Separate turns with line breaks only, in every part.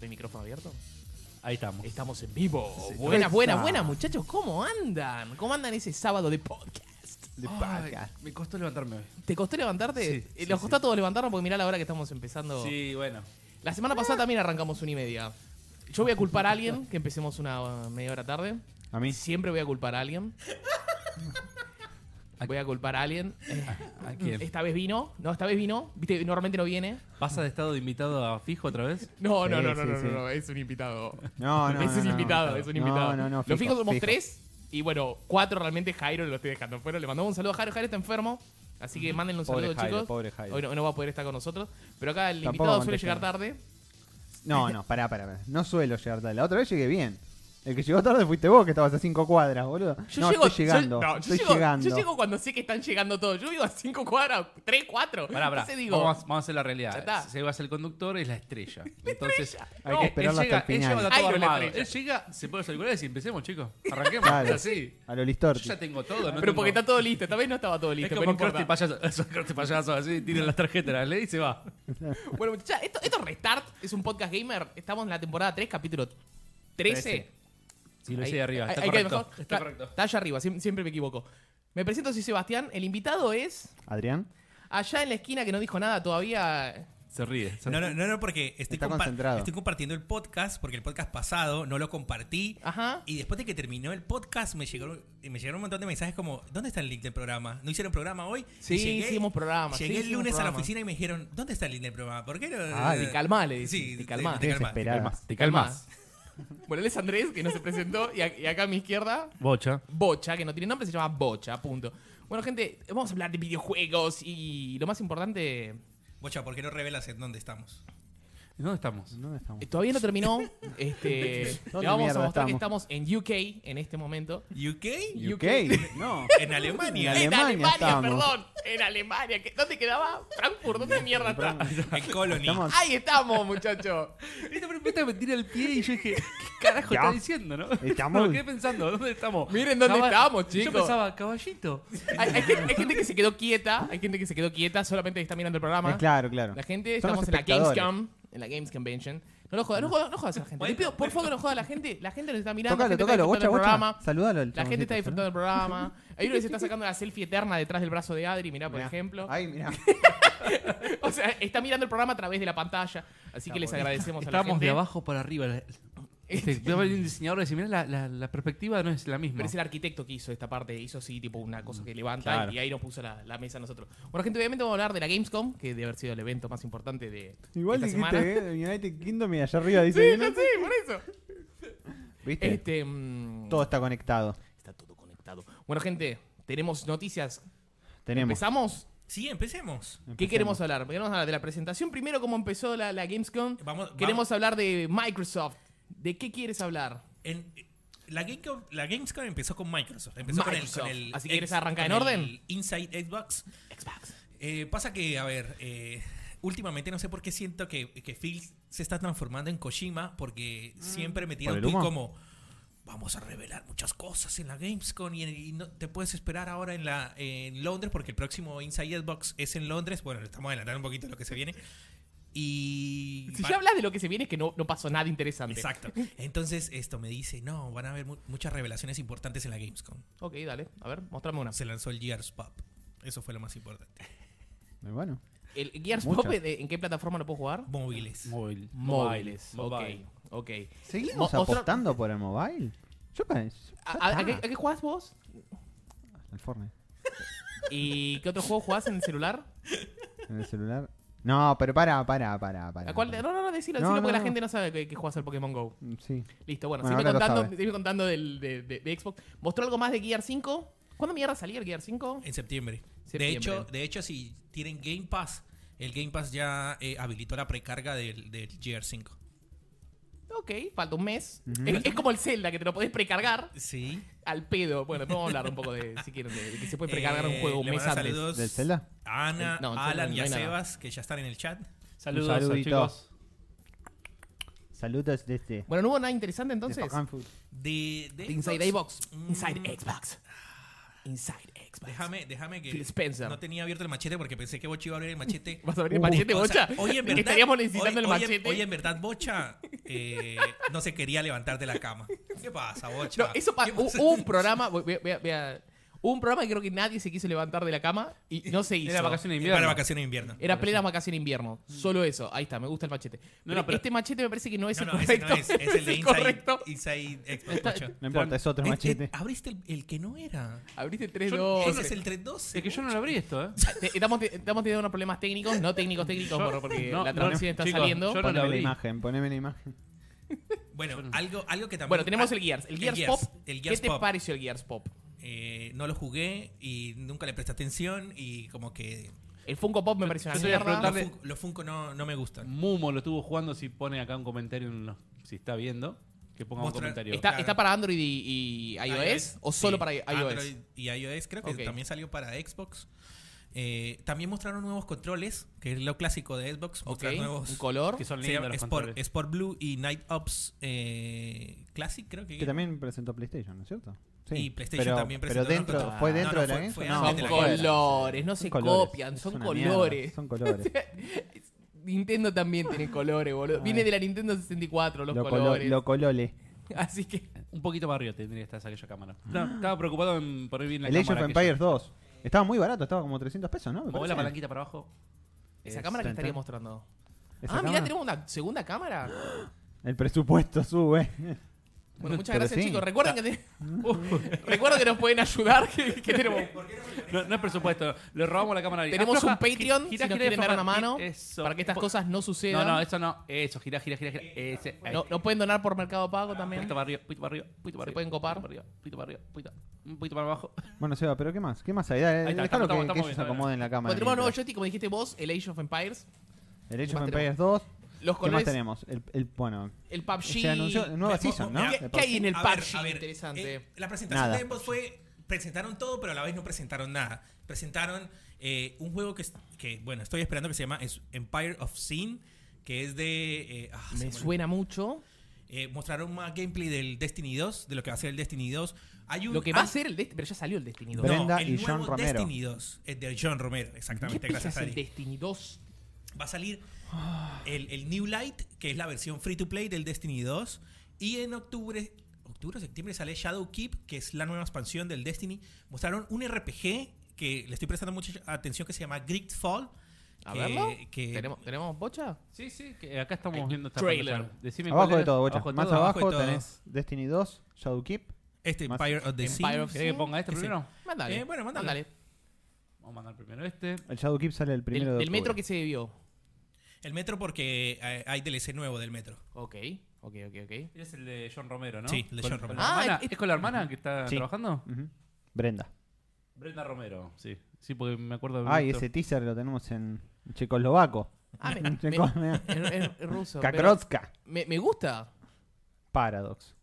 ¿Hay micrófono abierto?
Ahí estamos.
Estamos en vivo.
Sí,
buenas,
está.
buenas, buenas, muchachos. ¿Cómo andan? ¿Cómo andan ese sábado de podcast?
De
Ay,
paca. me costó levantarme hoy.
¿Te costó levantarte?
Sí,
Eh,
sí,
Nos
sí.
costó a todos levantarnos porque mirá la hora que estamos empezando.
Sí, bueno.
La semana pasada también arrancamos una y media. Yo voy a culpar a alguien que empecemos una eh, media hora tarde.
A mí.
Siempre voy a culpar a alguien. Voy a culpar a alguien. Eh,
¿A quién?
Esta vez vino. No, esta vez vino. Viste, normalmente no viene.
¿Pasa de estado de invitado a fijo otra vez?
No, no,
Sí,
no, no,
sí,
no,
sí.
no, no, es un invitado.
No, no.
es
no,
un
no.
invitado, es un
No,
invitado.
no, no,
Los
fijo,
fijos somos
fijo.
tres y bueno, cuatro realmente Jairo lo estoy dejando fuera. Le mandamos un saludo a Jairo, Jairo está enfermo. Así que mándenle un
Pobre
saludo,
Jairo,
chicos.
pobre Jairo.
Hoy no, no va a poder estar con nosotros. Pero acá el
Tampoco
invitado suele
contesta.
llegar tarde.
No, no, pará, pará, pará. No suelo llegar tarde. La otra vez llegué bien. El que llegó tarde fuiste vos, que estabas a cinco cuadras, boludo. no, estoy llegando.
yo- no, yo
estoy
llego-
llegando.
Yo llego cuando sé que están llegando todos. Yo vivo a cinco cuadras, tres, cuatro.
Pará, pará.
Entonces digo,
Vamos, a- vamos a hacer la
Ya
realidad.
está.
Se va a ser el conductor, es la estrella. Entonces,
Hay que esperarlo hasta el final.
Ay,
Él llega, él lleva
no,
todo
la
armado.
estrella.
Él llega, se pone los auriculares y empecemos, chicos. Arranquemos.
Claro.
Es así.
A lo
Yo
listorti.
ya tengo todo. No
pero porque
tengo-
está todo listo. Esta vez no estaba todo listo.
Es
pero
como
no importa.
corte payaso. Eso, corte payaso, así. Tiran las tarjetas, las ley y se va.
Bueno, muchachos, esto, esto es Restart, es un podcast gamer. Estamos en la temporada 3, capítulo 13.
Trece. Sí, lo
Ahí-
hice de arriba.
ahí-
Está
ahí queda
correcto.
mejor.
Está
Está,
correcto.
está allá arriba, siem- siempre, me equivoco. Me presento, soy Sebastián. El invitado es
Adrián.
allá en la esquina que no dijo nada todavía.
Se ríe. se-
No, no, no, no, porque estoy,
Está
compa-
concentrado.
estoy compartiendo el podcast, porque el podcast pasado no lo compartí.
Ajá.
Y después de que terminó el podcast, me llegaron, me llegaron un montón de mensajes como, ¿dónde está el link del programa? ¿No hicieron programa hoy? Y
Sí, hicimos programa, sí,
Llegué el
hicimos
lunes a
programa.
la oficina y me dijeron, ¿dónde está el link del programa? ¿Por qué no?
Ah,
te calmá, le dicen,
Sí,
te calmá.
Te, calmá.
Desesperada.
Te calmas.
Bueno, él es Andrés, que no se presentó. Y, a- y acá a mi izquierda,
Bocha.
Bocha, que no tiene nombre, se llama Bocha, punto. Bueno, gente, vamos a hablar de videojuegos y lo más importante.
Bocha, ¿por qué no revelas en dónde estamos?
¿Dónde estamos?
¿Dónde estamos?
eh, Todavía no terminó. Este, le vamos a
mierda
mostrar que
estamos?
estamos en UK en este momento.
¿UK?
UK. No. En
En Alemania.
En
Alemania
Alemania,
estábamos.
perdón. En Alemania. ¿Qué- ¿Dónde quedaba? Frankfurt, ¿dónde mierda está?
en Colony.
Estamos-
Ahí estamos, muchachos.
Esta pregunta me tira el pie y yo dije, ¿qué carajo
Ya.
está diciendo, no?
Estamos-
Me quedé pensando, ¿dónde estamos?
Miren dónde estamos,
Yo
chicos.
pensaba, caballito.
Hay, hay gente, hay gente que se quedó quieta. Hay gente que se quedó quieta solamente está mirando el programa.
Eh, claro, claro.
La gente,
Son los
estamos en la
espectadores.
Gamescom. En la Games Convention. No lo jodas, no jodas, no jodas a la gente. Le pido, por favor, que no jodas a la gente. La gente nos está mirando.
Tócalo,
la gente
tócalo.
está
Bocha,
disfrutando del
bocha.
programa.
Saludalo. al este,
La gente está
chaboncito,
disfrutando del programa. Hay uno que se está sacando la selfie eterna detrás del brazo de Adri, mirá,
¿eh?
por
Mirá.
ejemplo.
Ay, mirá.
O sea, está mirando el programa a través de la pantalla. Así que les agradecemos a la gente.
Estábamos de abajo para arriba. Este, voy a ver un diseñador y decir, mira, la, la, la perspectiva no es la misma.
Pero es el arquitecto que hizo esta parte, hizo así, tipo una cosa que levanta
Claro.
y ahí nos puso la, la mesa a nosotros. Bueno, gente, obviamente vamos a hablar de la Gamescom, que debe haber sido el evento más importante de
Igual
esta
dijiste,
semana.
eh, United Kingdom y allá arriba dice.
Sí, yo sí, por eso.
¿Viste?
Este, mm,
Todo está conectado.
Está todo conectado. Bueno, gente, tenemos noticias.
Tenemos.
¿Empezamos?
Sí, empecemos.
¿Qué
Empecemos.
queremos hablar? Queremos hablar de la presentación. Primero, cómo empezó la, la Gamescom.
Vamos-
queremos hablar de Microsoft. ¿De qué quieres hablar?
En- la, Gamecom- la Gamescom empezó con Microsoft. Empezó
Microsoft.
Con, el, con el.
Así que quieres
ex-
arrancar en
con
orden.
el Inside Xbox.
Xbox.
Eh, pasa que, a ver, eh, últimamente no sé por qué siento que, que Phil se está transformando en Kojima porque siempre me tira
¿Por
un
el
tweet
humo?
como vamos a revelar muchas cosas en la Gamescom y, en- y no te puedes esperar ahora en la en Londres porque el próximo Inside Xbox es en Londres. Bueno, le estamos adelantando un poquito lo que se viene. Y
Si
va-
ya hablas de lo que se viene es que no, no pasó nada interesante.
Exacto. Entonces esto me dice, no, van a haber mu- muchas revelaciones importantes en la Gamescom.
Ok, dale. A ver, mostrame una.
Se lanzó el Gears Pop. Eso fue lo más importante.
Muy bueno.
¿El Gears
Muchas.
Pop eh, en qué plataforma lo puedo jugar?
Móviles.
Móvil.
Móviles.
Mobile.
Ok, ok.
¿Seguimos
Mo- otro-
apostando por el mobile? Yo pensé.
¿A, a- a qué, a qué jugás vos?
El Fortnite.
¿Y qué otro juego jugás en el celular?
En el celular. No, pero para, para, para, para.
¿A cuál? No, no, no, decilo,
No,
decilo
no,
porque la
no.
gente no sabe que, que jugás al Pokémon GO.
Mm, Sí.
Listo, bueno,
Bueno,
sigue
ahora lo
contando,
sabe.
sigue contando del, de, de- de Xbox. ¿Mostró algo más de Gear 5? ¿Cuándo mierda salía el Gear 5?
En septiembre.
Septiembre.
De hecho, de hecho, si tienen Game Pass, el Game Pass ya eh, habilitó la precarga del, del GR5.
Ok, falta un mes. es, es como el Zelda, que te lo podés precargar
Sí.
al pedo. Bueno, después vamos a hablar un poco de, si quieren, de, de que se puede precargar
Eh,
Eh,
un juego un mes antes.
¿Del Zelda?
A Ana,
No, en
a
Zelda
Alan
no
y a
hay nada.
Sebas, que ya están en el chat.
Saludos,
Un saludito.
chicos.
Saludos este, desde.
Bueno, ¿no hubo nada interesante entonces?
desde Hanford.
De, de
Inside
Xbox,
Xbox.
Mm,
Mm.
Inside Xbox. Inside Xbox.
Déjame, déjame que.
Phil Spencer.
No tenía abierto el machete porque pensé que Bocha iba a abrir el machete.
¿Vas a abrir el machete,
O
bocha?
sea, hoy en
Que
verdad.
estaríamos necesitando
hoy-
el
hoy en-
machete.
Hoy en verdad, Bocha. eh, no se quería levantar de la cama. ¿Qué pasa, bocha?
No, eso pa-
¿Qué
hu-
pasa?
hubo un programa, voy- voy a- voy a- voy a- hubo un programa que creo que nadie se quiso levantar de la cama y no se hizo.
Era vacaciones de invierno.
Para vacaciones Mm. de invierno.
Era plena vacación invierno. Solo eso. Ahí está, me gusta el machete.
No, no,
Pero
pero-
este machete me parece que no es
No,
el
no, ese
correcto.
no es. Es el de Inside,
correcto.
Inside Xbox, bocha.
No importa, es otro
Eh, eh,
machete.
abriste el, el que no era.
Abriste
Ese es
3-2.
el 312.
Es que yo no lo abrí esto, ¿eh.
Te- Estamos, te- estamos teniendo unos problemas técnicos, no técnicos técnicos,
Yo-
por- porque
no,
la
no,
transmisión está
chicos,
saliendo.
yo no-
Poneme
lo
la
vi.
imagen, poneme la imagen.
Bueno, algo, algo que también.
Bueno, tenemos
ah,
el Gears. El Gears, Pop.
el
¿Qué
Gears
te
Pop.
pareció el Gears Pop?
Eh, no lo jugué y nunca le presté atención y como que
El Funko Pop me pareció una
yo te voy a
mierda.
los,
Dale.
Funko, los Funko no, no me gustan.
Mumo lo estuvo jugando. Si pone acá un comentario, en los- si está viendo, que ponga un
Mostrar-
comentario.
¿Está,
Claro.
¿Está para Android y, y iOS, o solo
sí.
para iOS?
Android y iOS creo que
Ok.
también salió para Xbox. Eh, también mostraron nuevos controles, que es lo clásico de Xbox,
ok,
mostrar nuevos
un color.
que son
se
lindos
llama
los
Sport,
controles.
Sport Blue y Night Ops eh, Classic, creo que.
Que también presentó PlayStation, ¿no es cierto?
Y PlayStation también
Pero
presentó los
dentro,
controles.
fue
Ah,
dentro
no,
de
no,
la
fue-
Games-
fue
no,
son
antes de la
colores.
colores, no se
colores.
copian,
Es
son
una mierda,
colores.
son colores.
Nintendo también tiene colores, boludo. Viene de la Nintendo 64 los
lo, colo-
colores.
lo colole.
Así que
Un poquito barrio tendría esta aquella cámara. No, estaba preocupado en por ir bien la
El Age of
cámara. aquella.
Empires 2. Estaba muy barato, estaba como 300 pesos, ¿no?
Mover
Me
la
parece.
palanquita para abajo.
esa cámara que
Exacto.
estaría mostrando.
Esa
Ah, mirá,
cámara.
tenemos una segunda cámara.
El presupuesto sube.
Bueno, muchas
Pero
gracias,
sí.
chicos. Recuerden que, te- recuerden que nos pueden ayudar, que, que tenemos
No, no es presupuesto. Le robamos la cámara. a alguien.
Tenemos
Afloja,
un Patreon,
gi- gira,
si nos
gira,
quieren dar
afloja.
una mano,
Eso.
para que estas
Po-
cosas no sucedan.
No, no, eso no. Eso, gira, gira, gira, gira. Ese. ahí.
No- nos pueden donar por Mercado Pago también.
Puito para arriba, puito para arriba, puito para
Se
arriba.
pueden copar.
Puito para arriba, puito para arriba, puito- un poquito para abajo.
Bueno, Seba, pero ¿qué más? ¿Qué más hay? Dale,
Ahí está,
dejalo
estamos-
que,
estamos
que ellos
viendo,
acomoden la cámara.
Bueno, tenemos un nuevo
mientras.
joystick, como dijiste vos, el Age of Empires.
El Age
¿Qué
of
más
Empires 2.
Los
¿Qué más
colores,
tenemos? El, el- bueno,
el PUBG.
se anunció nueva
Ve-
season,
mo-
¿no?
mo-
¿Qué,
De
qué hay en el
A ver,
PUBG?
a ver,
Interesante.
eh, la presentación
Nada.
de Xbox fue. Presentaron todo, pero a la vez no presentaron nada. Presentaron eh, un juego que, es- que, bueno, estoy esperando que se llama es- Empire of Sin, que es de. eh, ah, se
me
olvidó.
suena mucho.
Eh, mostraron más gameplay del Destiny 2, de lo que va a ser el Destiny 2. Hay un,
Lo que va a
hay-
ser el Destiny, pero ya salió el Destiny 2.
No,
Brenda
el
y
nuevo
John Romero.
Destiny 2, es de John Romero,
¿Qué
exactamente.
pija
Gracias,
es el
Adri.
Destiny 2?
Va a salir el, el New Light, que es la versión free to play del Destiny 2. Y en octubre, octubre o septiembre sale Shadow Keep, que es la nueva expansión del Destiny. Mostraron un RPG que le estoy prestando mucha atención que se llama Great Fall.
A
que-
verlo.
que-
¿Tenemos, ¿Tenemos bocha?
Sí, sí, que acá estamos
El
viendo esta
trailer.
pantalla. Decime
Abajo
cuál
de
era.
todo, bocha. Más
todo.
abajo de
abajo
todo.
tenés Destiny 2, Shadow Keep.
Este
Más-
Empire of the
Empire
Sea.
of-
¿Querés que ponga este
Sí, sí.
primero?
Mándale.
Eh, bueno, mándale.
Vamos a mandar primero este.
El Shadow Keep sale el
Del,
primero de
del metro
octubre.
que se debió.
El Metro porque eh, hay DLC nuevo del Metro.
Ok, ok, ok, ok.
Es el de John Romero, ¿no?
Sí, el de
Con-
John
con
Romero.
la
Ah,
hermana-
es-
¿Es con la hermana que está
Sí.
trabajando?
Ujú. Brenda.
Brenda Romero, sí. Sí, porque me acuerdo de
Ay, ese teaser lo tenemos en checoslovaco.
Ah, me,
En
me-
checo- mira.
es, es ruso. pero
Kakrotska.
Me, me gusta.
Paradox.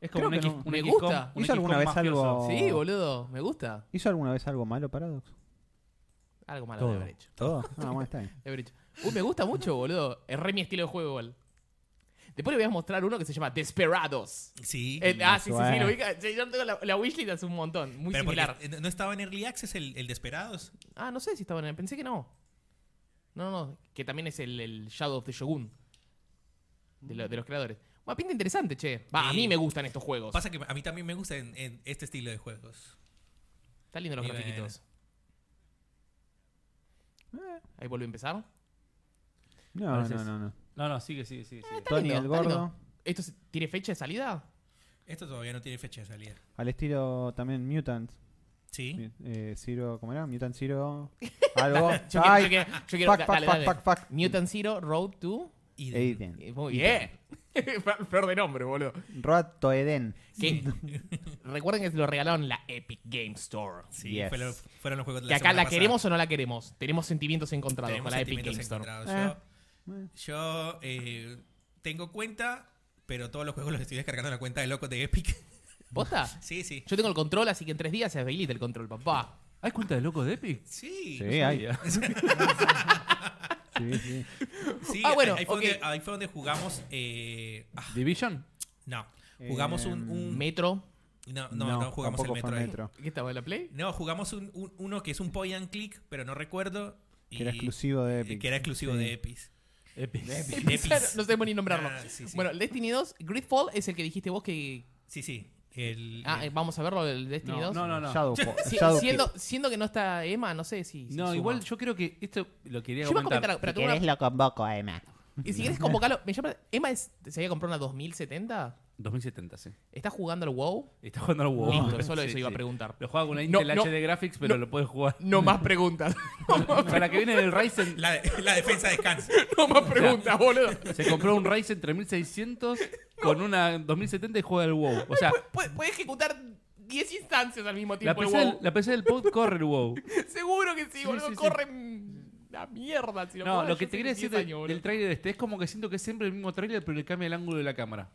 Es como un
creo que
X,
no.
un
Me
XCOM,
gusta.
un
¿Hizo alguna
XCOM
vez algo-
mafioso.
Oh.
Sí, boludo. Me gusta.
¿Hizo alguna vez algo malo Paradox?
Algo malo de haber hecho.
Todo. Ah, bueno, está bien.
de haber hecho. Uy, me gusta mucho, boludo. Es re mi estilo de juego igual. Después le voy a mostrar uno que se llama Desperados.
Sí.
Eh, ah, sí, sí, sí,
suena.
lo ubica. Sí, Yo tengo la, la wishlist hace un montón. Muy
Pero porque
similar.
no- no estaba en Early Access el, el Desperados.
Ah, no sé si estaba en el. Pensé que no. No, no, que también es el, el Shadow of the Shogun. De, lo- de los creadores. Bueno, pinta interesante, che. Va, a
Sí.
mí me gustan estos juegos.
Pasa que a mí también me gusta en- en este estilo de juegos.
Están lindos los
Y bueno.
grafiquitos. Ahí vuelvo a empezar.
No,
Parece
no,
eso.
no, no.
No, no, sigue, sigue, sigue. sigue.
Está
Tony
lindo,
el
está lindo.
Gordo.
¿Esto se- tiene fecha de salida?
Esto todavía no tiene fecha de salida.
Al estilo también Mutant.
Sí.
Eh, Zero, ¿cómo era? Mutant Zero. Algo.
Yo quiero,
Ay,
yo quiero, yo quiero-
fuck,
da-
fuck,
dale,
fuck,
dale.
fuck, fuck.
Mutant Zero Road to.
Y de-
Aiden.
Eh, Muy bien. Flor de nombre, boludo.
Road to Eden.
Que- recuerden que lo regalaron en la Epic Game Store.
Sí,
Yes.
fue lo- fueron los juegos de
que
la
acá la
semana pasada.
queremos o no la queremos. Tenemos sentimientos encontrados
Tenemos
con la Epic
sentimientos
Game Store.
encontrados. Yo,
Eh.
yo, eh, tengo cuenta, pero todos los juegos los estoy descargando en la cuenta de locos de Epic.
¿Posta?
sí, sí.
Yo tengo el control, así que en tres días se habilita el control, papá.
¿Hay cuenta de loco de Epic?
Sí,
Sí, hay. Sí, sí.
sí,
Ah, bueno,
ahí, fue
ok.
donde, ahí fue donde jugamos. eh, ah,
¿Division?
no, jugamos un. un-
Metro.
no, no, no jugamos el
tampoco
metro,
fue
ahí.
metro.
¿Qué estaba en la Play?
No, jugamos un- un- uno que es un point and click, pero no recuerdo.
Que era
y-
exclusivo de
eh,
Epic.
Que era exclusivo
Sí.
de Epic.
Epic.
Epis.
no sabemos ni nombrarlo.
Ah, sí, sí.
Bueno, Destiny 2, Gridfall es el que dijiste vos que.
Sí, sí. El,
Ah, eh, vamos a verlo, el Destiny 2.
No, no, no.
Shadowfall.
Si-
Shadowkeep.
siendo, siendo que no está Emma, no sé si. si
No,
suma.
igual yo creo que esto lo quería
Yo iba a
comentar.
comentar, pero
Si
tengo una-
querés lo convoco a Emma.
y si querés convocarlo, me llama. Emma es- se había comprado una 2070.
2070, sí.
¿Está jugando al WoW?
Está jugando al WoW.
Listo, solo
Sí,
eso iba
sí.
a preguntar.
Lo juega con una
No,
Intel
no,
HD Graphics, pero
no.
lo puedes jugar.
No más preguntas.
Para la que viene del Ryzen.
la, de- la defensa descansa.
No más preguntas, boludo.
Se compró un Ryzen 3600 con una 2070 y juega al WoW. O sea,
Pu- Puede, puede ejecutar 10 instancias al mismo
la
tiempo. el
PC, del-
WoW.
la PC del pod corre el WoW.
Seguro que sí,
Sí,
boludo.
sí, sí.
corre la mierda. Si lo
No,
jugaba
lo
yo
que te
hace
quería decir
10
de-
años, boludo.
del trailer este es como que siento que es siempre el mismo trailer, pero le cambia el ángulo de la cámara.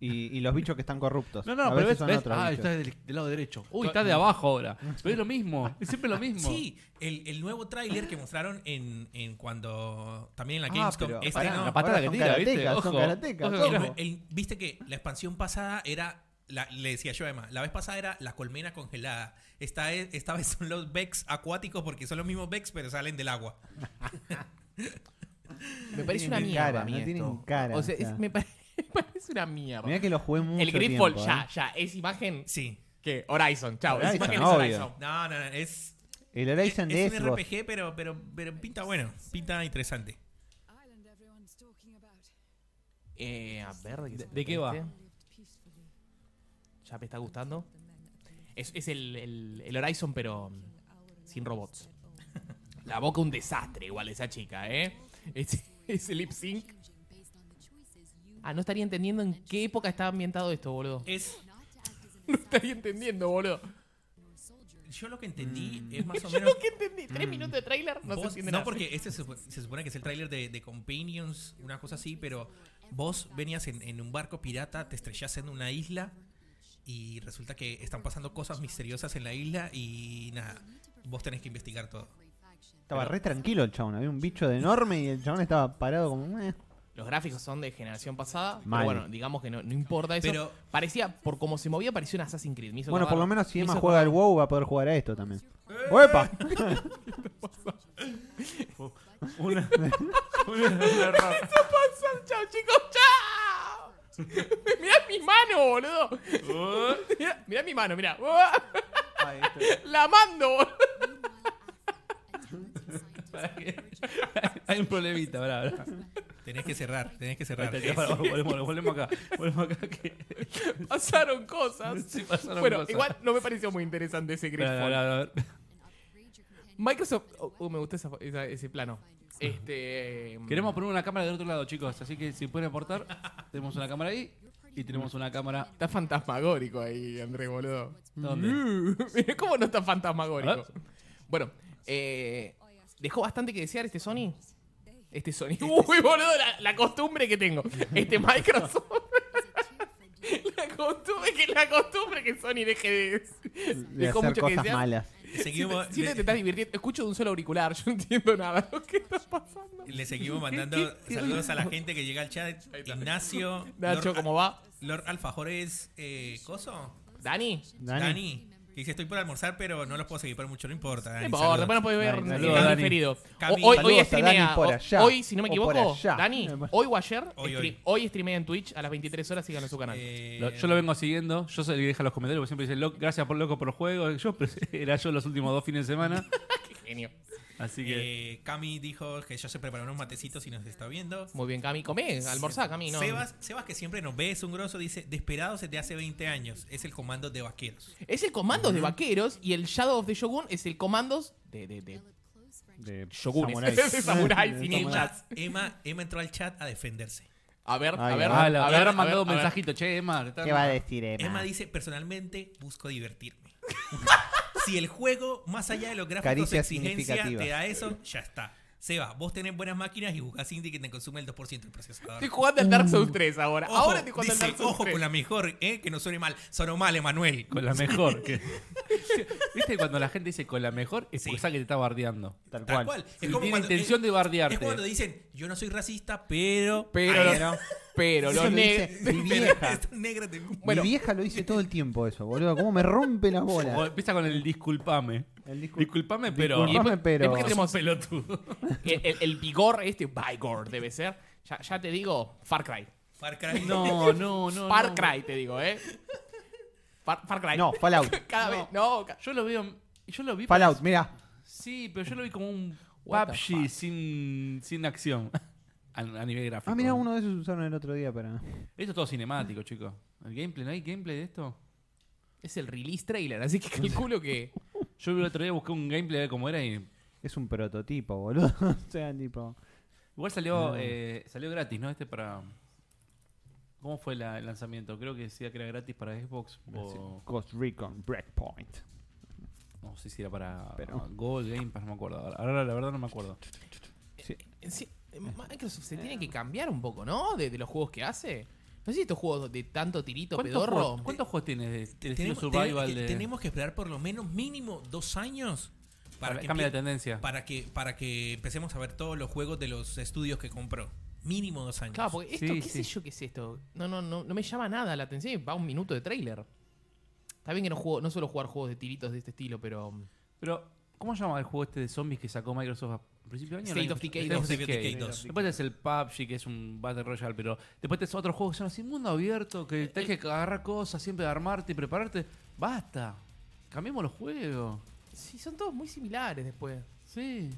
Y, y los bichos que están corruptos.
No, no,
a
pero ves,
veces son
ves-
otros
ah,
bichos.
está del, del lado derecho. Uy, está de abajo ahora. Pero es lo mismo, es siempre lo mismo.
Sí, el, el nuevo tráiler que mostraron en, en cuando. También en la
Ah,
Gamescom.
pero
este
pará,
no.
la patada
Ahora
que
son
tira, ¿viste?
karatecas, son
Ojo.
karatecas,
Ojo,
ojo.
mirá.
El- Viste que la expansión pasada era. la- le decía yo además, la vez pasada era la colmena congelada. Esta, es- esta vez son los Becks acuáticos porque son los mismos Becks pero salen del agua.
Me parece
tienen
una mierda.
cara,
a mí
no
esto.
tienen cara,
O sea, es-
o sea.
me, pare- me parece una mierda.
Mirá que lo jugué mucho
El Gridfall,
tiempo,
ya,
¿eh?
ya. Es imagen
Sí.
que Horizon, chao. Es
Horizon,
imagen
obvio.
es Horizon.
No, no, no. Es,
eh. El Horizon
es-
de
es un
Xbox.
RPG, pero, pero, pero pinta bueno. Pinta interesante.
island everyone's talking about.
Eh, a ver, ¿de,
¿De qué va?
Lived peacefully.
este? Ya me está gustando.
The men at the
Es, es el, el- el Horizon, pero mm,
hour
sin robots.
said, "Oh,
La boca un desastre igual esa chica, ¿eh? Es, es el lip sync.
changing based on the choices you
Ah, no estaría entendiendo en qué época estaba ambientado esto, boludo.
Es,
not to act as
Eh,
an
No
assassin
estaría entendiendo, boludo.
or soldier.
yo lo que entendí es más o
Mm. Yo
menos.
lo que entendí, tres minutos de trailer, no se
vos-
entiende
no,
nada.
porque este se, supo- se supone que es el tráiler de, de Companions, una cosa así, pero vos venías en, en un barco pirata, te estrellás en una isla y resulta que están pasando cosas misteriosas en la isla y nada, vos tenés que investigar todo.
Estaba re tranquilo el chabón. Había un bicho de enorme y el chabón estaba parado como... eh.
Los gráficos son de generación pasada.
Mal.
Pero bueno, digamos que no, no importa eso.
Pero-
parecía, por cómo se movía, parecía un Assassin's Creed. Me hizo
Bueno, por
acordar-
lo menos si
me
Emma
hizo
juega al
acordar-
WoW va a poder jugar a esto también. ¡Uepa!
Una, un error.
Son- ¡Chao, chicos! ¡Chao! mirá mi mano, boludo. Mirá, mirá mi mano, mirá. La mando, boludo.
Hay un problemita, pará, pará.
Tenés que cerrar, tenés que cerrar.
Espérate, pará, Volvemos, volvemos acá. Volvemos acá que
Pasaron cosas.
sí pasaron
bueno,
cosas.
igual no me pareció muy interesante ese Grid
Pará, pará, pará, pará.
Microsoft. oh, oh, me gustó esa- esa- ese plano. Este.
Queremos poner una cámara del otro lado, chicos. Así que si pueden aportar, tenemos una cámara ahí y tenemos una cámara.
Está fantasmagórico ahí, Andrés, boludo.
¿Dónde?
Mirá ¿Cómo no está
A
fantasmagórico?
ver.
Bueno, eh, dejó bastante que desear este Sony. Este Sony. Uy, boludo, la, la costumbre que tengo. Este Microsoft. La costumbre que, la costumbre que Sony deje de.
De
Dejó
hacer
mucho que
cosas
desear.
malas.
Seguimos,
Siempre te
le-
estás divirtiendo. Escucho de un solo auricular. Yo no entiendo nada. Lo que está pasando.
Le seguimos mandando saludos a la gente que llega al chat. Ignacio,
Nacho,
Lord,
¿cómo va?
Lord Alfajores, eh, ¿coso?
¿Dani?
Dani.
Dani. que dice estoy por almorzar, pero no los puedo seguir por mucho, no importa.
No
Dani,
importa,
saludos.
bueno, podés ver
Dani,
en
saludos,
el
Dani.
diferido. O-
Cami.
Hoy, hoy
Saludos a
streamea.
Dani por
o-
allá.
Hoy, si no me
O por
equivoco,
allá.
Dani, hoy o ayer,
Hoy,
stream-
hoy.
hoy streamea en Twitch a las 23 horas, síganlo en su canal.
Eh,
Lo- yo lo vengo siguiendo. Yo soy el que deja los comentarios. Porque siempre dice, "Loc- gracias por loco por los juegos. Yo, pero era yo los últimos dos fines de semana.
Qué genio.
Así que.
eh, Cami dijo que ya se preparó unos matecitos y nos está viendo.
Muy bien, Cami. Comé, almorzá, Cami. No.
Sebas, Sebas, que siempre nos ve, es un grosso, dice, desperados desde hace 20 años, es el comando de vaqueros.
Es el Comandos de Vaqueros y el Shadow of the Shogun es el Comandos de, de, de
De
Shogunes.
samuráis.
de samuráis y
Toma.
ninjas.
Emma, Emma entró al chat a defenderse.
A ver, a
Ay,
ver.
ah,
a
la-
ver,
le habrán
a ver,
mandado un
a ver.
mensajito, che, Emma.
¿Qué va a decir
Emma
Emma?
dice, personalmente busco divertirme. si el juego, más allá de los gráficos
Caricias
exigencia,
significativas.
te da eso, ya está. Seba, vos tenés buenas máquinas y buscas indie que te consume el 2% del
Estoy
procesador.
jugando al Dark
Mm.
Souls 3 ahora.
Ojo,
ahora estoy jugando al
dice,
Dark Souls
ojo
3.
con la mejor, eh, que no suene mal. Sonó mal, Emanuel.
Con la mejor. que- ¿Viste cuando la gente dice con la mejor? Es porque
Sí.
sabe que te está bardeando.
Tal cual.
Tal cual.
Y tiene intención de
Es
bardearte.
cuando dicen, yo no soy racista, pero...
Pero,
Ay,
no,
no.
pero, Pero
Eso
los
lo
negros.
dice mi vieja.
Esta negra te-
Bueno.
Mi vieja lo dice todo el tiempo eso, boludo. ¿Cómo me rompe la
O
bola?
empieza con el disculpame.
El discul-
Disculpame,
Y
pero.
después-
Disculpame, pero-
después que tenemos
pelotudo.
el, el- el vigor, este vigor debe ser. Ya, ya te digo, Far Cry.
Far Cry.
No, no, no.
Far
no.
Cry, te digo, ¿eh? Far, Far Cry.
No, Fallout.
Cada vez. No, ca-
Yo lo veo. Yo lo vi.
Fallout, mira.
Sí, pero yo lo vi como un
What the
PUBG
fuck.
sin, sin acción. A, a nivel gráfico.
Ah, mira, uno de esos usaron el otro día para.
Esto es todo cinemático, chicos. ¿El gameplay? ¿No hay gameplay de esto?
es el release trailer, así que calculo que.
Yo el otro día busqué un gameplay a ver cómo era y.
Es un prototipo, boludo. o sea, tipo.
Igual salió, eh, salió gratis, ¿no? Este para. ¿Cómo fue la- el lanzamiento? Creo que decía que era gratis para Xbox.
Oh.
O,
Ghost Recon Breakpoint.
no sé si era para
Pero-
Gold Game Pass, no me acuerdo. Ahora, ahora la verdad no me acuerdo.
eh, Sí,
Eh.
Microsoft se tiene que cambiar un poco, ¿no? De, de los juegos que hace. No sé si estos juegos de tanto tirito
¿Cuántos
pedorro.
juegos, ¿Cuántos juegos tienes de, del estilo
tenemos,
survival?
te- que-
de-
tenemos que esperar por lo menos mínimo dos años para,
para-
que
cambia la
empie-
tendencia.
para que para que empecemos a ver todos los juegos de los estudios que compró. Mínimo dos años.
Claro, porque esto,
Sí,
¿qué
sí.
sé yo qué es esto? No, no, no, no me llama nada la atención. y Va un minuto de trailer. Está bien que no, juego, no suelo jugar juegos de tiritos de este estilo, pero. um,
Pero, ¿cómo se llama el juego este de zombies que sacó Microsoft a principio de año?
State
¿El año
of
pasado?
Decay
State
2.
State of Decay 2.
Después es el PUBG, que es un Battle Royale, pero después es otro juego que se llama así, mundo abierto, que
Eh,
tenés que agarrar cosas, siempre armarte y prepararte. ¡Basta! Cambiemos los juegos.
Sí, son todos muy similares después.
Sí.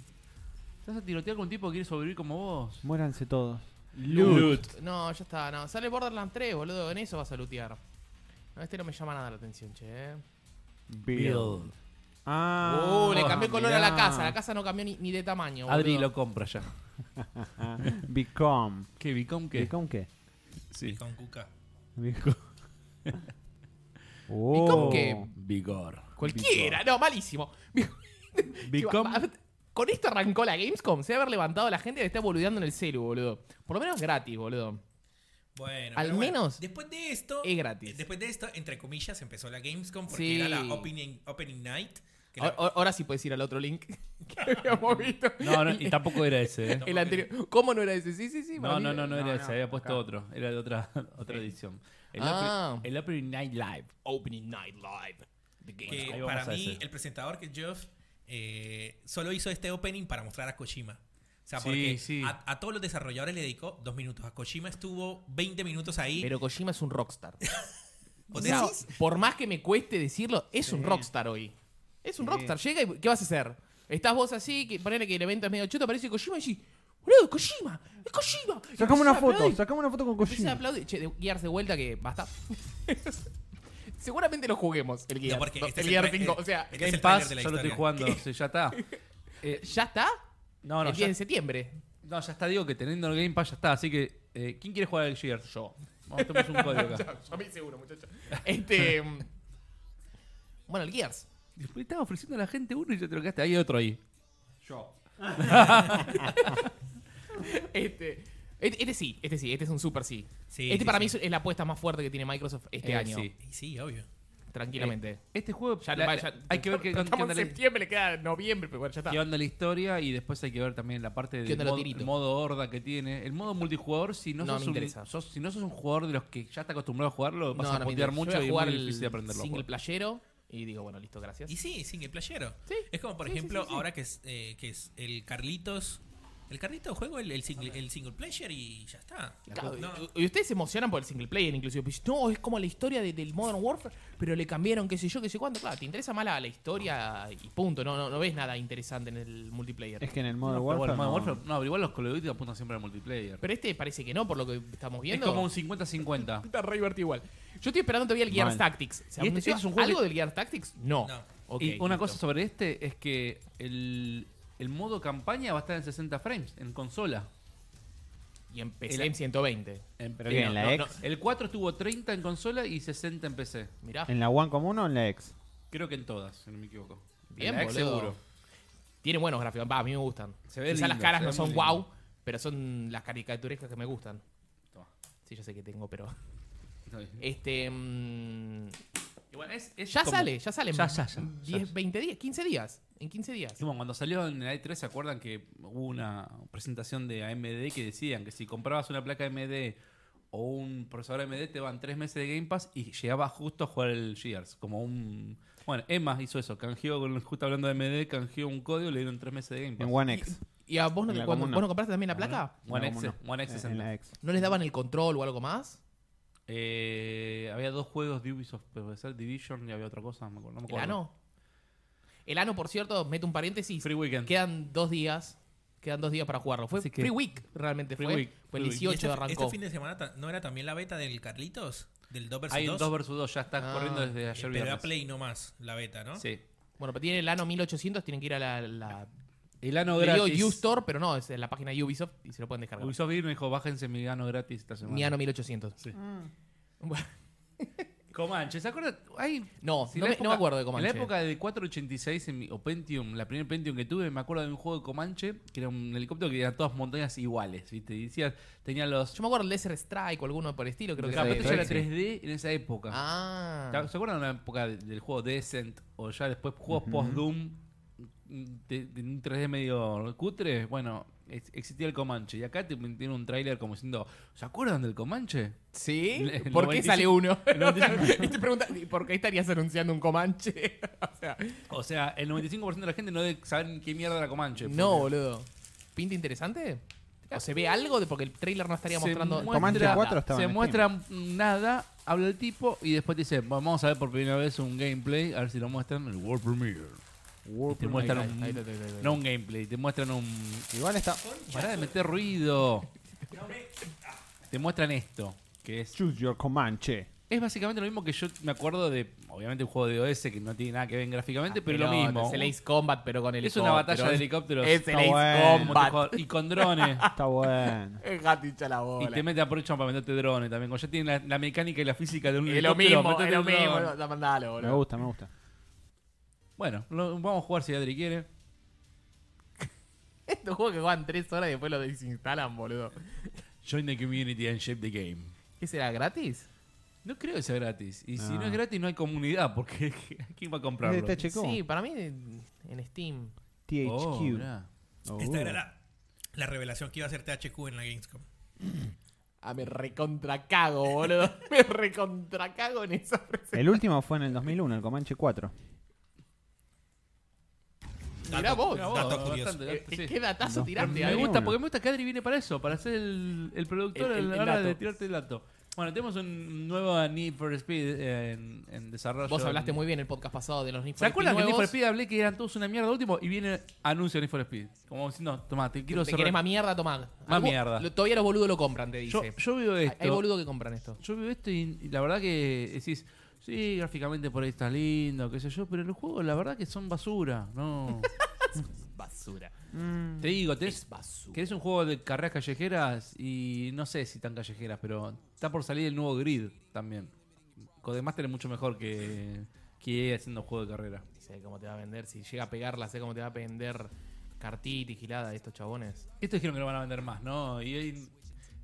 Estás a tirotear con un tipo que quiere sobrevivir como vos.
Muéranse todos.
No, ya está, no. Sale Borderlands 3, boludo. En eso vas a lootear. No, este no me llama nada la atención, che. eh.
Build.
Ah.
Uh, le cambió el color a la
mirá.
casa. La casa no cambió ni, ni de tamaño, boludo.
Oh, Adri lo compra ya.
Ah, Become.
¿Qué? ¿Vicom qué?
¿Become qué?
Sí.
Con Cuca.
Become. Oh.
Become qué?
Vigor.
Cualquiera, no, malísimo.
Become-
Con esto arrancó la Gamescom. Se debe haber levantado la gente que está boludeando en el celu, boludo. Por lo menos gratis, boludo.
Bueno,
Al
pero bueno,
menos
después de esto
es gratis.
eh, Después de esto, entre comillas, empezó la Gamescom porque
Sí.
era la opening, opening night. que
Ahora,
la-
ahora sí puedes ir al otro link que habíamos visto.
No, no, y tampoco era ese, ¿eh?
El anterior. ¿Cómo no era ese? Sí, sí, sí. para
No,
mí- eh,
no, no, no era
no,
ese,
no,
había puesto
acá.
otro. Era de otra, otra edición. El,
Ah.
Opry- el Opry Night Live.
Opening Night Live. The Gamescom.
que
ahí vamos
para
a
mí,
ese.
el presentador que es Jeff eh, solo hizo este opening para mostrar a Kojima. O sea,
Sí,
porque
sí.
A, a todos los desarrolladores le dedicó dos minutos. A Kojima estuvo 20 minutos ahí.
Pero Kojima es un rockstar. O
¿Vos
sea,
decís?
por más que me cueste decirlo, es un rockstar hoy. Es un rockstar. Llega y ¿qué vas a hacer? Estás vos así, que ponele que el evento es medio chuto, aparece Kojima y decís, boludo, es Kojima, es Kojima. Y
Sacamos una
empezás a
foto,
aplaudir.
sacamos una foto con
Empecé a
Kojima.
aplaudir. Che, de Gears de vuelta que basta. Seguramente lo juguemos, el Gears.
No, porque
No,
este
el
es el
Gears
tra-
5.
el-
o sea,
el- Este es
Game
el tráiler
Pass,
de la
yo lo estoy
historia.
jugando, sí, ya está. Eh,
¿ya está?
no, no
el 10
ya,
de septiembre.
no, ya está, digo que teniendo el Game Pass ya está. Así que, eh, ¿quién quiere jugar al Gears? Yo. Vamos, tenemos un código acá.
Ya, ya me hice uno, muchacho. Este. mm, bueno, el Gears.
Después estaba ofreciendo a la gente uno y ya te lo quedaste. Ahí hay otro ahí.
Este, este, este sí, este sí, este es un super sí.
Sí,
este
sí,
para
sí.
mí es la apuesta más fuerte que tiene Microsoft este
Eh,
año.
sí.
Y Sí, obvio.
Tranquilamente.
Este juego,
Ya-
la-
va,
la-
ya-
hay que ver qué, qué
estamos
onda
en
la-
septiembre, le queda noviembre, pero bueno, ya está.
qué onda la historia y después hay que ver también la parte
¿Qué
del
onda lo
modo,
tirito?
el modo horda que tiene. El modo multijugador, si no,
No,
sos,
me interesa.
un, sos- si no sos un jugador de los que ya está acostumbrado a jugarlo, vas
No,
a
no,
putear
mira, yo
mucho
voy a
y es
jugar
muy
el
difícil de aprenderlo.
Single playero y digo, bueno, listo, gracias.
Y sí, sin el playero.
Sí.
Es como, por
Sí, sí,
ejemplo,
sí, sí.
ahora que es, eh, que es el Carlitos. El Carlitos juego el, el single, el single player y ya está.
Claro,
No,
y, y ustedes se emocionan por el single player, inclusive. pues, no, es como la historia de- del Modern Warfare, pero le cambiaron qué sé yo, qué sé cuánto. Claro, te interesa más la, la historia y punto. No, no, no ves nada interesante en el multiplayer.
Es que en el
No,
modo
pero
Warfare.
bueno, Modern
no.
Warfare- no, pero igual los Call of Duty apuntan siempre al multiplayer.
Pero este parece que no, por lo que estamos
es
viendo.
como un 50-50.
Está re divertido igual. Yo estoy esperando todavía el Gears
Mal.
Tactics. ¿Se
Y este-
anunció
este es un juego
algo
que-
del Gears Tactics? No.
No.
Ok,
y una
listo.
cosa sobre este es que el, el modo campaña va a estar en 60 frames, en consola.
Y empecé
El-
en 120.
En-
¿Pero
eh,
qué, en
no,
la
no,
X?
no. El 4 estuvo 30 en consola y 60 en PC.
Mirá.
¿En la One común o en la X?
Creo que en todas, si no me equivoco. En
Bien,
la X
boludo.
seguro.
Tiene buenos gráficos. Va, a mí me gustan.
Se ve
Quizá
lindo,
las caras
se
no
ve
son
muy lindo.
wow, pero son las caricaturescas que me gustan.
Toma.
Sí, yo sé que tengo, pero.
Está bien.
Este. mm,
Igual es- es
ya
como-
sale, ya sale. en
Ya, ya, ya,
10,
ya.
20 días, 15 días. En 15 días.
Bueno, cuando salió en la E3, ¿se acuerdan que hubo una presentación de AMD que decían que si comprabas una placa AMD o un procesador AMD te van tres meses de Game Pass y llegaba justo a jugar el Gears. Como un. Bueno, Emma hizo eso. Canjeó, con- justo hablando de AMD, canjeó un código y le dieron tres meses de Game Pass.
En One X.
¿Y a vos no, te-
La
cuando,
comuna.
vos no compraste también la placa?
One
No,
X,
no.
One X
En
60.
la E. X.
¿No les daban el control o algo más?
Eh, había dos juegos de Ubisoft, pero puede ser Division y había otra cosa, no me acuerdo. No me
¿El
acuerdo.
ano? El ano, por cierto, mete un paréntesis.
Free Weekend.
Quedan dos días. Quedan dos días para jugarlo. Fue
Así que-
Free Week, realmente
Free
fue.
Week,
Fue el
Free Week.
Y
18
este,
arrancó.
este fin de semana ta- no era también la beta del Carlitos, del 2 vs
Hay un
2,
2 vs 2, ya está
Ah,
corriendo desde
Eh,
ayer
pero
viernes.
a Play nomás la beta, ¿no?
Sí.
Bueno, pero tiene el ano 1800, tienen que ir a la... la
El ano
le
gratis.
digo U-Store, pero no, es en la página de Ubisoft y se lo pueden descargar.
Ubisoft vino y dijo, bájense mi ano gratis esta semana.
Mi ano 1800.
Sí.
Bueno,
Comanche, ¿se acuerdan? Hay
no,
Sí,
no,
la
me,
época-
no me acuerdo de Comanche.
En la época de 486 en mi- o Pentium, la primera Pentium que tuve, me acuerdo de un juego de Comanche, que era un helicóptero que eran todas montañas iguales, ¿viste? Y decías, tenía los...
Yo me acuerdo del Desert Strike o alguno por el estilo, creo que
Claro,
era
pero
de-
esto ya era
sí.
3D en esa época.
Ah.
¿Se acuerdan de la época de- del juego Descent o ya después juegos post-Doom de, de un 3D medio cutre? Bueno, ex- existía el Comanche. Y acá te tiene un tráiler como diciendo, ¿se acuerdan del Comanche?
¿Sí?
El- el
¿Por qué
95
sale uno?
el
O sea, y te preguntan, "¿Y ¿por qué estarías anunciando un Comanche? o sea,
O sea, el 95% de la gente no debe saber ni qué mierda era Comanche.
no, boludo. ¿Pinta interesante? ¿O se ve algo? De, porque el trailer no estaría
Se
mostrando...
muestra-
Comanche 4 estaba
Se
en Steam.
muestra nada, habla el tipo y después te dice, vamos a ver por primera vez un gameplay, a ver si lo muestran en el World Premiere. Y te muestran
Ahí
un,
está, ahí está, ahí está, ahí está.
no un gameplay, te muestran un...
Igual está.
Pará de meter ruido. Te muestran esto, que es...
Choose your Comanche.
Es básicamente lo mismo que yo me acuerdo de, obviamente, un juego de OS que no tiene nada que ver gráficamente, pero lo
no,
mismo.
Es el Ace Combat, pero con
Es
helicópteros.
una batalla de helicópteros.
Es el
Está
Ace
bueno.
Combat.
Y con drones.
Está bueno.
El gatito a la
Y
bola.
te mete aprovechan para meterte drones también. Cuando ya tienen la, la mecánica y la física de un
Es lo
helicóptero,
mismo,
metete
es lo
un dron.
mismo. no, Mandalo,
Me
boludo.
gusta, me gusta.
Bueno, lo- vamos a jugar si Adri quiere.
Estos juegos Este que juegan 3 horas y después los desinstalan, boludo.
Join the community and shape the game.
¿Qué será gratis?
No creo que sea gratis. Y si
No.
no es gratis, no hay comunidad, porque ¿quién va a comprarlo?
Este chico.
Sí, para mí en Steam.
THQ.
Oh, mirá.
Oh.
Esta
Uh.
era la, la revelación que iba a hacer THQ en la Gamescom.
Ah, me recontracago, boludo. me recontracago en esa frase.
El último fue en el 2001, el Comanche 4.
Mirá vos.
Mirá
Dato curioso.
bastante,
Eh,
dato, sí.
¿Qué datazo
No,
tiraste
me
Me
ahí?
gusta,
uno.
porque me gusta que Adri viene para eso, para ser el, el productor
El- el-
a
el
la hora
dato.
de tirarte el dato. Bueno, tenemos un nuevo Need for Speed eh, en, en desarrollo.
Vos hablaste
En-
muy bien el podcast pasado de los Need for
¿Se acuerdan
Speed
que en Need for
nuevos?
Speed hablé que eran todos una mierda último? Y viene anuncio de Need for Speed. Como diciendo, toma, te quiero
Te
cerrar.
querés más mierda, tomá.
Más
Algo-
mierda.
lo- todavía los boludos lo compran, te
yo,
dice.
yo veo
Hay-
esto.
Hay boludos que compran esto.
Yo veo esto y, y la verdad que decís, sí, gráficamente por ahí está lindo, qué sé yo, pero los juegos la verdad que son basura, no.
Basura.
Te digo, tenés,
Es basura.
querés un juego de carreras callejeras y no sé si tan callejeras, pero está por salir el nuevo Grid también. Codemaster es mucho mejor que, que EA haciendo juego de carrera.
Sé cómo te va a vender. Si llega a pegarla, sé cómo te va a vender cartita y gilada de estos chabones.
Esto dijeron que no van a vender más, ¿no? Y ahí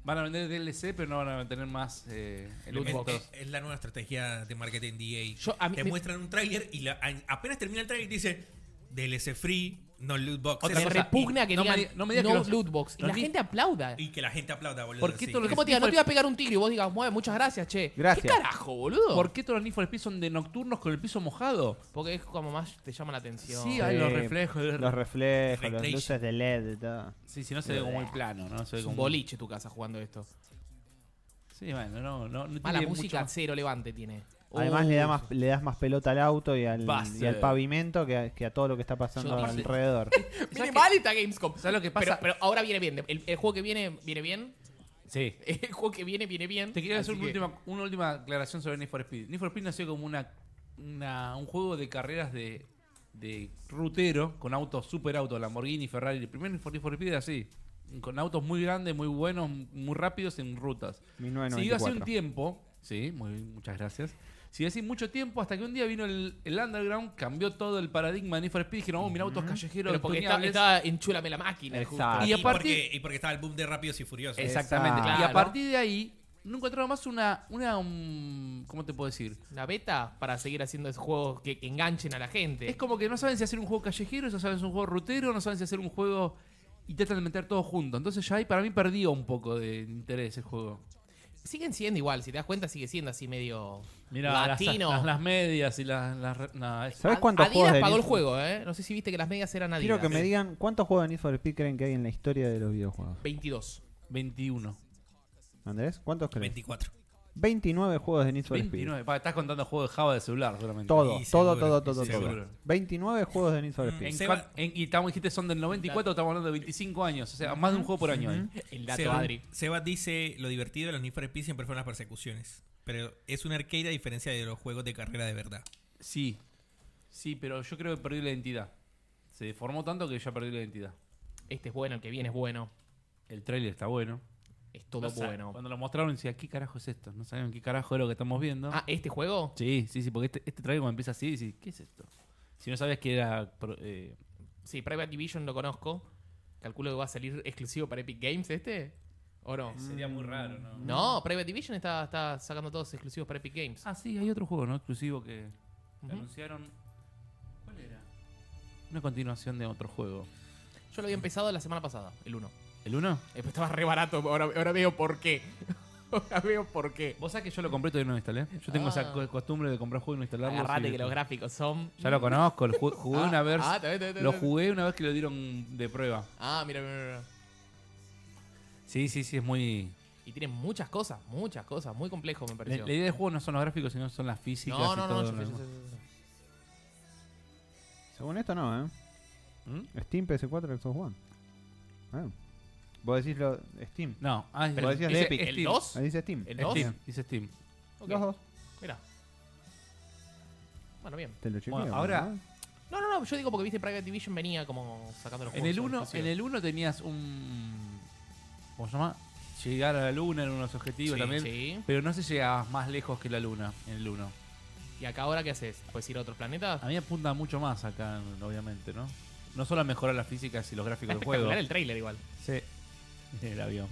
van a vender DLC, pero no van a tener más eh,
Loot box.
elementos.
Es, es la nueva estrategia de marketing DA.
Yo- a mí-
te
me-
muestran un tráiler y la- a- apenas termina el tráiler y te dice DLC free, no loot box.
Me repugna que
no me
digan
di-
no,
no me digas que los-
loot box. Y
los
la
ni-
gente aplauda.
Y, y que la gente aplauda, boludo.
¿Por qué
sí.
todos
Es
los
como te digan, no
Need
te
for-
iba a pegar un tigre y vos digas, bueno, muchas gracias, che.
Gracias.
¿Qué carajo, boludo?
¿Por qué todos los Need for Speed son de nocturnos con el piso mojado?
Porque es como más te llama la atención.
Sí, hay los
Sí.
reflejos. de-
Los reflejos, las
Recreation.
luces de LED y todo.
Sí, si no se ve como muy plano, ¿no? Se ve
es
como...
un boliche tu casa jugando esto.
Sí, bueno, no, no, no
Mala
tiene
música,
mucho-
cero levante tiene.
Además
Uh,
le, da más, le das más pelota al auto y al,
Base.
y al pavimento que a, que a todo lo que está pasando
Yo-
alrededor.
Viene
¿Sabes
mal esta Gamescom.
¿Sabes lo que
Pero,
pasa?
pero ahora viene bien. El, el juego que viene, viene bien.
Sí.
El juego que viene, viene bien.
Te quería hacer
Así
una
que-
última, una última aclaración sobre Need for Speed. Need for Speed nació como una, una- un juego de carreras de, de rutero con autos, super autos, Lamborghini, Ferrari. El primer Need for Need for Speed era así. Con autos muy grandes, muy buenos, muy rápidos en rutas. Siguió hace un
1994.
tiempo. Sí, muy, muchas gracias. Siguió así mucho tiempo hasta que un día vino el, el Underground, cambió todo el paradigma de Need for Speed. Dijeron, oh, mira autos callejeros,
Pero porque estaba,
tuneables".
estaba en Chúlame la máquina. justo.
Exacto.
Y
Y,
aparte-
porque, y porque estaba el boom de Rápidos y Furiosos.
Exactamente.
Exacto.
Y
Claro.
a partir de ahí, no encontraron más una. una um, ¿Cómo te puedo decir?
Una beta para seguir haciendo esos juegos que, que enganchen a la gente.
Es como que no saben si hacer un juego callejero, no saben si hacer un juego rutero, no saben si hacer un juego. Y tratan de meter todo junto. Entonces ya ahí para mí perdió un poco de interés el juego.
siguen siendo igual, si te das cuenta, sigue siendo así medio
Mira, las,
latino.
las- las medias y las. las re- nada, es-
¿Sabes cuántos
Adidas
juegos de
pagó
Need
el
for-
juego, ¿eh? No sé si viste que las medias eran Adidas.
Quiero que me digan cuántos juegos de Need for Speed creen que hay en la historia de los videojuegos.
22.
21.
Andrés, ¿cuántos creen?
24.
29 juegos de Need for Speed.
29. Pa, estás contando juegos de Java de celular solamente.
Todo,
Y
todo,
seguro,
todo, todo,
y
todo.
seguro.
29 juegos de Need for
Mm,
Speed.
En
Seba-
cuan- en- y estamos, dijiste son del 94, estamos hablando de 25 años. O sea, más de un juego por año. ahí.
El dato,
Seba,
Adri.
Seba dice, lo divertido de los Need for Speed siempre fueron las persecuciones. Pero es una arcade a diferencia de los juegos de carrera de verdad.
Sí. Sí, pero yo creo que perdí la identidad. Se deformó tanto que ya perdí la identidad.
Este es bueno, el que viene es bueno.
El trailer está bueno.
Es todo
O sea,
bueno.
Cuando lo mostraron decía, ¿qué carajo es esto? No sabían qué carajo es lo que estamos viendo.
Ah, ¿este juego?
Sí, sí, sí, porque este, este trailer cuando empieza así, dices, ¿qué es esto? Si no sabías que era... pro- eh,
Sí, Private Division lo conozco. Calculo que va a salir exclusivo para Epic Games este. ¿O no?
Sería muy raro, ¿no?
No, Private Division está, está sacando todos exclusivos para Epic Games.
Ah, sí, hay otro juego, ¿no? Exclusivo que
Ujú.
anunciaron. ¿Cuál era? Una continuación de otro juego.
Yo lo había empezado la semana pasada, el 1.
¿El 1?
Eh, pero Estaba re barato, ahora, ahora veo por qué. ahora veo por qué.
Vos sabés que yo lo compré y todavía no lo instalé. Yo tengo esa
Ah.
co- costumbre de comprar juegos y no instalarlos.
Agarrate
y-
que los gráficos son...
Ya lo conozco, lo ju- jugué
Ah,
una vez.
ah, está bien, está bien, está
lo
bien.
jugué una vez que lo dieron de prueba.
Ah, mira, mira, mira.
Sí, sí, sí, es muy.
Y tiene muchas cosas, muchas cosas. Muy complejo, me
La,
pareció.
la idea del juego no son los gráficos, sino son las físicas.
no, no,
y
no,
todo
yo
lo
sé, yo
demás.
sé, yo sé.
Según esto no, ¿eh?
¿Mm?
Steam, PS4, Xbox One. Ah. Vos decís lo Steam.
No, ah,
Pero
es
decías de
es-
Epic.
es
¿El
Steam.
2?
Ahí dice Steam.
¿El
Es
2?
Steam, dice Steam.
Ok,
Los dos.
Mira. Bueno, bien.
Te lo chequeo.
Bueno, ahora-
¿no?
No, no, no, yo digo porque viste Private Division venía como sacando los
En
juegos
el 1 en
exclusivos.
el uno tenías un ¿cómo se llama? Llegar a la luna eran unos objetivos
Sí,
también,
sí.
pero no se llegabas más lejos que la luna en el 1.
¿Y acá ahora qué haces? ¿Puedes ir a otro planeta?
A mí apunta mucho más acá, obviamente, ¿no? No solo a mejorar las físicas y los
Está
gráficos del juego.
espectacular el trailer igual.
Sí. El avión.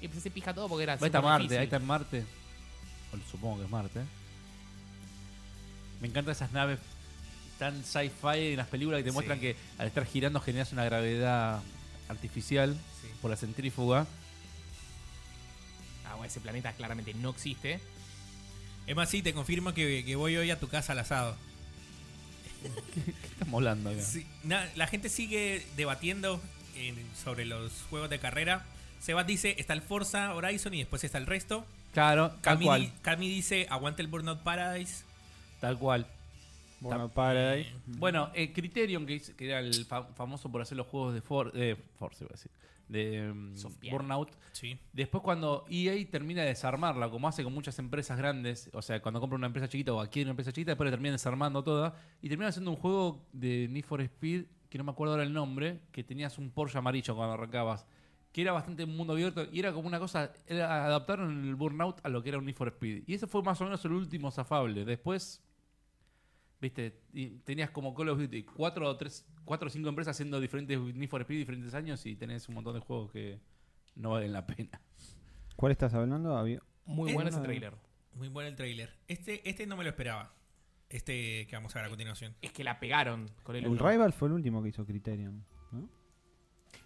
Y pues se pija todo porque era
Ahí está
súper
Marte,
difícil.
ahí está Marte. O supongo que es Marte. Me encantan esas naves tan sci-fi en las películas que te
Sí.
muestran que al estar girando generas una gravedad artificial
Sí.
por la centrífuga.
Ah, bueno, ese planeta claramente no existe.
Es más, sí, te confirmo que, que voy hoy a tu casa al asado.
¿Qué estamos hablando acá?
Sí, na- la gente sigue debatiendo en- sobre los juegos de carrera. Sebas dice, está el Forza Horizon y después está el resto.
Claro, tal
Cami,
cual.
Cami dice, aguanta el Burnout Paradise.
Tal cual.
Bueno, para ahí.
Bueno, eh, Criterion, que, hizo- que era el fa- famoso por hacer los juegos de For, eh, Forza, iba a decir, de mm,
Sofía.
Burnout.
Sí.
Después cuando EA termina de desarmarla, como hace con muchas empresas grandes, o sea, cuando compra una empresa chiquita o adquiere una empresa chiquita, después la termina desarmando toda, y termina haciendo un juego de Need for Speed, que no me acuerdo ahora el nombre, que tenías un Porsche amarillo cuando arrancabas, que era bastante mundo abierto, y era como una cosa, era- adaptaron el Burnout a lo que era un Need for Speed. Y ese fue más o menos el último zafable. Después, viste, y tenías como Call of Duty, cuatro o tres, cuatro o cinco empresas haciendo diferentes Need for Speed, diferentes años, y tenés un montón de juegos que no valen la pena.
¿Cuál estás hablando? Había-
Muy
Eh,
bueno ese
no.
trailer.
Muy bueno el tráiler. Este, este no me lo esperaba. Este que vamos a ver a continuación.
Es que la pegaron con el
El
1.
Rival fue el último que hizo Criterion. ¿no?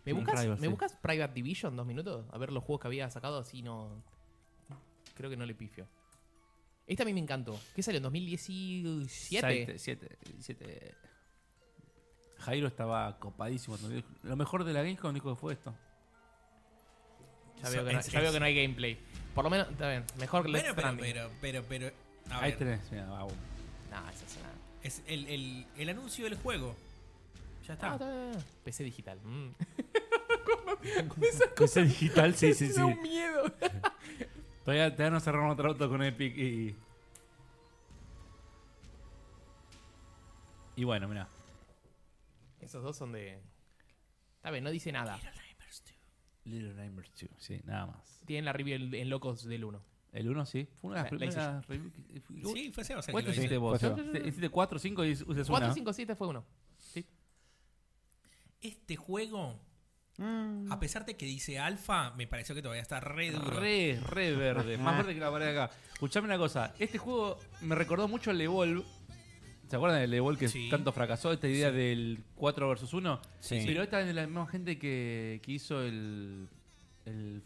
¿Me,
El
buscas,
Rival,
¿me
sí.
buscas Private Division dos minutos? A ver los juegos que había sacado así no... Creo que no le pifio. Este a mí me encantó. ¿Qué salió en 2017?
Siete, siete, siete. Jairo estaba copadísimo. cuando dijo- Lo mejor de la Gamescom dijo que fue esto.
Ya veo, que no,
Es-
ya veo que no hay gameplay. Por lo menos, está bien. Mejor que Let's
Bueno, pero,
Stranding.
pero, pero, pero, a
Ahí
ver,
tenés, mira, wow.
Nah, eso es nada.
es el, el- el anuncio del juego.
Ah,
Ya está.
está bien, está bien. PC digital. mm.
Cosa digital, sí, sí,
Me
sí.
da un miedo.
Todavía, todavía no cerraron otro auto con Epic y. Y bueno, mira.
Esos dos son de... Está bien, no dice nada.
Little Nightmares 2, sí, nada más.
Tienen la review en, en Locos del 1.
El 1 sí, fue una de las
La- la hice
primeras reviews que-
Sí, fue Sebas el que lo
¿Cuántos
hizo.
hiciste vos?
fue
yo.
Hiciste 4, 5 y usas
4,
una.
5, 7 fue uno.
Este juego,
Ah,
Mm.
a pesar de que dice alfa, me pareció que todavía está re duro.
Re, re verde. Más verde que la pared de acá. Escuchame una cosa. Este juego me recordó mucho al Evolve. ¿Se acuerdan del Evolve que
Sí.
tanto fracasó? Esta idea del 4 vs 1.
Sí.
Pero esta es de la misma gente que, que hizo el, el...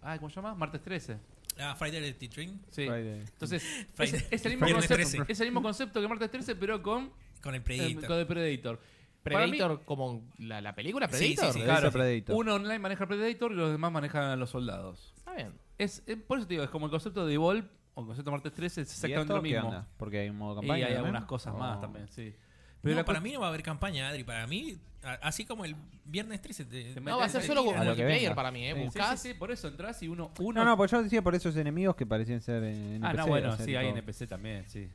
Ah, ¿cómo se llama? Martes 13.
Ah, Friday the 13
Sí.
Friday.
Entonces, es,
Friday.
es el mismo
Viernes
concepto,
13.
es el mismo concepto que martes 13, pero con,
con el
eh,
Predator.
con el Predator. Para mí-
Predator como la, la película
Sí,
Predator.
sí, sí.
Claro.
Claro.
Predator.
Uno online maneja Predator y los demás manejan a los soldados.
Está bien.
Es, eh, por eso te digo, es como el concepto de Evolve o el concepto de Martes 13, es
¿Y
exactamente
esto
lo
qué
mismo.
onda? Porque hay un modo
Y
campaña.
hay
también.
algunas cosas más
Oh.
también, sí.
Pero
Pero la
para
cu-
mí no va a haber campaña, Adri. Para mí, a- así como el viernes 13. te-
Te
No, va a ser solo
te-
como
A lo que
multiplayer
venga.
para mí, ¿eh?
Sí, sí,
Sí,
Buscás.
sí, sí, por eso entras y uno. uno
No, no, pues yo decía por esos enemigos que parecían ser eh, NPC.
ah, no,
o
bueno,
sea,
sí, hay
tipo-
NPC también, sí.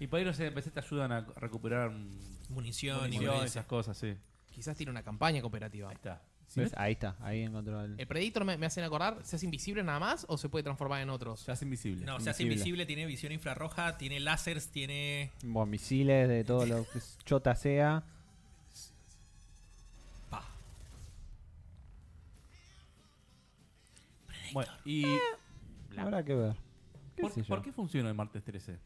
Y por ahí los NPC te ayudan a recuperar mm,
Munición y
munición,
todo eso.
esas cosas, sí.
Quizás tiene una campaña cooperativa.
Ahí está.
¿Ves? Ahí está, ahí encontró el...
Eh.
¿El Predator me, me hacen acordar? ¿Se hace invisible nada más o se puede transformar en otros?
Se hace invisible.
No, se hace
Invisible.
invisible, tiene visión infrarroja, tiene láseres, tiene
Bueno, misiles de todo lo que es chota sea.
pa,
Bueno, y.
Habrá que ver. Eh, ¿Qué
¿por,
sé yo?
por qué funciona el martes 13?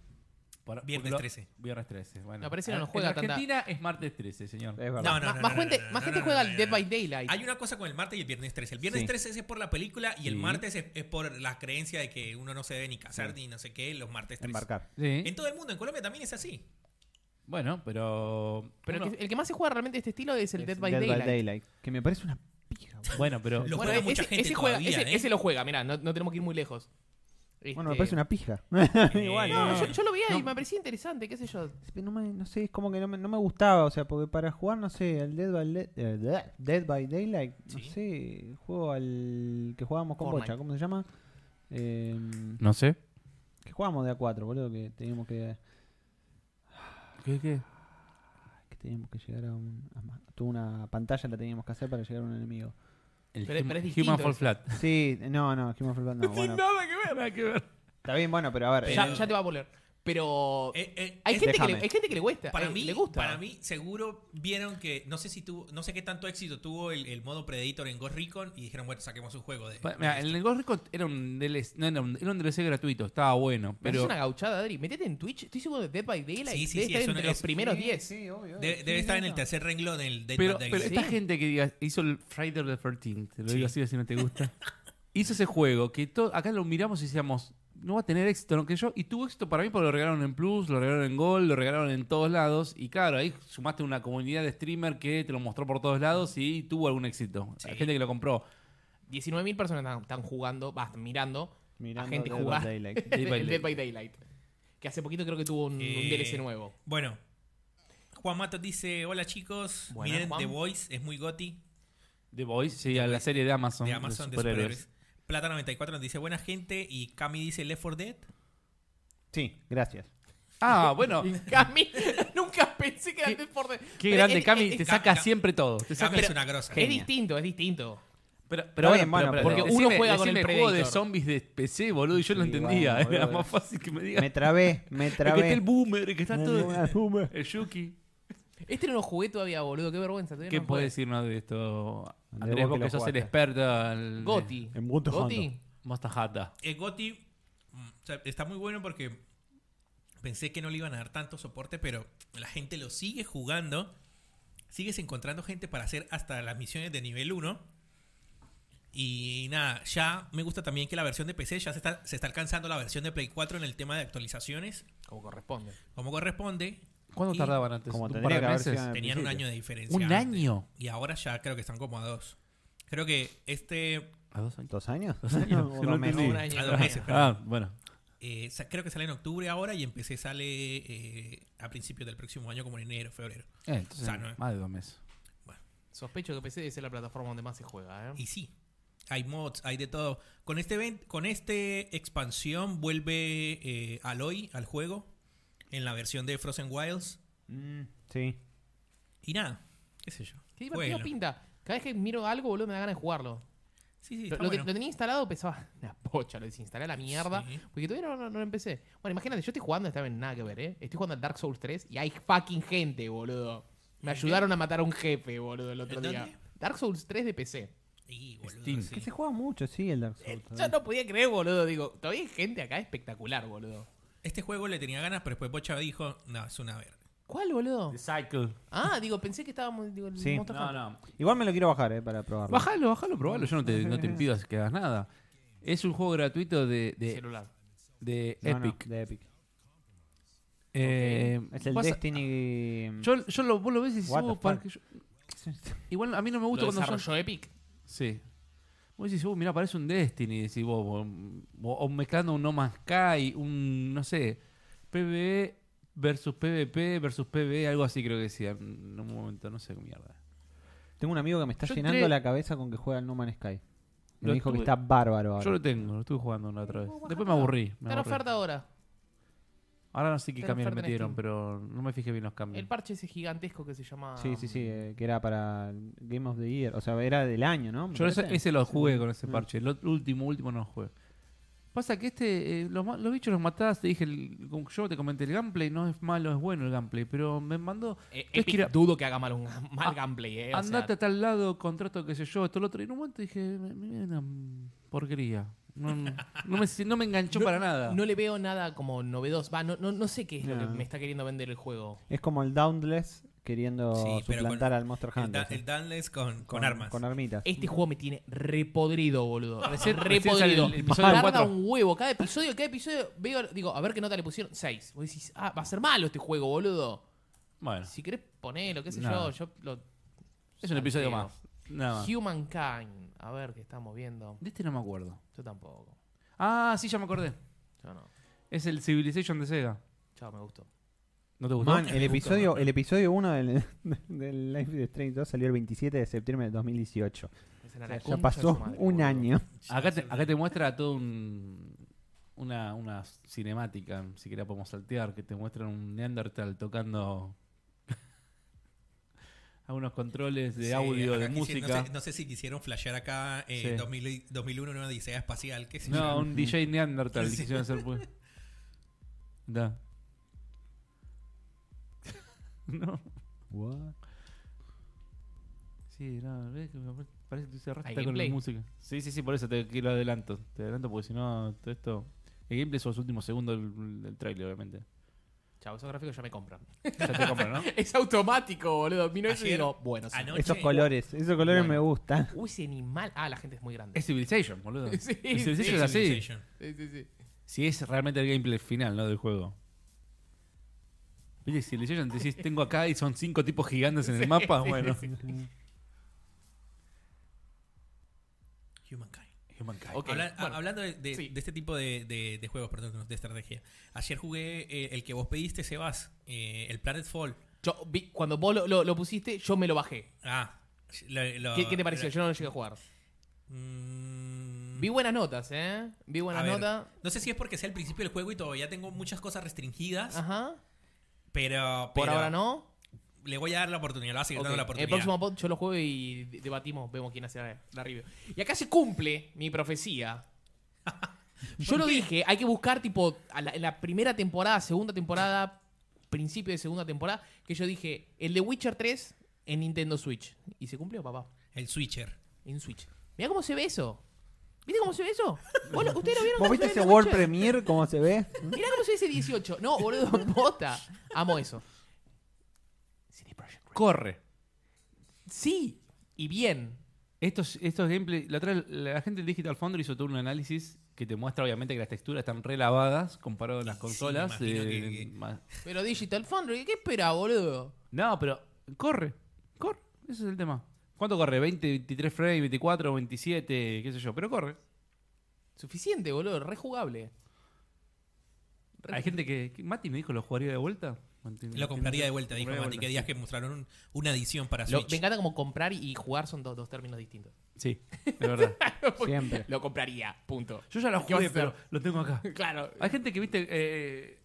Para-
Viernes
porque lo-
13.
viernes 13, bueno.
No, parece que no
En-
juega
en
tanta-
Argentina es martes 13, señor.
Es verdad.
No,
Más-
no,
más
no,
gente,
no, no,
más
no,
gente
no,
juega
no,
al
no,
Dead
no.
by Daylight.
Hay una cosa con el martes y el viernes 13. El viernes
Sí.
13 es por la película y el
Sí.
martes es, es por la creencia de que uno no se debe ni casar ni no sé qué los martes 13.
Embarcar.
Sí.
En todo el mundo, en Colombia también es así.
Bueno, pero.
Pero el
uno-
que, el que más se juega realmente este estilo es el Dead by
Dead
Daylight.
Que me parece una pija. boludo.
Bueno, pero.
Lo juega mucha
ese,
gente
ese juega-
todavía,
ese-
¿eh?
ese lo juega, mirá, no, no tenemos que ir muy lejos.
Bueno, me
Este,
eh,
parece una pija.
Igual,
No, yo, yo lo veía y me parecía interesante, qué sé yo.
no, me- no sé, es como que no me, no me gustaba. O sea, porque para jugar, no sé, al Dead by, Le- eh, Dead- Dead by Daylight, no
Sí.
sé, juego al que jugábamos con
Fortnite.
Bocha, ¿cómo se llama? Eh,
No sé.
que jugábamos de A4, boludo, que teníamos que,
¿Qué, qué?
que teníamos que llegar a un... a ma- tuvo una pantalla la teníamos que hacer para llegar a un enemigo.
El
Pero-
hum-
pero es distinto
Human Fall
eso.
Flat.
Sí, no, no, Human Fall Flat no, bueno.
Nada que ver. Nada que ver.
Está bien, bueno, pero a ver.
Ya,
eh,
ya te va a volver. Pero
Eh, eh,
hay,
es-
gente que le,
déjame.
hay gente que le cuesta.
para
eh,
mí,
le gusta.
para mí, seguro vieron que no sé si tuvo, no sé qué tanto éxito tuvo el, el modo Predator en Ghost Recon y dijeron, bueno, saquemos un juego de.
Pues,
Mira, el Ghost Recon era un DLC, no, era un, era un DLC gratuito, estaba bueno,
Pero...
pero
es una gauchada, Adri. Metete en Twitch. Estoy seguro de Dead by Daylight.
Sí, sí,
debe
sí,
estar
eso no
entre
es-
los primeros
sí,
10.
sí, obvio,
de-
sí,
debe
sí,
estar en
no.
el tercer renglón el Dead
pero,
by
pero
Daylight.
esta gente que diga- hizo el Friday the 13th, te lo digo
Sí.
así si no te gusta, hizo ese juego que to- acá lo miramos y decíamos, no va a tener éxito, no que yo, y tuvo éxito para mí porque lo regalaron en Plus, lo regalaron en Gold, lo regalaron en todos lados, y claro, ahí sumaste una comunidad de streamer que te lo mostró por todos lados y tuvo algún éxito.
Sí.
Hay gente que lo compró.
19.000 personas están, están jugando, va, mirando, a
Mirando
gente
Dead by
jugar
Daylight.
el
Dead by
Dead,
Daylight.
by Daylight. Que hace poquito creo que tuvo un, un
Eh,
DLC nuevo.
Bueno, Juan Matos dice: Hola chicos,
Buenas,
miren
Juan.
The Voice, es muy goti.
The Voice, sí, a la serie de Amazon.
de Amazon de superhéroes. Plata 94 nos dice buena gente y Cami dice Left 4 Dead.
Sí, gracias.
Ah, bueno.
Cami, nunca pensé que era
Qué-
Dead for Dead.
Qué
Pero
grande,
es-
Cami.
es-
Te
es-
saca
Cam-
siempre todo. Te saca-
Cami es una grosa.
Es
Genia.
distinto, es distinto.
Pero,
Está
bueno,
bien, bueno,
porque uno juega con el
decime juego de
Predator.
zombies de PC, boludo, y yo lo
Sí,
entendía.
bueno,
Era
boludo.
más fácil que me digas.
Me trabé,
que
me
está
trabé.
el boomer, el que está
Me
todo.
dio una zumba.
El Yuki.
Este no lo jugué todavía, boludo. Qué vergüenza. todavía
¿Qué
no lo
puede
jugué.
decirnos de esto,
Andrés,
Andrés?
vos
Vos
que
que
lo
sos el
jugaste.
experto. al-
Goti.
En Bunto
Goti.
Mostajata.
El Goti eh, mm, o sea, está muy bueno porque pensé que no le iban a dar tanto soporte, pero la gente lo sigue jugando. Sigues encontrando gente para hacer hasta las misiones de nivel 1. Y nada, ya me gusta también que la versión de PC ya se está, se está alcanzando la versión de Play 4 en el tema de actualizaciones,
Como corresponde.
como corresponde.
¿Cuánto
Y
tardaban antes?
Como
¿Un par
tendría que
de
haber
meses?
sido en el
Tenían un
principio.
año de diferencia.
Ah, ¿Un
antes.
año?
Y ahora ya creo que están como a dos. Creo que este.
¿A dos años?
¿Dos años?
Dos años,
O
yo
dos
no
meses.
entendí.
Un año.
A dos meses, perdón.
Ah, bueno.
Eh, sa- creo que sale en octubre ahora y empecé sale eh, a principios del próximo año, como en enero, febrero.
Eh, entonces,
Sano, eh.
más de dos meses.
Sospecho que PC debe ser la plataforma donde más se juega, ¿eh?
Y sí, hay mods, hay de todo. Con este event- con este expansión vuelve eh, Aloy al juego en la versión de Frozen Wilds.
Mm, sí.
Y nada, qué sé yo.
Qué divertido
Bueno.
pinta. Cada vez que miro algo, boludo, me da ganas de jugarlo.
Sí, sí,
Lo,
está
lo te-
bueno.
lo tenía instalado, pensaba, una pocha, lo desinstalé a la mierda.
Sí.
Porque todavía no, no- no lo empecé. Bueno, imagínate, yo estoy jugando, estaba en nada que ver, ¿eh? Estoy jugando al Dark Souls 3 y hay fucking gente, boludo. Me ayudaron a matar a un jefe, boludo, el otro
¿En
día.
dónde?
Dark Souls 3 de PC.
Y, boludo,
Steam.
sí.
Que se juega mucho, sí, el Dark
Eh,
Souls. ¿eh?
Yo no podía creer, boludo. Digo, todavía hay gente acá espectacular, boludo.
Este juego le tenía ganas, pero después Bocha dijo, no, es una verga.
¿Cuál, boludo?
The Cycle.
Ah, digo, pensé que estábamos. Digo, el
Sí.
Monster
No,
Hunter.
no.
Igual me lo quiero bajar, eh, para probarlo.
Bájalo, bájalo, probalo. Yo no te, no te impido que hagas nada. Es un juego gratuito de, de,
celular.
de
No, no,
Epic.
de Epic.
Eh,
Es el
pasa-
Destiny.
Ah, Yo, yo lo, vos lo ves y decís,
What the
"Uh, para
fuck".
que yo-". Igual a mí no me gusta
¿Lo
cuando son...
desarrolló Epic?
Sí. Vos decís, uh, mirá, parece un Destiny, decís vos, vos, vos, o mezclando un No Man's Sky, un, no sé, PvE versus PvP versus PvE, algo así creo que decía en un momento, no sé qué mierda.
Tengo un amigo que me está
Yo
llenando
entré-
la cabeza con que juega al No Man's Sky. Y
Lo
Me dijo que
estuve-
está bárbaro ahora.
Yo lo tengo, lo estuve jugando una otra vez. Después me aburrí. me
Está en
aburrí.
oferta ahora.
Ahora no sé qué
Está en
cambios le
oferta en
metieron,
Steam.
pero no me fijé bien los cambios.
El parche ese gigantesco que se
Ah.
llama.
Sí, sí, sí, eh, que era para el Game of the Year. O sea, era del año, ¿no? Me
Yo ese,
parece.
ese lo jugué con ese
Mm.
parche. El ot- último, último no lo jugué. Pasa que este, eh, los, ma- los bichos los matás, te dije, el- como yo te comenté, el gameplay no es malo, es bueno el gameplay, pero me mandó,
Eh,
Es
Epic
que era-
dudo que haga mal, un, mal
Ah,
gameplay, eh. o sea,
andate a tal lado, contrato, qué sé yo, esto, lo otro. Y en un momento dije, "Me- me- una porquería. No, no me, no me enganchó
no-
para nada.
No le veo nada como novedoso. Va, no, no, no sé qué es lo
No.
que me está queriendo vender el juego.
Es como el Dauntless queriendo
Sí, pero
suplantar
con-
al Monster
El,
Hunter.
da-
sí.
el Dauntless con, con, armas.
Con armitas.
Este juego me tiene repodrido, boludo.
Recién- recién sale
repodrido.
el episodio
Tarda
cuatro.
un huevo. Cada episodio, cada episodio veo, digo, a ver qué nota le pusieron. 6. Vos decís, ah, va a ser malo este juego, boludo.
bueno,
Si querés ponelo, qué sé yo,
Nada.
yo lo.
es un episodio
salteo.
más.
Ah,
Nada más.
Humankind. A ver qué estamos viendo.
De este no me acuerdo.
Yo tampoco.
Ah, sí, ya me acordé.
Yo no.
Es el Civilization de Sega.
Chao, me gustó.
¿No te gustó?
Man, el episodio, el episodio 1 del, del Life is Strange 2 salió el 27 de septiembre del 2018.
Esa era la
O sea, ya
concha de
pasó
su madre,
un
boludo.
año.
Acá te, acá te muestra todo un. Una, una cinemática, si querés podemos saltear, que te muestran un Neandertal tocando algunos controles de
Sí,
audio,
ajá,
de
que sí,
música.
no, sé, no sé si quisieron flashear acá eh,
Sí.
2000 y- 2001 en una odisea espacial. qué sé
No,
yo.
un DJ Neandertal
Sí.
quisieron hacer pues. Da. No. Sí, no, ves que me parece que tú cerraste
¿Hay
con la
gameplay?
música. Sí, sí, sí, por eso te que lo adelanto. Te adelanto porque si no, todo esto. El gameplay es los últimos segundos del, del trailer, obviamente.
Chao, esos gráficos ya me compran.
Ya te compro, ¿no?
Es automático, boludo. Miro eso y
Ayer-
digo, bueno, sí.
anoche-
Esos colores, esos colores me gustan.
Uy, ese animal. Ah, la gente es muy grande.
Es Civilization, boludo.
Sí,
El
sí,
Civilization
Sí,
es así.
Civilization.
Sí, sí, sí.
Si es realmente el gameplay final, ¿no? Del juego. Viste, Civilization, te decís, tengo acá y son cinco tipos gigantes en el mapa. bueno.
Humankind.
Humankind.
Ok,
Habla- a-
bueno.
hablando de, de-
Sí.
de este tipo de, de- de juegos, perdón, de estrategia. Ayer jugué eh, el que vos pediste, Sebas, eh, el Planetfall.
Yo vi- cuando vos lo, lo- lo pusiste, yo me lo bajé.
Ah, lo- lo-
¿Qué, qué te pareció?
lo-
Yo no lo llegué a jugar.
Mm,
Vi buenas notas, ¿eh? Vi
a
buenas
ver,
notas.
No sé si es porque sea el principio del juego y todavía tengo muchas cosas restringidas,
Ajá.
pero,
Ah. Por
pero
ahora no.
Le voy a dar la oportunidad, le voy a seguir
Ok,
dando la
El
oportunidad.
próximo pod yo lo juego y de- debatimos, vemos quién hace la, la review. Y acá se cumple mi profecía. Yo lo dije, hay que buscar tipo a la, en la primera temporada, segunda temporada, principio de segunda temporada, que yo dije, el de Witcher 3 en Nintendo Switch. Y se cumplió, papá,
El Switcher.
en Switch. Mirá cómo se ve eso. ¿Viste cómo se ve eso? ¿Vos lo- ¿Ustedes lo vieron?
¿Vos
cuando
viste
se
ese
ve el
World
Witcher?
Premiere? ¿Cómo se ve?
Mirá cómo se ve ese 18. No, boludo, bota. Amo eso. CD Projekt Red.
Corre.
Sí, y bien.
Estos, estos gameplay, la, otra- la gente del Digital Foundry hizo todo un análisis que te muestra obviamente que las texturas están relavadas comparado a las
Sí,
consolas.
me imagino
eh,
que- que-
ma-
Pero Digital Foundry, ¿qué espera, boludo?
No, pero corre, corre, ese es el tema. ¿Cuánto corre? ¿20, 23 frames, 24, 27, qué sé yo? Pero corre.
Suficiente, boludo, rejugable. Re-
Hay gente que, que- Mati me dijo, ¿lo jugaría de vuelta? Mantiene-
Lo compraría de vuelta,
Lo
dijo
compraría de
Mati, que días que mostraron un- una edición para
Lo-
Switch.
me encanta como comprar y jugar son dos, dos términos distintos.
Sí, de verdad.
Siempre.
Lo compraría, punto.
Yo ya lo
¿Qué vas a
jugué, pero
hacer?
lo tengo acá.
Claro,
Hay gente que, viste, eh,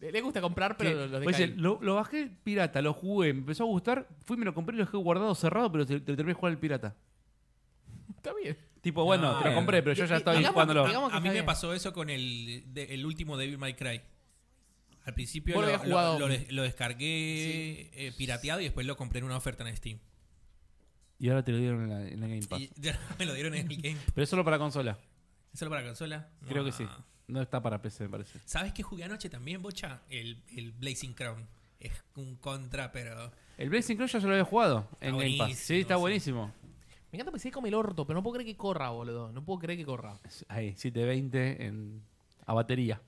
le le gusta comprar, pero
que-
los
pues,
decae.
dice, lo, lo bajé pirata, lo jugué, me empezó a gustar, fui, me lo compré y lo dejé guardado cerrado, pero te, te terminé de jugar el pirata.
Está bien.
Tipo, bueno, te lo
bueno.
compré, Eh, pero yo ya
Di-
estaba
digamos-
jugándolo.
digamos- que
a mí
está
me
bien.
pasó eso con el, de- el último Devil May Cry. Al principio
Vos
lo,
lo habías jugado.
lo- lo des- lo descargué eh, pirateado y después lo compré en una oferta en Steam.
Y ahora te lo dieron en la, en la Game Pass.
Y ya me lo dieron en el game.
Pero es solo para consola,
¿Solo para consola? Ah.
creo que
No.
sí.
Ah.
No está para PC, me parece.
¿Sabes qué jugué anoche también, Bocha? El, el Blazing Crown. Es un contra, pero...
El Blazing Cross ya se lo había jugado en Game Pass.
buenísimo,
Sí, está
sí.
buenísimo.
Me encanta porque se ve como el orto, pero no puedo creer que corra, boludo. No puedo creer que corra.
Ahí, 720 en, a batería.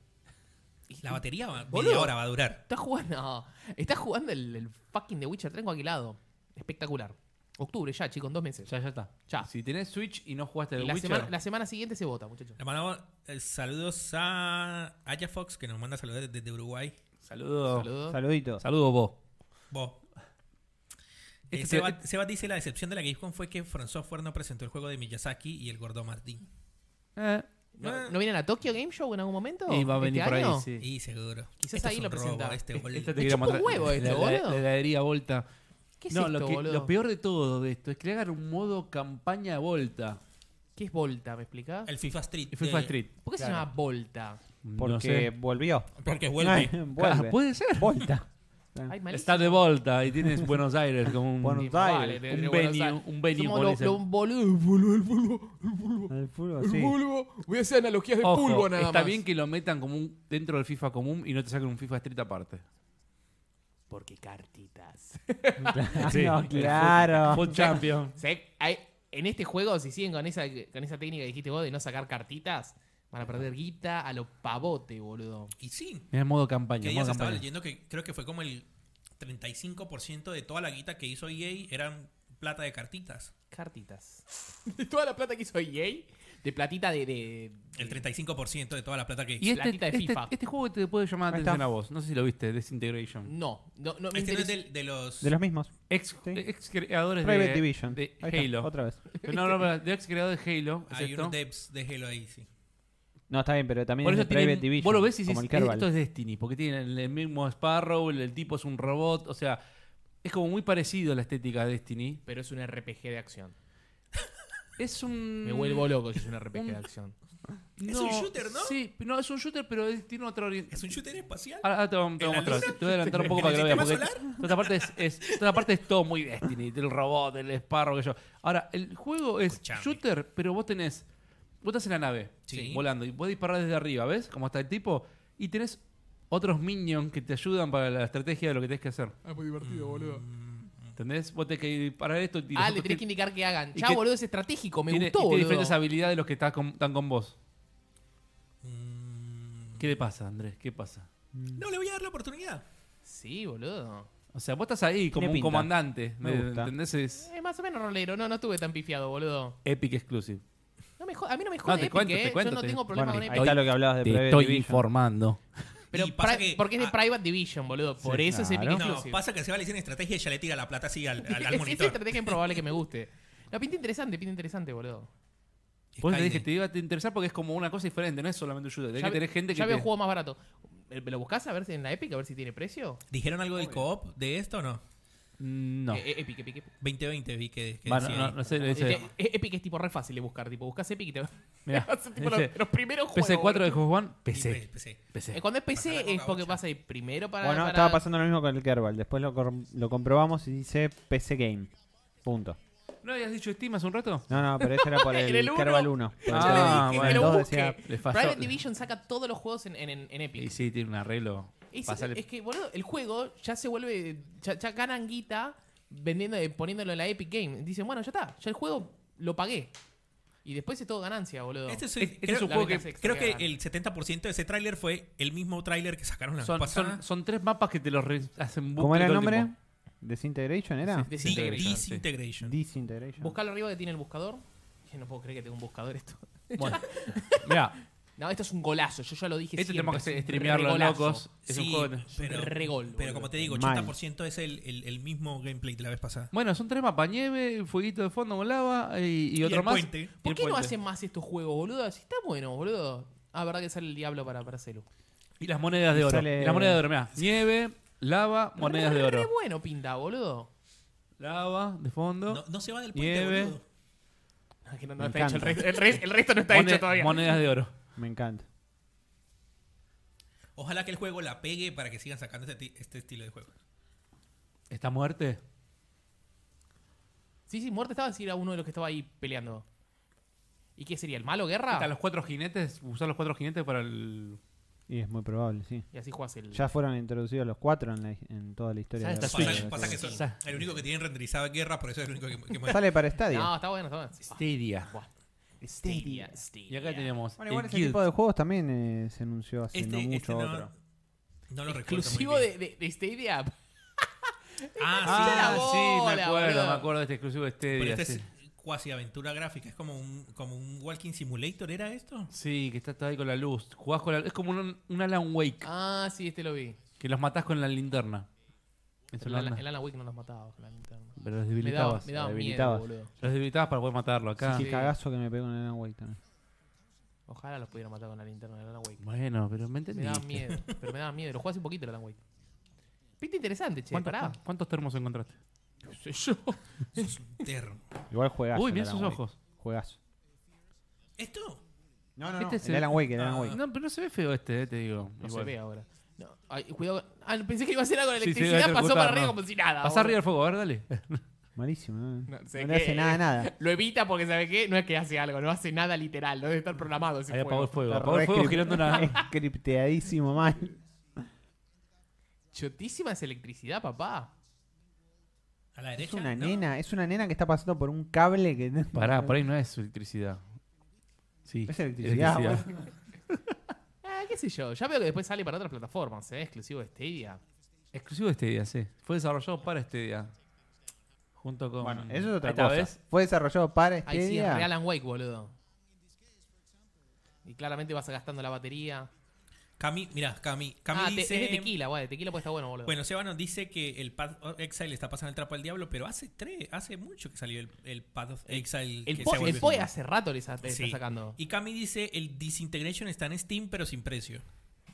La batería va,
Boludo.
media hora va a durar.
Está jugando. no, Está jugando el, el fucking The Witcher 3 coagulado. Espectacular. Octubre ya, chicos, en dos meses.
Ya, ya está.
Ya.
Si tenés Switch y no jugaste
Y
The
la,
Witcher,
semana, la semana siguiente se vota, muchachos.
Le mandamos eh, saludos a Aya Fox, que nos manda saludos desde Uruguay.
saludo. Saludo,
Saludos.
Saluditos.
vos.
Vos.
Este
Eh,
te-
Seba, Seba dice la decepción de la GameCon fue que From Software no presentó el juego de Miyazaki y el gordo Martín.
Eh,
¿No, no vienen a Tokyo Game Show en algún momento?
y va a
¿Este
venir por ahí,
año?
sí.
Y seguro.
Quizás
Esto es
ahí
un
lo
robo,
presenta.
este
Esta
bol-
te
Me
quería
chupa un
mostrar.
huevo esto,
La- la-
boludo.
La heladería Volta.
¿Qué es
no,
esto,
lo, que-
boludo?
lo peor de todo de esto es que le hagan un modo campaña de Volta.
¿Qué es Volta? ¿Me explicás?
El FIFA Street.
Y FIFA
eh,
Street.
¿Por qué se
Claro.
llama Volta?
Porque
no sé.
volvió.
Porque vuelve.
Ah,
Vuelve.
puede ser.
Volta.
Ay,
Está de Volta y tienes Buenos Aires como un,
Buenos
un
Aires.
de- de Buenos
venue.
Aires.
Un venue
Somos
podés
los
ser.
los boludos. El polvo, el polvo,
El fútbol,
el
Ah, sí.
polvo. Voy a hacer analogías de
Ojo,
pulvo nada
está
más.
bien que lo metan como un, dentro del FIFA común y no te saquen un FIFA Street aparte.
Porque cartitas.
Sí.
Ah, No, claro.
Foot Champion.
¿Sabés? Hay- en este juego, si siguen con esa, con esa técnica que dijiste vos de no sacar cartitas, van a perder guita a lo pavote, boludo.
Y sí.
Es modo campaña.
Que
modo
días estaba
campaña.
leyendo que creo que fue como el 35% de toda la guita que hizo EA eran plata de cartitas.
Cartitas. De toda la plata que hizo E EA, de platita de. de-
El 35% de toda la plata que hizo.
Y este,
Platita de
este-
FIFA.
este juego te puede llamar la
Ahí está.
atención a vos. No sé si lo viste, Desintegration.
No, no, no me
Este no es
interesa.
del- de los...
De los mismos.
Ex,
Sí.
ex creadores
Private
de,
Division.
de
Ahí está,
Halo.
Otra vez.
No, no, pero de ex creadores de Halo. es
hay
esto.
unos devs Ah, de Halo ahí, sí.
No, está bien, pero también
Por
es
eso
de Private
tienen,
Division.
vos lo ves y dices,
como el Kerbal.
esto es Destiny, porque tienen el mismo Sparrow, el, el tipo es un robot, o sea, es como muy parecido a la estética de Destiny.
Pero es un RPG de acción.
Es un...
Me vuelvo loco si es un RPG
un-
de acción.
Es un shooter, ¿no?
Sí, no, es un shooter, pero es- tiene otra orientación.
¿Es un shooter espacial?
Ahora, ahora te vamos te
¿En
vamos a
la
mostrar. Te voy a adelantar un poco
¿En
para que
el
lo veas. Porque
sistema
toda esta parte es, es- toda esta parte es todo muy Destiny, el robot, el Sparrow, que yo. Ahora, el juego es
Escuchame.
shooter, pero vos tenés. Vos estás en la nave,
Sí.
volando, y vos disparás desde arriba, ¿ves? Como está el tipo. Y tenés otros minions que te ayudan para la estrategia de lo que tenés que hacer.
Ah, muy
Mm,
divertido, boludo.
¿Entendés? Vos tenés que disparar esto y
Ah,
los
le
otros
tenés que
tienen-
indicar que hagan.
y
Chao,
que-
boludo, es estratégico. Me
tiene- y
gustó,
tiene
boludo.
diferentes habilidades de los que está con- están con vos.
Mm,
¿Qué le pasa, Andrés? ¿Qué pasa?
No, le voy a dar la oportunidad.
Sí, boludo.
O sea, vos estás ahí como un
pinta.
comandante.
Me
de-
gusta.
¿Entendés? Es
Eh, más o menos rolero. No, no estuve tan pifiado, boludo.
Epic Exclusive.
No me jo- a mí no me jode
te
Epic,
cuento,
eh.
te cuento,
Yo no
te-
tengo problema
Bueno, ahí
con Epic.
está lo que hablabas de Private Division.
informando.
Pero
Y pasa
pra-
que-
porque es de
ah,
Private Division, boludo. Por eso es Epic
claro.
No,
Exclusive.
pasa que se va a decir estrategia y ya le tira la plata así al, al- al
Es- Esa
monitor.
estrategia improbable que me guste. No, pinta interesante, pinta interesante, boludo.
Vos te
Skynet.
Pues dije que te iba a te interesar porque es como una cosa diferente, no es solamente un shooter. Tenés
Ya
que tener gente que.
ya veo
te-
juego más barato. Eh, ¿Lo buscás a ver si en la Epic, a ver si tiene precio?
¿Dijeron algo del co-op de esto o no?
No.
Eh, eh, Epic, Epic, Epic.
2020 vi que, que
Va, no,
decía
no,
ahí.
no sé,
Eh,
dice-
eh, Epic es tipo re fácil de buscar. Tipo, buscas Epic y te
mirá,
hace tipo los,
dice,
los primeros juegos.
PC4 de Xbox One,
Y
PC.
PC.
Eh,
PC.
Cuando es
Bajar la
PC es
coca
porque
bocha.
vas a ir primero para.
Bueno,
para-
estaba pasando lo mismo con el Kerbal. Después lo, cor- lo comprobamos y dice PC Game. Punto.
¿No habías dicho Steam hace un rato?
No, no, pero eso era por
En
el,
el uno.
Kerbal 1. Por el
Ah,
Yo le
Kerbal
dije
Ah,
que
bueno,
lo
dos
busque.
decía-
Le falló.
Private Division saca todos los juegos en, en- en- en
Y
Epic.
sí, tiene un arreglo.
Es,
Pasale-
es que, boludo, el juego ya se vuelve. Ya, ya ganan guita vendiendo, eh, poniéndolo en la Epic Game. Dicen, bueno, ya está, ya el juego lo pagué. Y después es todo ganancia, boludo.
Este es,
Este- este
creo,
es un
la
juego
venta
que-
se-
creo
se
que
gana.
el 70% de ese tráiler fue el mismo tráiler que sacaron la vez
Son,
pasada.
son, son tres mapas que te los re- hacen bucle
¿Cómo era el
todo
nombre?
tiempo.
¿Desintegration era?
Sí,
Di-
Disintegration,
sí.
Disintegration.
Disintegration.
Buscalo arriba que tiene el buscador. Dije, no puedo creer que tenga un buscador esto.
Bueno, mirá,
No, esto es un golazo, yo ya lo dije.
este
siempre,
tenemos
es
que
un
streamear los
regolazo.
locos. Es un
Sí,
juego.
es un regol,
pero como
boludo.
te digo,
Mal.
80% es el, el, el mismo gameplay de la vez pasada.
Bueno, son tres mapas: nieve, fueguito de fondo con lava y, y otro
el
más.
puente.
Y
¿Por
el
qué no
puente.
hacen más estos juegos, boludo? Si está bueno, boludo. Ah, verdad que sale el diablo para, para celu.
Y las monedas de
Y
oro.
sale-
Y las monedas de oro, mirá. Nieve, lava, monedas de
Qué
oro.
bueno pinta, boludo.
Lava, de fondo.
No, no se va del puente,
Nieve.
boludo.
Ah, que no- no
Me
está hecho el,
encanta.
resto- el res- el resto no está
Mone-
hecho todavía.
Monedas de oro.
Me encanta.
Ojalá que el juego la pegue para que sigan sacando este, ti- este estilo de juego.
¿Está muerte?
Sí, sí, muerte estaba si era uno de los que estaba ahí peleando. ¿Y qué sería? ¿El malo guerra?
Ah. Están los cuatro jinetes. Usar los cuatro jinetes para el.
Y es muy probable, sí.
Y así jugás el.
Ya fueron introducidos los cuatro en, la- en toda la historia.
¿Sabes
de la
esta
Pasa,
Switch?
pasa que son
Sa-
el único que tienen renderizada guerra, por eso es el único que, que muere.
Sale para Stadia.
No, está bueno, está bueno.
Stadia.
Buah. Stadia, Stadia.
Y acá tenemos
bueno, igual
el
ese
Guild.
tipo de juegos también eh, se anunció hace
Este-
no mucho
este no-
otro.
No lo recuerdo. muy
Exclusivo
bien.
de, de, de Stadia.
Ah,
Ah,
la
sí, me
bola,
acuerdo,
boludo.
me acuerdo de este exclusivo de
sí. Pero
Stadia.
esta
sí.
es cuasi aventura gráfica. Es como un, como un walking simulator, ¿era esto?
Sí, que está todo ahí con la luz. Jugás con la Es como un, un Alan Wake,
Ah, sí, este lo vi.
que los matás con la linterna. En su
Pero el,
lana.
Ana- el Alan Wake no nos mataba con la linterna.
Pero los
Me daba,
debilitabas.
me daba miedo,
habilitabas.
boludo.
Los debilitabas para poder matarlo acá.
Sí,
sí.
Qué cagazo que me pegó en el Alan Wake también.
Ojalá los pudieran matar con la linterna del Alan Wake.
Bueno, pero me
Me
entendí.
daba miedo, pero me daba miedo. Lo jugué hace un poquito el Alan Wake. Pinta interesante, che,
¿Cuántos,
pará.
cuántos termos encontraste?
No sé yo.
Es un termo.
Igual juegazo.
Uy,
el
mira
Alan
sus
Wake.
ojos.
Juegazo.
¿Esto?
No, no,
Este
no.
es
el
el-
Alan Wake, el Alan
Ah.
Wake.
No, pero no se ve feo este, eh, te digo.
No se
Igual.
ve ahora. No, ay, cuidado. con- Ah, pensé que iba a hacer algo con la
Sí, sí,
electricidad. pasó
electrocutar,
para arriba
no.
como si nada.
Pasá arriba
boludo.
del fuego, a ver, dale.
Malísimo. No,
No sé
No le hace
qué.
nada, a nada.
Lo evita porque, ¿sabe qué? No es que hace algo, no hace nada literal. No debe estar programado ese
Ahí apagó el
juego.
fuego.
Está
Apagó el
re
fuego
script-
girando una.
Scripteadísimo mal.
Chotísima es electricidad, papá.
A la
Es
derecha.
una
¿no?
nena, es una nena que está pasando por un cable que.
Pará, por ahí no es electricidad. Sí.
Es electricidad,
Ah, qué sé yo. Ya veo que después sale para otras plataformas, ¿eh? Exclusivo de Stadia.
Exclusivo de este día, sí. Fue desarrollado para este día. Junto con.
Bueno, eso es otra
Esta
cosa.
vez,
Fue desarrollado para
Ahí sí, es
Stadia.
re Alan Wake, boludo. Y claramente vas gastando la batería.
Cami, mira, Cami. Cami
ah, te-
dice.
es de tequila, guay. De tequila puede estar bueno, boludo.
Bueno, Seba nos dice que el Path of Exile está pasando el trapo al diablo, pero hace tres, hace mucho que salió el, el Path of Exile.
el
que
po-
se
el
vuelve-
Poe hace rato le sa- le está
Sí.
sacando.
Y Cami dice, el Disintegration está en Steam, pero sin precio.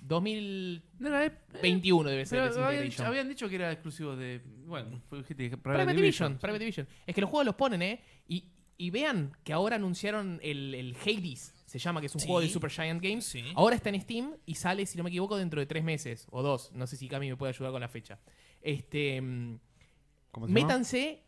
2021
No era, eh,
debe ser
pero eh,
el
habían,
Disintegration.
habían dicho que era exclusivo de. Bueno, fue gente que-
Private Division, Private Division. Es que los juegos los ponen, ¿eh? Y, y vean que ahora anunciaron el, el Hades, se llama, que es un
Sí.
juego de Super Giant Games.
Sí.
Ahora está en Steam y sale, si no me equivoco, dentro de tres meses o dos. No sé si Cami me puede ayudar con la fecha. Este, mm,
¿Cómo se llama?
métanse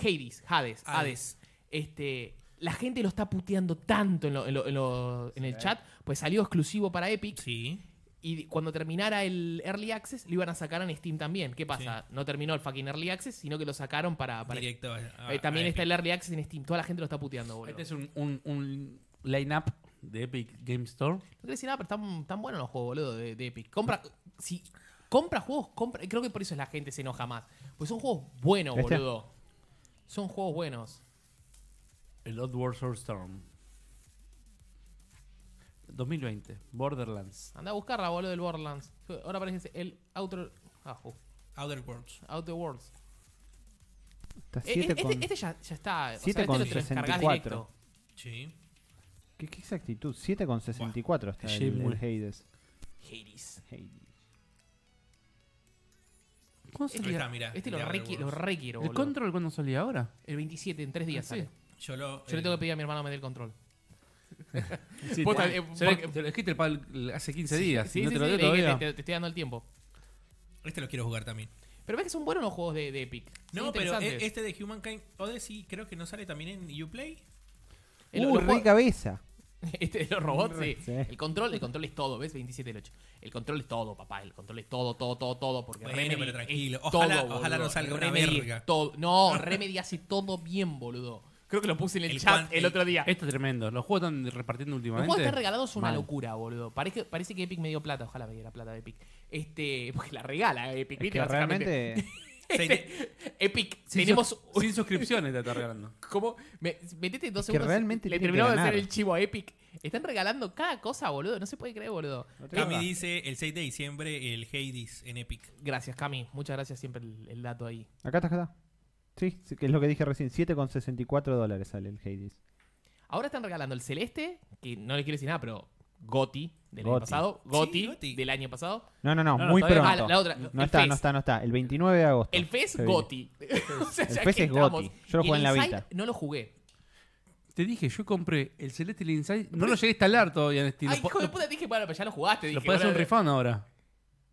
Hades, Hades,
Ah,
Hades. Este, la gente lo está puteando tanto en, lo- en lo- en lo- en el chat, pues salió exclusivo para Epic.
Sí.
Y cuando terminara el Early Access, lo iban a sacar en Steam también. ¿Qué pasa? No terminó el fucking Early Access, sino que lo sacaron para. para-
Directo a- a-
Eh, también
a
está el
Epic.
Early Access en Steam. Toda la gente lo está puteando, boludo.
Ah, Este es un, un, un line-up de Epic Game Store.
No quiero decir nada, pero están, están buenos los juegos, boludo, de, de Epic. Compra. Si compra juegos, compra. Creo que por eso la gente se enoja más. Pues son juegos buenos,
¿Este?
boludo. Son juegos buenos.
El Oddworld Soulstorm. 2020. Borderlands.
Anda a buscarla, boludo, del Borderlands. Ahora aparece el Outer. Ah, uh,
Outer Worlds.
Outer Worlds.
Está
Eh,
siete
este,
con-
este ya, ya está. O sea,
Siete
este
con
lo te lo descargás
64.
directo.
Sí.
¿Qué, qué exactitud? 7,64 está
Sí,
el, el
muy-
Hades.
Hades.
Hades.
¿Cuándo
Ahí
salía?
está, mira.
Este
el
lo
de Outer
requiero, lo
Worlds.
requiero,
¿El
boludo.
Control cuándo salía ahora?
El 27, en tres días
Ah, sí.
sale.
Yo lo...
Yo le
eh,
tengo que pedir a mi hermano que me dé el control.
Sí,
Posta,
te-
eh,
se ve-
porque-
te lo dijiste el pal- hace 15 días.
Sí,
no
sí,
te lo
sí,
dio
le dije,
todavía.
Te, te- te estoy dando el tiempo.
Este lo quiero jugar también.
Pero ves que son buenos los juegos de, de Epic. Son
No, pero
interesantes.
e- este de Humankind Odyssey creo que no sale también en Uplay.
El-
Uh,
Uy,
los
re
juegos-
cabeza.
este de los robots, sí.
Sí.
El control, el control es todo, ¿ves? 27 del 8. El control es todo, papá. El control es todo, todo, todo, todo. Porque
Bueno,
Remedy
pero tranquilo.
es
Ojalá-
todo,
ojalá no
boludo.
salga una
Remedy es
verga.
todo- No, Remedy hace todo bien, boludo. Creo que lo puse en el,
El
chat
cuan-
el, otro día.
Esto es tremendo. Los juegos están repartiendo
Los
últimamente.
juegos están regalados una
Mal.
locura, boludo. Parece, parece que Epic me dio plata. Ojalá me diera plata de Epic. Este, porque la regala Epic,
Es
¿viste?
que
Básicamente.
realmente.
Este, Epic,
Sin
tenemos.
sus- sin suscripciones te está regalando.
¿Cómo? Me- metete dos
que
segundos.
realmente
le
tiene que
terminamos de
ganar.
hacer el chivo a Epic. Están regalando cada cosa, boludo. No se puede creer, boludo.
no te
Cami
jodas.
dice el 6 de diciembre el Hades en Epic.
Gracias, Cami. Muchas gracias siempre el, el dato ahí.
Acá está, acá está. Sí, sí, que es lo que dije recién. 7,64 dólares sale el Hades.
Ahora están regalando el Celeste, que no le quiero decir nada, pero Goti del año
Gotti.
pasado.
Sí,
Goti
Gotti.
del año pasado.
No, no, no,
No, no,
muy
todavía
pronto.
no.
Ah, la, la otra.
No
el
está,
Fez.
no está, no está. El 29 de agosto.
El FES
se viene.
Goti. o sea,
El
ya
Fez
que
es Gotti.
estamos.
Yo lo
Y
jugué en la
Inside
Vita.
No lo jugué.
Te dije, yo compré el Celestial Inside. No lo llegué a instalar todavía en Steam.
Ay,
Lo po-
hijo de
Lo,
puta, dije, bueno, pero ya lo jugaste.
lo
dije,
puedes hacer un
bueno,
refund ahora.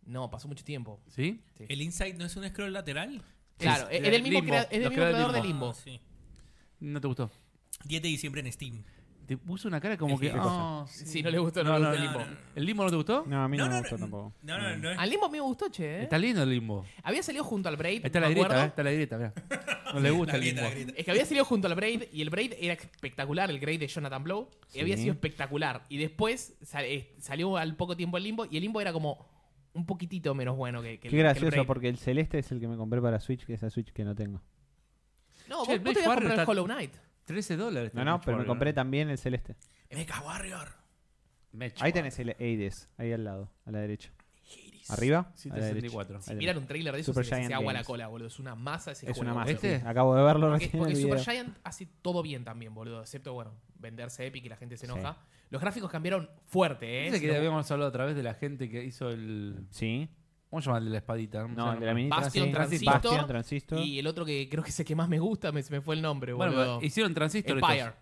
No, pasó mucho tiempo.
¿Sí?
¿El Inside no es un scroll lateral? Ah,
Claro,
Es
es, del mismo,
Limbo,
crea- es del
los
mismo
creadores de
creador de
Limbo.
Limbo.
Sí.
No te gustó.
10 de diciembre en Steam.
Te puso una cara como que.
¿Qué cosa?
"Ah, sí".
Si no le gustó, no, le gustó el limbo.
¿El limbo no te gustó?
No, a mí no,
No,
me
no,
gustó
no.
tampoco.
No,
Mm.
no, no.
Al limbo a mí me gustó, che. ¿eh?
Está lindo el limbo.
Había salido junto al Braid.
Ahí está la
me
grieta,
acuerdo.
eh, está la grieta, mirá. No le gusta
La
el
grieta,
limbo.
la grieta.
Es que había salido junto al Braid y el Braid era espectacular, el Braid de Jonathan Blow.
Sí.
Y había sido espectacular. Y después sal- eh, salió al poco tiempo el limbo y el limbo era como un poquitito menos bueno que, que el
Qué
que el
gracioso,
Braid.
porque el celeste es el que me compré para Switch, que es la Switch que no tengo.
No, vos,
Che, el
vos te ibas a
Blade
comprar
Runner
el
está-
Hollow Knight.
13 dólares.
No, no, pero me compré también el celeste.
Mega Warrior.
Ahí tenés el Hades, ahí al lado, a la derecha.
Hades.
Arriba, a la derecha.
164.
Ahí
Mirar
tenés.
un trailer de eso se
Super
les hace
Giant
agua a la
Games.
cola, boludo. Es una masa ese
Es
juego.
una masa.
boludo.
¿Este?
sí. Acabo de verlo
Porque,
recién. en
porque
el video.
Supergiant hace todo bien también, boludo. Excepto, bueno, venderse Epic y la gente se enoja. Los gráficos cambiaron fuerte, ¿eh?
Dice
Si
que
lo-
habíamos hablado otra vez de la gente que hizo el.
Sí.
¿Cómo se llama el de la espadita? sé
No, el de la
nombre.
minita.
Bastion
sí.
Transistor.
Bastion Transistor.
Y el otro que creo que es el que más me gusta, me, se me fue el nombre,
Bueno,
boludo.
pero hicieron transistor. estos.
Empire.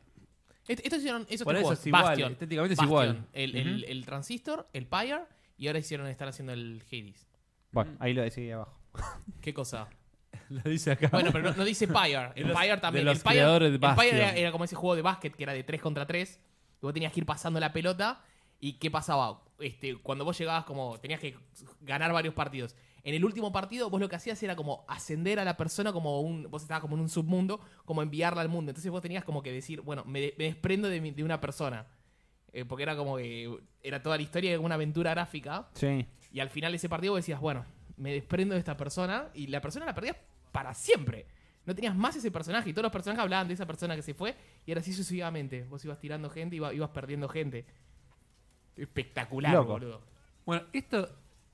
Est- estos hicieron esos
Por
tres
eso
juegos.
es igual,
Bastion.
estéticamente es
Bastion,
igual.
El, el- el Transistor, el Pyre, y ahora hicieron, están haciendo el Hades.
Bueno, ahí lo decidí abajo.
¿Qué cosa?
Lo dice acá.
Bueno, pero no, no dice Pyre. El
De los-
Pyre también.
de los
el Pyre,
creadores de
el Pyre
Bastion.
era, era como ese juego de básquet que era de 3 contra 3. Y vos tenías que ir pasando la pelota. ¿Y qué pasaba? Este, cuando vos llegabas, como tenías que ganar varios partidos. En el último partido, vos lo que hacías era como ascender a la persona como un. Vos estabas como en un submundo, como enviarla al mundo. Entonces vos tenías como que decir, bueno, me, de- me desprendo de, mi- de una persona. Eh, porque era como que. Era toda la historia de una aventura gráfica.
Sí.
Y al final de ese partido vos decías, bueno, me desprendo de esta persona y la persona la perdías para siempre. No tenías más ese personaje y todos los personajes hablaban de esa persona que se fue y era así sucesivamente. Vos ibas tirando gente y iba- ibas perdiendo gente. Espectacular,
Loco.
boludo.
Bueno, esto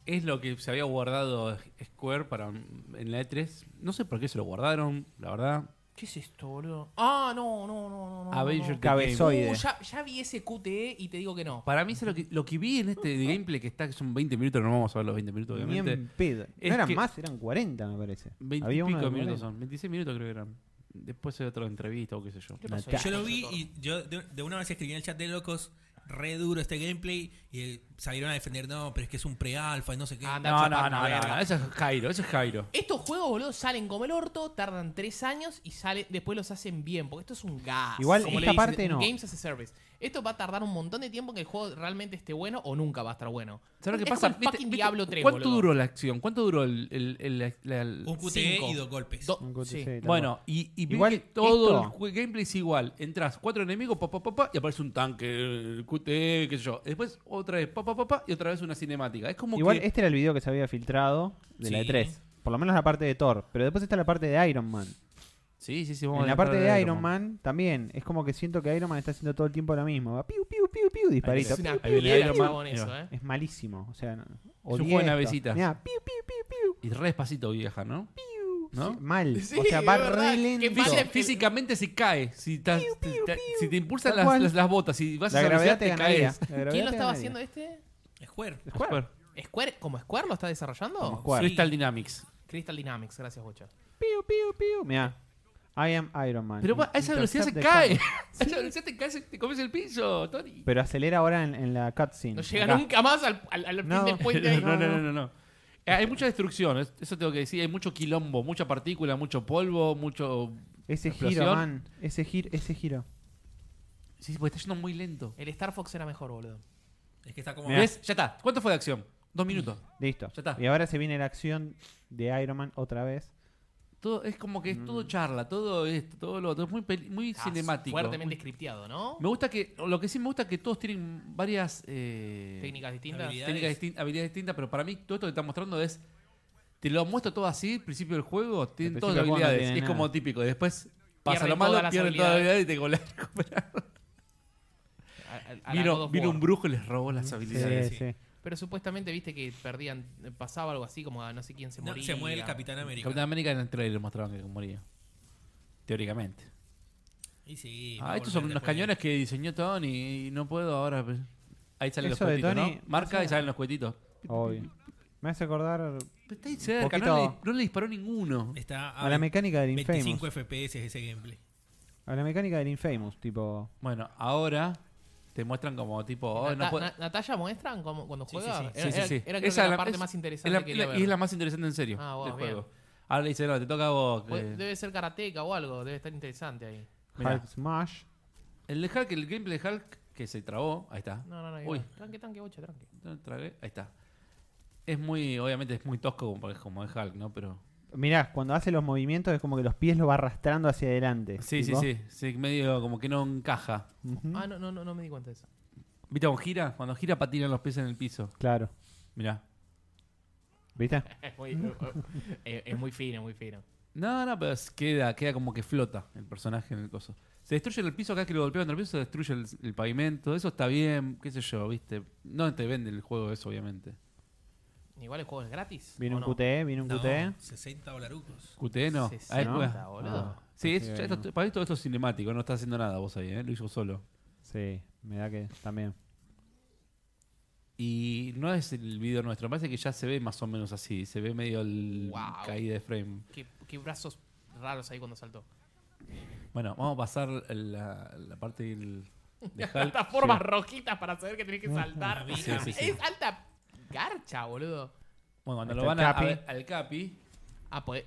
es lo que se había guardado Square para en la E3. No sé por qué se lo guardaron, la verdad.
¿Qué es esto, boludo? Ah, no, no, no, no. no,
Avenger
no.
The Game.
Cabezón.
Uh, ya, ya vi ese QTE y te digo que no.
Para mí eso es lo que, lo que vi en este gameplay que está, que son 20 minutos, no vamos a ver los 20 minutos,
Ni
obviamente.
en pedo. No
Es
eran
que-
más, eran 40, me parece.
20 y
Había uno
pico
de
minutos
40.
son, 26 minutos creo que eran. Después hay otra entrevista o qué sé yo.
¿Qué pasó?
Natalia.
Yo lo vi y yo de, de una vez escribí en el chat de locos, re duro este gameplay, y eh, salieron a defender, no, pero es que es un pre-alfa y no sé qué.
Ah, no.
No,
chapar
no, no,
una
no,
verga.
no, eso es Jairo, eso es Jairo.
Estos juegos, boludo, salen como el orto, tardan tres años y sale, después los hacen bien, porque esto es un gas.
Igual
como
esta
le
parte no.
Games as a Service. Esto va a tardar un montón de tiempo en que el juego realmente esté bueno o nunca va a estar bueno.
¿Sabes
Es
lo que pasa?
como el
¿Viste-
fucking
viste
Diablo 3,
¿Cuánto
boludo.
duró la acción? ¿Cuánto duró el... el- el- la- la- el-
Un QTE
cinco.
y dos golpes.
Do-
Un QTC,
sí.
tal cual.
Bueno, y, y vi
Igual
que todo
esto-
el jue- gameplay es igual. Entras cuatro enemigos, pa, pa, pa, pa, y aparece un tanque, el QTE, qué sé yo. Después otra vez, pa, pa, pa, pa, y otra vez una cinemática. Es como
Igual
que...
este era el video que se había filtrado de la
Sí.
E3. Por lo menos la parte de Thor. Pero después está la parte de Iron Man.
Sí, sí, sí. vamos
En
a
la parte
hablar
de Iron Man también. Es como que siento que Iron Man está haciendo todo el tiempo lo mismo. Va piu, piu, piu, piu, disparito.
Es una
Ahí viene
piedra,
Iron Man.
chabón,
Ahí
eso,
va.
eh.
Es malísimo. O sea, no-
un
odié
juego de
esto.
navecitas.
Mirá, piu, piu, piu, piu.
Y re despacito viaja, ¿no? ¿No?
Sí, Mal.
Sí,
o sea, va
es verdad.
re
Qué
lento.
mal
Físi-
el-
físicamente se cae. Si, estás- te- te, si te impulsan
Tal
las,
cual.
las- las botas, si vas
La
a esa
gravedad
velocidad,
te ganaría.
caes.
La gravedad
¿Quién lo
te
estaba
ganaría.
haciendo este?
Square.
Square.
¿Square? ¿Como Square lo está desarrollando?
Como Square.
Crystal Dynamics.
Crystal Dynamics, gracias, Bocha.
Piu, piu, piu. Mirá. I am Iron Man.
Pero a esa velocidad se
Intercept the
cae.
combat.
A esa velocidad te caes, te comes el piso, Tony.
Pero acelera ahora en, en la cutscene.
No llega
Acá.
nunca más al, al, al fin
No.
del puente. ahí.
no, no, no, no, no. Eh, Hay mucha destrucción, es- eso tengo que decir. Hay mucho quilombo, mucha partícula, mucho polvo, mucho.
Ese
Explosión.
giro, man. Ese giro, ese giro.
Sí, sí, porque está yendo muy lento.
El Star Fox era mejor, boludo.
Es que está como.
¿Ves? Ya está. ¿Cuánto fue de acción? Dos minutos.
Listo.
Ya está.
Y ahora se viene la acción de Iron Man otra vez.
Todo, es como que es todo charla, todo esto, todo lo otro. Es muy, peli- muy
Está
cinemático.
Fuertemente
Muy-
scripteado, ¿no?
Me gusta que. Lo que sí me gusta es que todos tienen varias. eh,
Técnicas distintas.
habilidad.
técnicas distin- habilidades distintas, pero para mí todo esto que está mostrando es. Te lo muestro todo así, al principio del juego, tienen
principio
todas
del
las
juego no
habilidades.
tiene
y es
nada.
como típico. y Después pasa
Pierden
lo malo,
todas las
pierden todas las
habilidades.
habilidades y te como la recuperan.
A- a- a la God
Vino,
of
vino
War.
un brujo y les robó las habilidades.
sí.
Pero supuestamente viste que perdían, eh, pasaba algo así como a no sé quién se
No,
moría.
se muere el Capitán América.
Capitán América en el trailer mostraron que moría. Teóricamente.
Y sí. va
ah,
a
estos
volver
son unos
después.
cañones que diseñó Tony y no puedo ahora. pues. Ahí salen
Eso
los
de
cuetitos,
Tony-
¿no? Marca y salen los cuetitos.
Obvio. Me hace acordar
Pero está ahí cerca,
Poquito-
no le, no le disparó ninguno.
Está
a la mecánica del Infamous.
25 FPS ese gameplay.
A la mecánica del Infamous, tipo.
Bueno, ahora te muestran como tipo. oh, no
Nata-
puedo-
Na- ¿Natalia muestran cómo- cuando
Sí,
juega?
sí, sí.
Era,
Sí, sí, sí.
era- era creo
Esa
que
es
la, parte
es-
más
es la-
interesante que
la-
iba a
Y
ver.
es la más interesante en serio
Ah, wow,
del
bien.
juego. Ahora le dice, no, te toca a vos. que-
Pu- Debe ser karateca o algo, debe estar interesante ahí.
Mirá.
Hulk Smash.
El de Hulk, el gameplay de Hulk que se trabó, ahí está.
No, no, no. ahí
Uy.
va. Tranqui, tranqui, bocha, tranqui.
No, tragué, ahí está. Es muy, obviamente es muy tosco como, como es Hulk, ¿no? Pero.
Mirá, cuando hace los movimientos es como que los pies lo va arrastrando hacia adelante.
Sí, sí,
tipo.
sí, sí. Medio como que no encaja.
Ujú,
Ah, no, no, no, no me di cuenta de eso.
¿Viste cómo gira? Cuando gira patinan los pies en el piso.
Claro.
Mirá.
¿Viste?
Es muy, eh, es muy fino, muy fino.
No, no, pero es- queda, queda como que flota el personaje en el coso. Se destruye el piso, cada vez que lo golpea contra el piso se destruye el, el pavimento. Eso está bien, qué sé yo, viste. No te vende el juego eso, obviamente.
Igual el juego es gratis.
Viene
¿o
un
no?
QTE, viene un
No,
QTE.
60 dolarucos.
QTE no.
Sí, sí,
Ahí
no,
juega.
está, boludo.
Ah. Sí, es-
Sí,
ya
ahí
esto-
no.
para mí todo esto es cinemático, no está haciendo nada vos ahí, ¿eh? lo hizo solo.
Sí, me da que también.
Y no es el video nuestro, me parece que ya se ve más o menos así, se ve medio el
Wow.
caída de frame.
Qué, qué brazos raros ahí cuando saltó.
Bueno, vamos a pasar la, la parte del, de Hulk.
Plataformas rojitas para saber que tenés que saltar.
Sí, sí, sí.
Es alta garcha, boludo.
Bueno, cuando
Ahí
lo
está el
van a, a
Capi.
ver al Capi,
Ah, pues.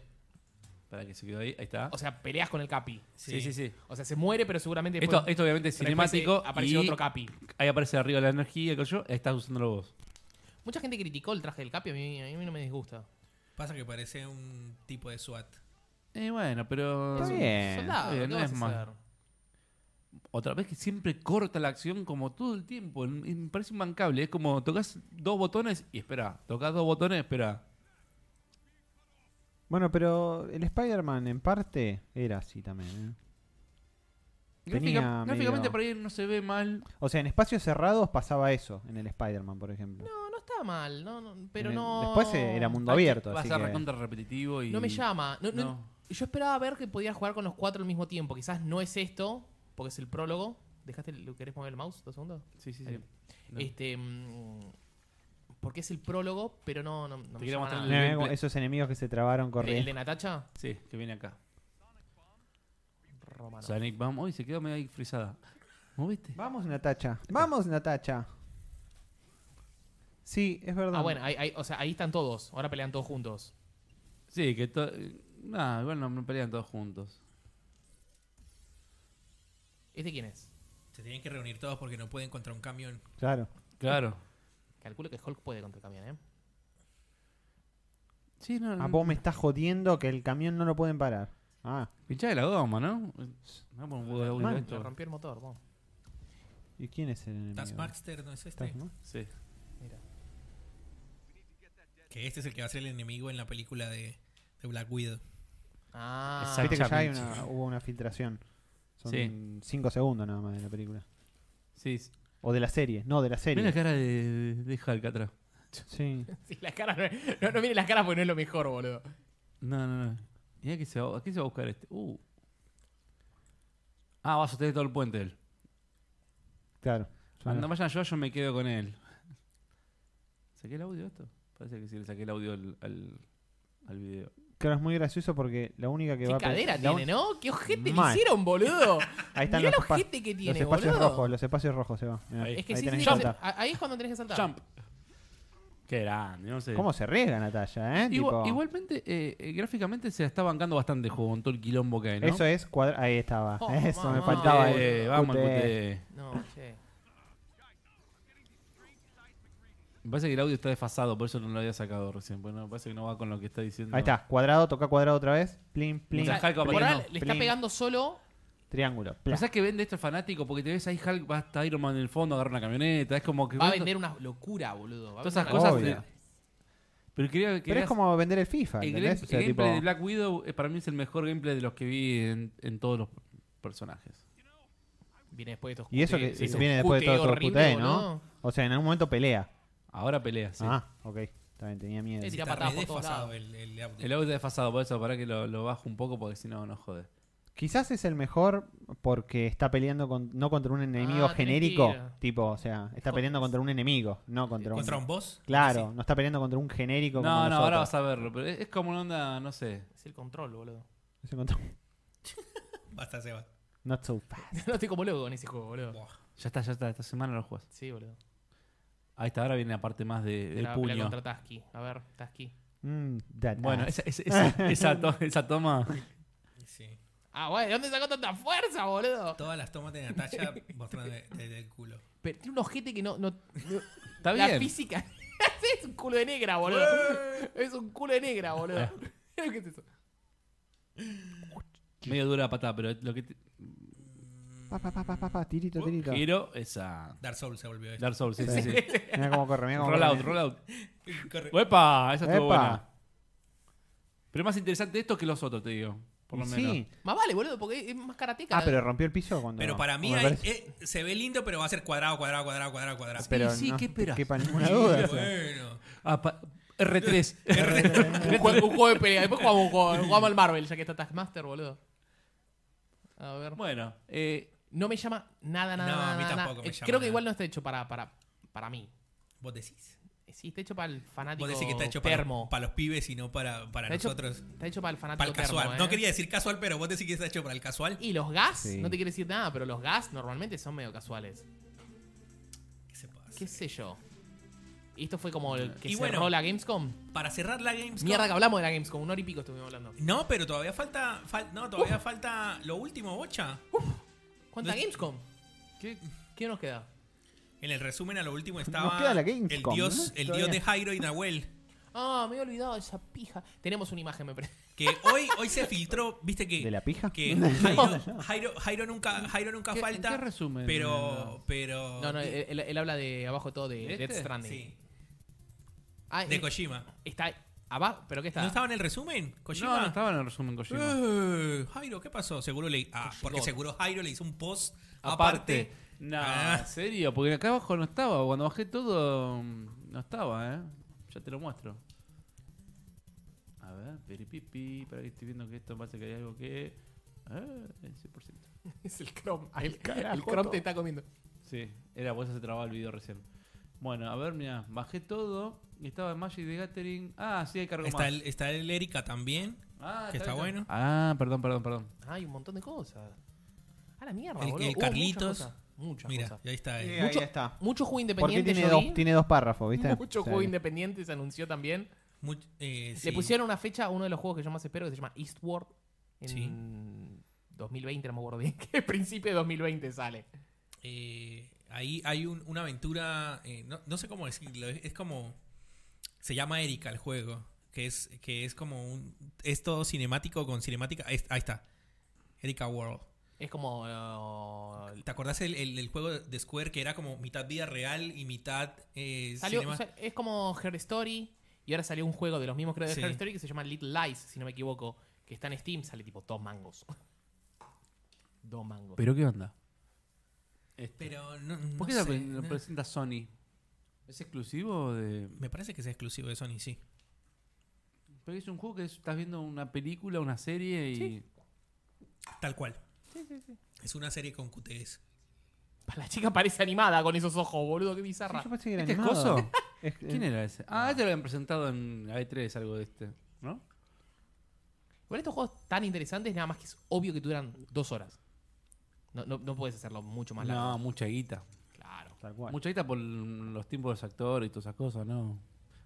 para que se quedó ahí, ahí está.
O sea, peleas con el capi.
sí, sí, sí.
O sea, se muere, pero seguramente.
Esto,
después-
esto obviamente es
pero después
cinemático.
se- Aparece
y
otro capi.
Ahí aparece arriba la energía, que yo, ahí estás usándolo vos.
Mucha gente criticó el traje del capi. A mí, a mí no me disgusta.
Pasa que parece un tipo de SWAT.
Eh, bueno, pero.
Está bien.
Soldado,
está bien,
¿qué
no
vas
es
a
mal.
hacer?
Otra vez que siempre corta la acción como todo el tiempo. en- en- Me parece imbancable. Es como tocas dos botones y espera. Tocas dos botones, espera.
Bueno, pero el Spider-Man en parte era así también. ¿eh? Tenía medio-
Gráficamente por ahí no se ve mal.
O sea, en espacios cerrados pasaba eso en el Spider-Man, por ejemplo.
No, no está mal. No, no, pero
En el-
no.
Después eh, era mundo
Parece-
abierto,
Va a
así
ser
que-
recontra repetitivo y.
No me llama. No, no-
No.
Yo esperaba ver que podía jugar con los cuatro al mismo tiempo. Quizás no es esto, porque es el prólogo. ¿Dejaste, el- ¿Querés mover el mouse dos segundos?
Sí, sí, sí.
Ahí.
No.
Este. mm, porque es el prólogo, pero no, no, no
Te
me
quiero
llama
mostrar
nada.
el-
Eh,
gameplay.
Esos enemigos que se trabaron
¿El,
corriendo.
de Natacha?
Sí, que viene acá.
Romano.
Sonic Bam. Uy, se quedó medio ahí frisada. ¿Moviste?
Vamos, Natacha. Vamos, Natacha. Sí, es verdad.
Ah, bueno, ahí, ahí- o sea, ahí están todos. Ahora pelean todos juntos.
Sí, que. to- Nah, igual no, no pelean todos juntos.
¿Este quién es?
Se tienen que reunir todos porque no pueden contra un camión.
Claro.
Claro.
Calculo que Hulk puede contra el camión, ¿eh?
Sí, no.
Ah, vos me estás jodiendo que el camión no lo pueden parar. Ah,
Pinchá de la goma, ¿no? No, por un poco de audio
Man.
Le
esto.
rompió el motor, vos.
¿y quién es el enemigo?
Taskmaster, ¿no es este?
Taskma-
Sí.
Mira.
Que este es el que va a ser el enemigo en la película de, de Black Widow.
Ah,
Exacto.
Viste que ya hay una- hubo una filtración. Son
Sí.
5 segundos nada más de la película.
Sí. sí.
O de la serie. No, de la
Mira
serie.
la cara de, de, de Hulk atrás.
Sí.
Sí, las caras no, es- no, no miren las caras porque no es lo mejor, boludo.
No, no, no. Mirá que se va, ¿a qué se va a buscar este? Uh. Ah, va a sostener todo el puente él.
Claro.
Cuando vayan yo, yo me quedo con él. ¿Saqué el audio esto? Parece que sí le saqué el audio al, al, al video.
Claro, es muy gracioso porque la única que
Qué
va a pe-
cadera
la un-
tiene, ¿no? Qué ojete le
Mal.
hicieron, boludo.
Ahí están
Mirá
los,
el
espa-
ojete que tiene,
los espacios
boludo.
rojos, los espacios rojos se va. Mirá,
Ahí.
Es que
ahí
sí,
tenés
sí,
que
sí,
saltar.
a- ahí es cuando tenés que saltar.
Jump. Qué grande, no sé.
¿Cómo se riesga Natalia, eh?
Igual-
Tipo,
igualmente, eh, eh, gráficamente se está bancando bastante el juego con todo el quilombo que hay, ¿no?
Eso es cuadra... Ahí estaba.
Oh,
Eso me
vamos.
faltaba. el
Eh, vamos,
QTE.
QTE.
No, che.
Me parece que el audio está desfasado, por eso no lo había sacado recién. Bueno, me parece que no va con lo que está diciendo.
Ahí está. Cuadrado, toca cuadrado otra vez. Plin, plin.
O sea, Hulk va
Por ahora
peleando.
le está
Plin.
pegando solo.
Triángulo. pla.
¿Pensás que vende esto el fanático? Porque te ves ahí Hulk, va hasta Iron Man en el fondo, agarra una camioneta. Es como que.
Va a
vendo-
vender una locura, boludo. Va a
Todas
vender
esas
una
cosas.
locura.
Obvio.
de- Pero quería que.
Pero es como vender el FIFA.
El, game-
¿entendés? O sea,
el gameplay
tipo-
de Black Widow eh, para mí es el mejor gameplay de los que vi en, en todos los personajes.
Viene después de estos
Y eso
cute-
que
esos
viene después de
cute
todo otro
horrible,
QTE, ¿no?
boludo.
O sea, en algún momento pelea.
Ahora pelea, sí.
Ah, ok. También tenía miedo.
Es- Tira
Está
patadas
re
por todos
desfasado
lados.
el, el audio.
El audio está desfasado, por eso, para que lo, lo bajo un poco porque si no, no jode.
Quizás es el mejor porque está peleando con, no contra un enemigo
Ah,
genérico.
tranquila.
Tipo, o sea, está peleando contra un enemigo, no contra un.
¿Contra un boss?
Claro, no está peleando contra un genérico
No,
como
no,
nosotros.
ahora vas a verlo. Pero es, es como una onda, no sé.
Es el control, boludo.
Se encontró-
Basta, Seba.
Not so fast.
No estoy como loco en ese juego, boludo.
Buah.
Ya está, ya está. Esta semana lo juegas.
Sí, boludo.
Ahí está, ahora viene la parte más de, del
Pelea- pelea
puño.
contra Tasky. A ver, Tasky.
Mm, that
Bueno,
ass.
esa, esa, esa, esa to- esa toma.
Sí.
Ah, bueno, ¿de dónde sacó tanta fuerza, boludo?
Todas las tomas de Natasha mostrando desde el culo.
Pero tiene un ojete que no. no, no-
Está
la
bien.
física. es un culo de negra, boludo. es un culo de negra, boludo. ¿Qué es eso?
Medio dura la patada, pero lo que te-
Pa, pa, pa, pa, pa, pa, tirito, tirito.
quiero es a
Dark Souls se volvió esto.
Dark Souls. Sí, sí, sí.
Mira cómo corre, mira cómo
roll out,
corre.
roll out.
Corre.
¡Epa! Esa estuvo
Epa.
buena. Pero más interesante esto que los otros, te digo. Por lo menos.
Sí.
Más vale, boludo, porque es más karateca.
Ah, pero rompió el piso cuando.
Pero para mí
me
hay-
parece-
eh, se ve lindo, pero va a ser cuadrado, cuadrado, cuadrado, cuadrado, cuadrado.
Pero
sí,
no
¿qué esperas?
quepa ninguna duda. o sea.
bueno.
Ah, pa- R3.
Un juego, un juego de pelea. Después jugamos, un juego- jugamos al Marvel, ya que está Taskmaster, boludo. A ver.
bueno, eh,
No me llama nada, nada.
No, a mí
nada, nada.
tampoco me
Eh,
llama
Creo que
nada.
igual no está hecho para, para, para mí.
Vos decís.
Sí, está hecho para el fanático
Vos decís que está hecho para,
Ah, termo.
para los pibes y no para, para
Está hecho-
nosotros.
está hecho para el fanático
Para el casual.
termo, ¿eh?
No quería decir casual, pero vos decís que está hecho para el casual.
Y los gas,
Sí.
no te quiero decir nada, pero los gas normalmente son medio casuales.
¿Qué se pasa?
¿Qué sé yo? Y esto fue como el que
Y
cerró
bueno.
la Gamescom.
Para cerrar la Gamescom.
Mierda que hablamos de la Gamescom, una hora y pico estuvimos hablando.
No, pero todavía falta. fal- no, todavía falta lo último, bocha.
¿Cuánta
No-
Gamescom?
¿qué?
¿Qué nos queda?
En el resumen, a lo último estaba.
queda la
el
Gamescom,
dios,
¿no?
el
Todavía.
dios de Jairo y Nahuel.
Ah, me había olvidado de esa pija. Tenemos una imagen, me parece.
Que hoy, hoy se filtró, viste que.
¿De la pija?
que
No,
Jairo, Jairo- Jairo nunca, Jairo nunca
¿Qué- en
falta.
qué resumen?
Pero. pero
No, eh, no, él, él- él habla de abajo de todo de
¿De este?
Death Stranding.
sí,
Ah,
de
eh,
Kojima.
está abajo, pero ¿qué está?
¿No estaba en el resumen? Kojima.
No, no estaba en el resumen Kojima.
Eh, Jairo, ¿qué pasó? Seguro le. Ah, porque
Kojima.
seguro Jairo le hizo un post aparte.
Aparte. No,
Ah.
en serio, porque acá abajo no estaba. Cuando bajé todo, mm, no estaba, ¿eh? Ya te lo muestro. A ver, peripipi, para que estoy viendo que esto parece que hay algo que. Ah, el 100%.
Es el Chrome. El, el Chrome te está comiendo.
Sí, era por eso se trababa el video recién. Bueno, a ver, mira, bajé todo y estaba en Magic the Gathering. Ah, sí, hay cargo
Está
más.
el, está el Erika también.
Ah,
que está
bien,
bueno.
Ah, perdón, perdón, perdón.
Hay un montón de cosas. A la mierda,
El-
boludo.
el
muchas
Carlitos.
cosas, Muchas
Mira,
cosas.
y ahí está. eh.
Sí,
él.
ahí
Mucho-
está.
Mucho juego
Porque
independiente.
tiene
yo
dos,
vi.
tiene dos párrafos, ¿viste?
Mucho
O sea,
juego independiente se anunció también.
Mu- eh, sí.
Le pusieron una fecha a uno de los juegos que yo más espero, que se llama Eastward. En
Sí.
2020, no me acuerdo bien, que principio de 2020 sale.
Eh, ahí hay un- una aventura. eh, no, no sé cómo decirlo. Es, es como. Se llama Erika el juego. Que es, que es como un. Es todo cinemático con cinemática. es- ahí está. Erika World.
Es como... eh,
¿Te acordás el, el- el juego de Square que era como mitad vida real y mitad eh,
salió,
cinema?
sa- es como Her Story y ahora salió un juego de los mismos creadores de
Sí.
Her Story que se llama Little Lies, si no me equivoco, que está en Steam, sale tipo dos mangos. dos mangos.
¿Pero qué onda?
Pero no, Este, no
¿Por qué
sé,
la pre- lo
no.
presenta Sony? ¿Es exclusivo de.?
Me parece que es exclusivo de Sony, sí.
Porque es un juego que es- estás viendo una película, una serie y.
Tal cual. Es una serie con QTS.
La chica parece animada con esos ojos, boludo, qué
Sí,
bizarra.
yo pensé que era
¿Este es
animado.
coso?
Es-
¿Quién era ese? Ah, este lo habían presentado en la E3, algo de este, ¿no?
Igual estos juegos tan interesantes, nada más que es obvio que duran dos horas. No, no, no puedes hacerlo mucho más largo.
No, mucha guita.
Claro.
Tal cual.
Mucha guita por los tiempos de los actores y todas esas cosas, ¿no?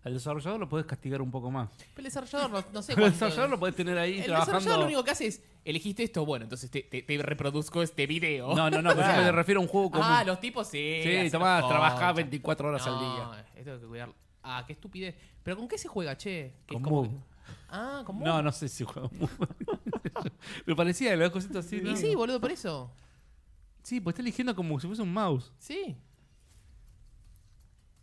Al desarrollador lo puedes castigar un poco más.
Pero el desarrollador, no, no sé
Al
cuánto-
desarrollador lo puedes tener ahí
El desarrollador lo
trabajando.
único que hace es, elegiste esto, bueno, entonces te, te- te reproduzco este video.
No, no, no, pero yo me refiero a un juego como.
ah, los tipos sí.
sí,
hacen
tomás,
Oh,
los
trabajás
conchas.
24 horas al
No,
día.
Esto hay que cuidarlo. Ah, qué estupidez. ¿Pero con qué se juega, che? Que es
Con
como
Moog.
que- Ah, con Moog.
No, no sé si juego. Me parecía de los cositos así.
Y
¿no?
sí, boludo, por eso.
Sí, pues está eligiendo como si fuese un mouse.
Sí.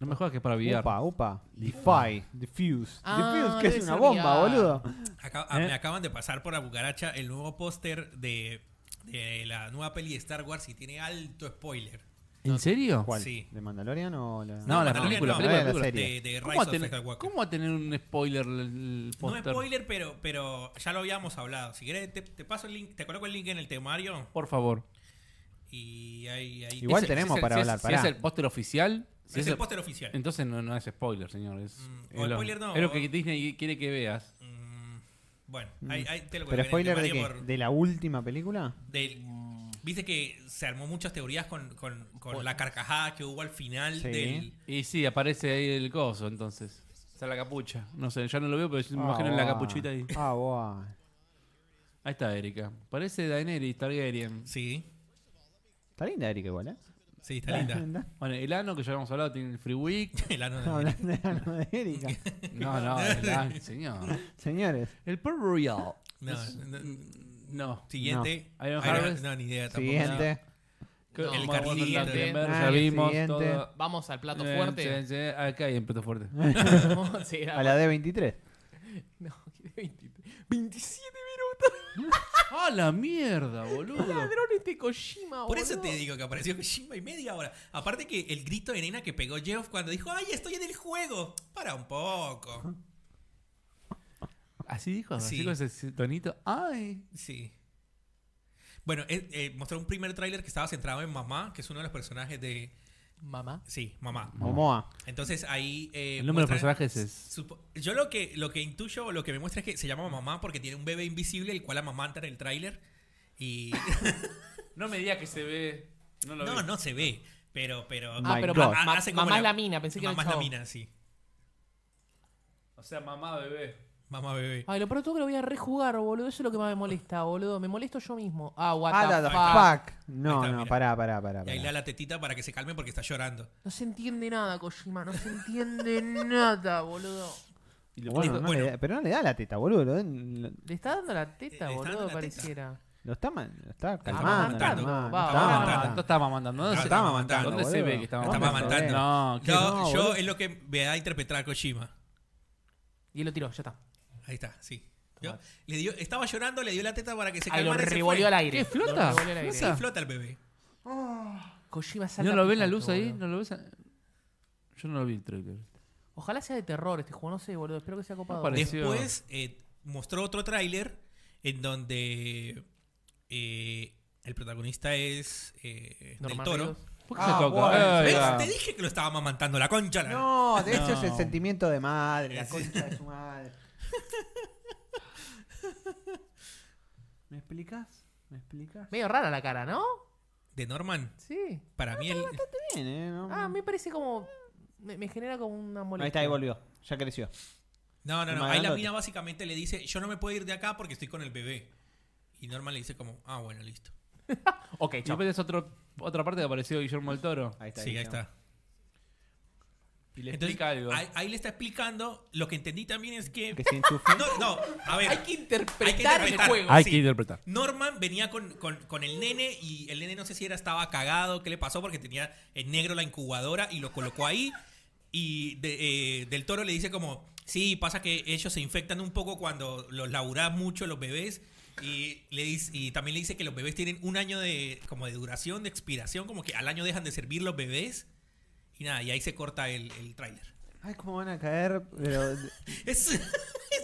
No me juegas que es para VR.
Upa, upa. Defy, Diffuse.
Ah,
diffuse, que
debe
es una
ser
bomba,
VR.
boludo.
Acá- a-
¿Eh?
Me acaban de pasar por la cucaracha el nuevo póster de, de la nueva peli de Star Wars y tiene alto spoiler.
¿En serio?
¿Cuál?
Sí.
¿De Mandalorian o la.? Ah,
No, Ah, la
Mandalorian
película,
no,
la película, la
la
película.
serie.
De, de
¿Cómo
Rise
va, a
of
tener,
Skywalker.
cómo va a tener un spoiler el, el
No es
póster?
spoiler, pero, pero ya lo habíamos hablado. Si querés, te, te paso el link, te coloco el link en el temario
Por favor.
y ahí. ahí
Igual
Ese-
tenemos
ese-
para
si es-
hablar,
Si es
pará.
el póster oficial, si
es
es
el
el-
póster oficial.
entonces no, no es spoiler, señor. Es,
Mm, o
es lo,
spoiler no,
es lo
o-
que Disney quiere que veas.
Mm, bueno, ahí, ahí te lo coloco en
¿Pero
el
spoiler de
temario
qué?
por-
¿De la última película?
del- Viste que se armó muchas teorías con, con- con la carcajada que hubo al final
Sí.
del.
Y sí, aparece ahí el coso, entonces. O sea, la capucha. No sé, ya no lo veo, pero yo me
Ah,
imagino en la
buah.
capuchita ahí.
Ah, buah.
Ahí está Erika. Parece Daenerys Targaryen.
Sí,
Está linda Erika igual, ¿eh?
sí, está linda.
Linda.
Bueno, el ano que ya habíamos hablado tiene el Free Week.
El ano de-
Hablando de ano de Erika.
No, no, el ano, señor.
Señores,
El Pearl Royal.
No, no,
No.
siguiente.
No. Iron
Iron-
Harvest.
no, ni idea tampoco.
siguiente.
No,
el
el
Carlín.
siguiente.
Ya
Ah, el
vimos
siguiente.
todo.
Vamos al plato
Eh,
fuerte.
sí, sí, Acá hay el plato fuerte.
Sí, era-
A la D23.
No, que de 23. 27
¡Ah, la mierda, boludo!
ladrones de Kojima,
Por eso
boludo.
te digo que apareció Kojima y media hora. Aparte que el grito de nena que pegó Jeff cuando dijo, ¡ay, estoy en el juego! Para un poco.
Así dijo, así
Sí.
con ese tonito. ¡Ay!
Sí. Bueno, eh, eh, mostró un primer tráiler que estaba centrado en Mamá, que es uno de los personajes de...
Mamá.
Sí, Mamá.
Momoa.
Entonces ahí... eh,
El número de
muestran-
personajes es.
Supo- Yo lo que, lo que intuyo, lo que me muestra es que se llama Mamá porque tiene un bebé invisible, el cual amamanta en el tráiler. Y...
No me digas que se ve. No lo
no, no se ve. Pero, pero...
Ah,
My
pero
God.
ma- ma-
Hace como
mamá es
la-
la mina, pensé que
mamá es
era el
la
chavo.
mina, sí.
O sea, mamá, bebé.
Mamá bebé.
Ay, lo pronto que lo voy a rejugar, boludo. Eso es lo que más me molesta, boludo. Me molesto yo mismo. Ah, what
Ah,
the
la the
fuck.
fuck. No,
Ahí está,
no,
mira.
pará, pará, pará.
Y
pará.
ahí le da la tetita para que se calme porque está llorando.
No se entiende nada, Kojima. No se entiende nada, boludo.
Bueno, no
Bueno.
le da- pero no le da la teta, boludo. Lo, lo-
Le está dando la
Le
teta,
está dando
boludo,
la
pareciera.
lo está, man- lo está calmando.
amamantando.
lo está
Va,
amamantando.
va,
Ah, No está mamantando. ¿Dónde,
No,
se-
está mamantando,
¿dónde se
boludo.
ve que está
No
está
mamantando?
mamantando.
No, ¿qué?
Yo,
No,
yo
boludo.
es lo que me da a interpretar a Kojima.
Y él lo tiró, ya está.
Ahí está, sí. Yo- le dio, estaba llorando, le dio la teta para que se
Ahí Ah. lo
calmara y se fue.
revolvió al aire.
¿Qué, flota?
Lo revolvió al aire.
Sí, flota el bebé.
Kojima salta
¿No lo ven la
picante,
luz ahí?
boludo.
¿No lo ves? a- Yo no lo vi el trailer.
Ojalá sea de terror este juego, no sé, boludo. Espero que sea copado.
parece. Pareció-
Después eh, mostró otro tráiler en donde eh, el protagonista es eh, del
Norman
toro.
Reedus.
¿Por qué
Ah,
se toca?
bueno.
Ahí
¿Ves?
va.
Te dije que lo estaba mamantando la concha. la-
No, de eso es el
No.
sentimiento de madre, la concha de su madre. ¿Me explicas? ¿Me explicas?
Medio rara la cara, ¿no?
De Norman.
Sí.
Para mí el...
Bien, eh, no-
Ah, me parece como. Me, me genera como una molestia.
Ahí está, ahí volvió. Ya creció.
No, no, no.
Más
Ahí la
grandote.
mina básicamente le dice, yo no me puedo ir de acá porque estoy con el bebé. Y Norman le dice como, ah, bueno, listo.
Ok,
Y después es otro, otra parte que apareció Guillermo del Toro.
Ahí está.
sí, ahí
ya.
está.
Y le
Entonces,
explica algo.
Ahí, ahí le está explicando. Lo que entendí también es que.
Que se enchufe.
No, no, a ver.
Hay que interpretar el
interpretar.
juego.
Hay
sí.
que interpretar.
Norman venía con, con- con el nene y el nene no sé si era estaba cagado, qué le pasó porque tenía en negro la incubadora y lo colocó ahí. Y de- eh, del toro le dice como, sí, pasa que ellos se infectan un poco cuando los laburás mucho los bebés. Y, le dice, y también le dice que los bebés tienen un año de como de duración, de expiración, como que al año dejan de servir los bebés. Y nada, y ahí se corta el, el tráiler.
Ay, cómo van a caer. Pero,
Es-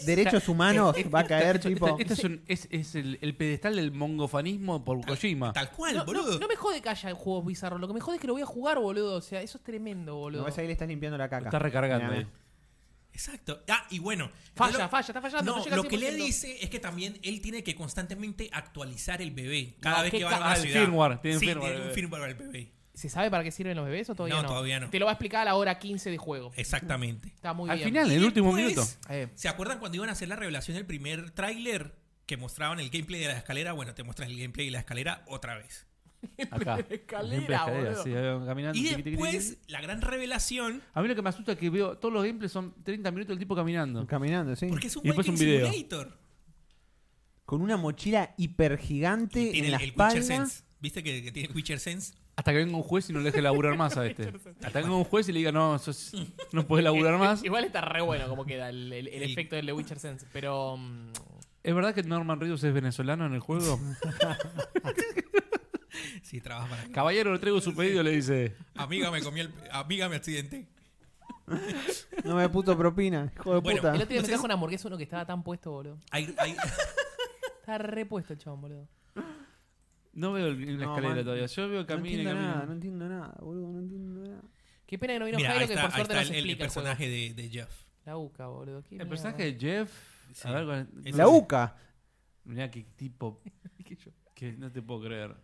derechos humanos Ah,
Eh,
va a caer,
Esto-
tipo.
esto- esto es, un- es- es el, el pedestal del mongofanismo por Kojima.
Tal cual,
No,
boludo.
no- no me jode que haya juegos bizarros. Lo que me jode es que lo voy a jugar, boludo. O sea, eso es tremendo,
No
boludo.
ves ahí le estás limpiando la caca.
Está recargando
Mirá,
ahí.
Exacto. Ah, y bueno.
Falla,
Lo-
falla, está fallando.
No,
llega al
lo que le
100%.
dice es que también él tiene que constantemente actualizar el bebé cada
No,
vez
qué
que va a
ca-
una
ah, el
ciudad.
firmware, tiene un
Sí,
firmware
tiene
el
un
bebé.
firmware al bebé.
¿Se sabe para qué sirven los bebés o todavía no?
No, todavía no.
Te lo va a explicar a la hora 15 de juego.
Exactamente.
Está muy
Al
bien.
final,
Y
en el último
después,
minuto.
Eh,
¿Se acuerdan cuando iban a hacer la revelación del primer tráiler que mostraban el gameplay de la escalera? Bueno, te muestran el gameplay de la escalera otra vez.
Acá.
la escalera,
Ejemplo de
boludo.
sí, ahí van caminando.
Y
tiqui, tiqui, tiqui,
después,
tiqui.
la gran revelación,
A mí lo que me asusta es que veo todos los gameplays son 30 minutos del tipo caminando.
Caminando, sí.
porque es un
Y después
Walking
un video.
Simulator.
Con una mochila hiper gigante
Tiene
en
el,
la
el
espalda.
Witcher Sense. ¿Viste que, que tiene Witcher Sense?
Hasta que venga un juez y no le deje laburar más a este. Hasta que venga un juez y le diga, no, sos- no puedes laburar más.
Igual está re bueno como queda el, el- el
El-
efecto del The Witcher Sense. Pero. mm,
¿Es verdad que Norman Reedus es venezolano en el juego?
Sí, trabaja para acá.
Caballero, le traigo su pedido, le dice.
Amiga, me comí el... Amiga, me accidenté.
No me puto propina, hijo de
Bueno,
puta.
El otro día me
Entonces-
trajo una hamburguesa uno que estaba tan puesto, boludo.
Hay- hay-
Estaba repuesto el chabón, boludo.
No veo el- la
No,
escalera
man.
todavía. Yo veo
no
camina y
entiendo
camina.
nada, no entiendo nada, boludo, no entiendo nada.
Qué pena que no vino
Mira, ahí
Jairo, que
está,
por
ahí
suerte
está
nos
el, el
explica. el juego.
personaje de, de Jeff.
La UCA, boludo. qué
El
mierda.
personaje de Jeff.
Sí.
A ver, con-
Es-
La
sí.
UCA.
mirá qué tipo. que no te puedo creer.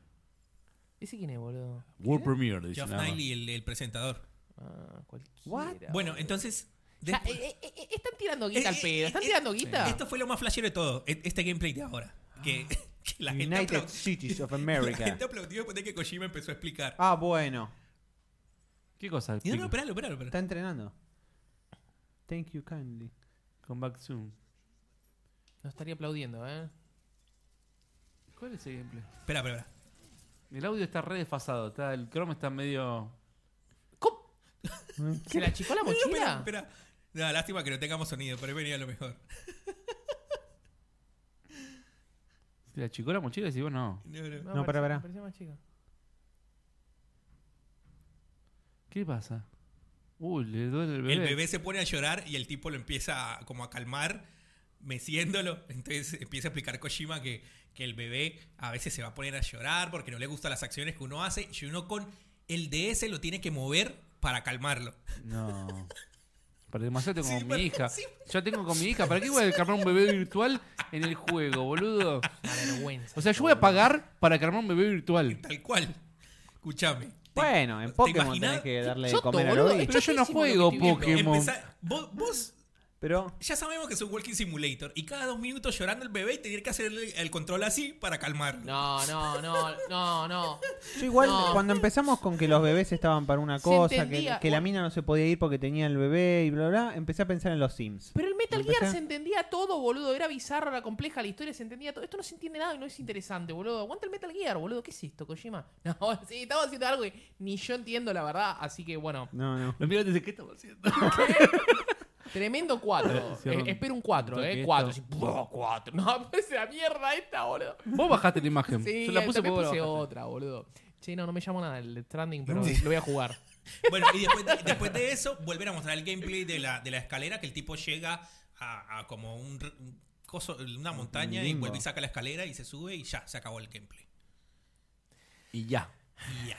¿Ese quién es, boludo?
World Premiere, dice.
Jeff
nada más.
Niley, el, el presentador.
Ah, cualquiera.
What?
Bueno, entonces.
Ya,
después-
eh, eh, eh, están tirando guita
Eh,
al
eh,
pedo.
eh,
Están
eh,
tirando guita. Ah.
esto fue lo más flashero de todo, e- este gameplay de ahora. que, que la, gente
United
aplau-
Cities of
la
America.
gente aplaudió después de que Kojima empezó a explicar.
Ah, bueno.
¿Qué cosa?
Y no, no,
explica?
esperalo, esperalo, esperalo.
Está entrenando. Thank you kindly.
Come back soon.
No estaría aplaudiendo, ¿eh?
¿Cuál es el gameplay?
Espera, espera, espera.
El audio está re desfasado. Está, el Chrome está medio.
¿Cómo? ¿Se la achicó la
No, no, espera,
mochila?
espera. No, lástima que no tengamos sonido, pero ahí venía lo mejor.
Se le achicó la mochila y decís, bueno, no.
No, no.
No, pará,
parecía-
pará.
parecía más chica.
¿Qué pasa? Uy, le duele el bebé.
El bebé se pone a llorar y el tipo lo empieza a- como a calmar, meciéndolo. Entonces empieza a explicar Kojima que, que el bebé a veces se va a poner a llorar porque no le gustan las acciones que uno hace y uno con el DS lo tiene que mover para calmarlo.
No. Para demasiado
Sí,
como mi
para-
hija.
sí.
Yo tengo con mi hija. ¿Para qué voy a calmar un bebé virtual en el juego, boludo?
Una Ah, vergüenza.
O sea, yo voy a pagar para calmar un bebé virtual.
Tal cual. Escúchame.
Bueno, en
¿Te
Pokémon
imaginas?
tenés que darle de
choto,
comer a
boludo.
Lobby.
Es
Pero yo
chotísimo
no
lo que
juego
estoy viendo.
Pokémon.
Em, Empezá- vos, vos
Pero
ya sabemos que es un walking simulator y cada dos minutos llorando el bebé y tener que hacerle el control así para calmarlo.
No, no, no, no, no.
yo igual
No.
cuando empezamos con que los bebés estaban para una
Se
cosa, que,
entendía.
que la mina no se podía ir porque tenía el bebé y bla bla, bla, empecé a pensar en los Sims.
Pero el Metal Gear
Empezá.
se entendía todo, boludo. Era bizarro, era compleja la historia, se entendía todo. Esto no se entiende nada y no es interesante, boludo. Aguanta el Metal Gear, boludo. ¿Qué es esto, Kojima? No, sí, estamos haciendo algo que ni yo entiendo, la verdad. Así que, bueno,
No, no.
Lo miro desde qué estamos haciendo.
tremendo 4.
Cierro un-
espero un 4,
toque
¿eh?
esto.
4. 4. No, pues la mierda esta, boludo.
Vos bajaste la imagen.
Sí,
Yo la puse,
también
pero vos la
puse
bajaste.
otra, boludo. Che, no, no me llamo nada el Death Stranding, pero lo voy a jugar.
Bueno, y después de, después de eso, vuelven a mostrar el gameplay de la, de la escalera, que el tipo llega a, a como un, r- un coso, una montaña y
limbo.
vuelve y saca la escalera y se sube y ya, se acabó el gameplay.
Y ya.
Y ya.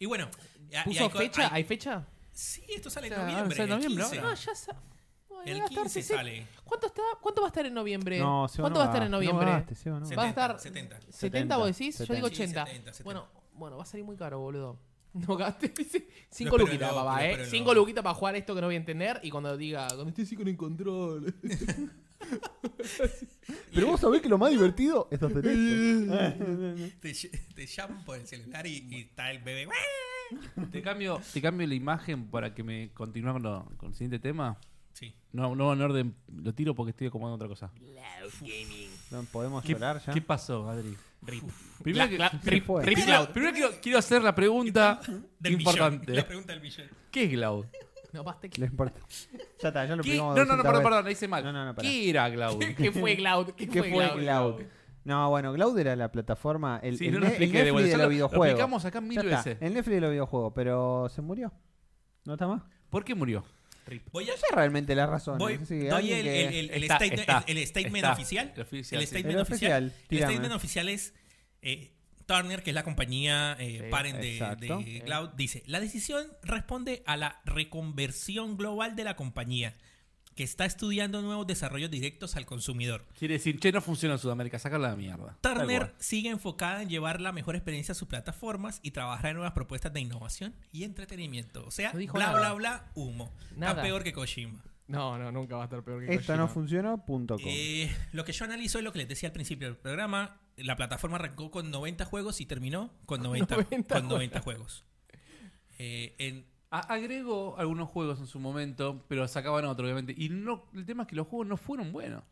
Y bueno, ya- Ah, y
¿Puso
hay co-
fecha? ¿Hay,
hay-
fecha?
sí, esto sale en
Ya,
noviembre.
sale en
el
noviembre,
15.
No, ya sa- Bueno,
El
va a estar
15
sesen-
sale.
¿Cuánto, está? ¿Cuánto va a estar en
Este,
noviembre?
No, Seba,
¿Cuánto
no
va a estar en
va. No
noviembre?
gaste, Seba,
Va a
no.
70,
estar
70.
70, vos decís, yo digo
70.
80.
Sí, 70, 70.
Bueno, bueno, va a salir muy caro, boludo. No gastes 5
pero
luquitas,
no,
papá,
pero
eh.
pero no.
5 luquitas para jugar esto que no voy a entender y cuando diga, cuando esté así con el control.
Pero vos sabés que lo más divertido es hacer
Te, ll- te llaman por el celular y, y está el bebé.
Te cambio, te cambio la imagen para que me continúe con, lo- con el siguiente tema.
Sí.
No, no en orden, lo tiro porque estoy acomodando otra cosa.
¿Podemos
¿Qué,
llorar ya?
qué pasó, Adri?
Rip.
Primero,
La-
que-
la- rip-
fue?
rip
Mira.
loud.
primero quiero, quiero hacer la pregunta
Del
importante.
millón. La pregunta del millón.
¿Qué es Cloud?
No, basta
No
que-
importa. Ya está, ya lo
¿Qué?
primamos
No, no, no, perdón,
200 veces.
perdón, la hice mal.
No, no, no, pará.
¿Qué era Cloud?
¿Qué fue Cloud? ¿Qué
¿Qué
fue
fue
Cloud?
Cloud? No, bueno, Cloud era la plataforma, el,
Sí,
el
no lo
ne- el
expliqué de
Netflix
vuelta,
de
ya
los
lo- lo
videojuegos.
explicamos acá mil
Ya está,
veces.
El Netflix de los videojuegos, pero se murió. ¿No está más? No
¿Por qué murió?
Voy a,
sé realmente las razones.
¿eh?
Voy,
así que
doy
alguien
el,
que-
el- el- el
Está,
statement,
está,
el- el statement
está.
oficial.
El oficial, sí.
statement
El oficial,
oficial. El
tirame.
statement oficial es eh, Turner, que es la compañía eh,
Sí,
parent de,
exacto.
de Cloud, dice, la decisión responde a la reconversión global de la compañía, que está estudiando nuevos desarrollos directos al consumidor.
Quiere decir, che, no funciona en Sudamérica, sácala de la mierda. Tal
Turner
cual.
sigue enfocada en llevar la mejor experiencia a sus plataformas y trabajar en nuevas propuestas de innovación y entretenimiento. O sea,
No dijo
bla,
nada.
bla, bla, humo.
Nada.
Está peor que Kojima.
No, no, nunca va a estar peor que
Esto no
Kojima.
funcionó, punto com.
Eh, lo que yo analizo es lo que les decía al principio del programa. La plataforma arrancó con 90 juegos y terminó con 90,
90
con 90 juegos. Eh, en-
A- agregó algunos juegos en su momento, pero sacaban otro, obviamente. Y no, el tema es que los juegos no fueron buenos.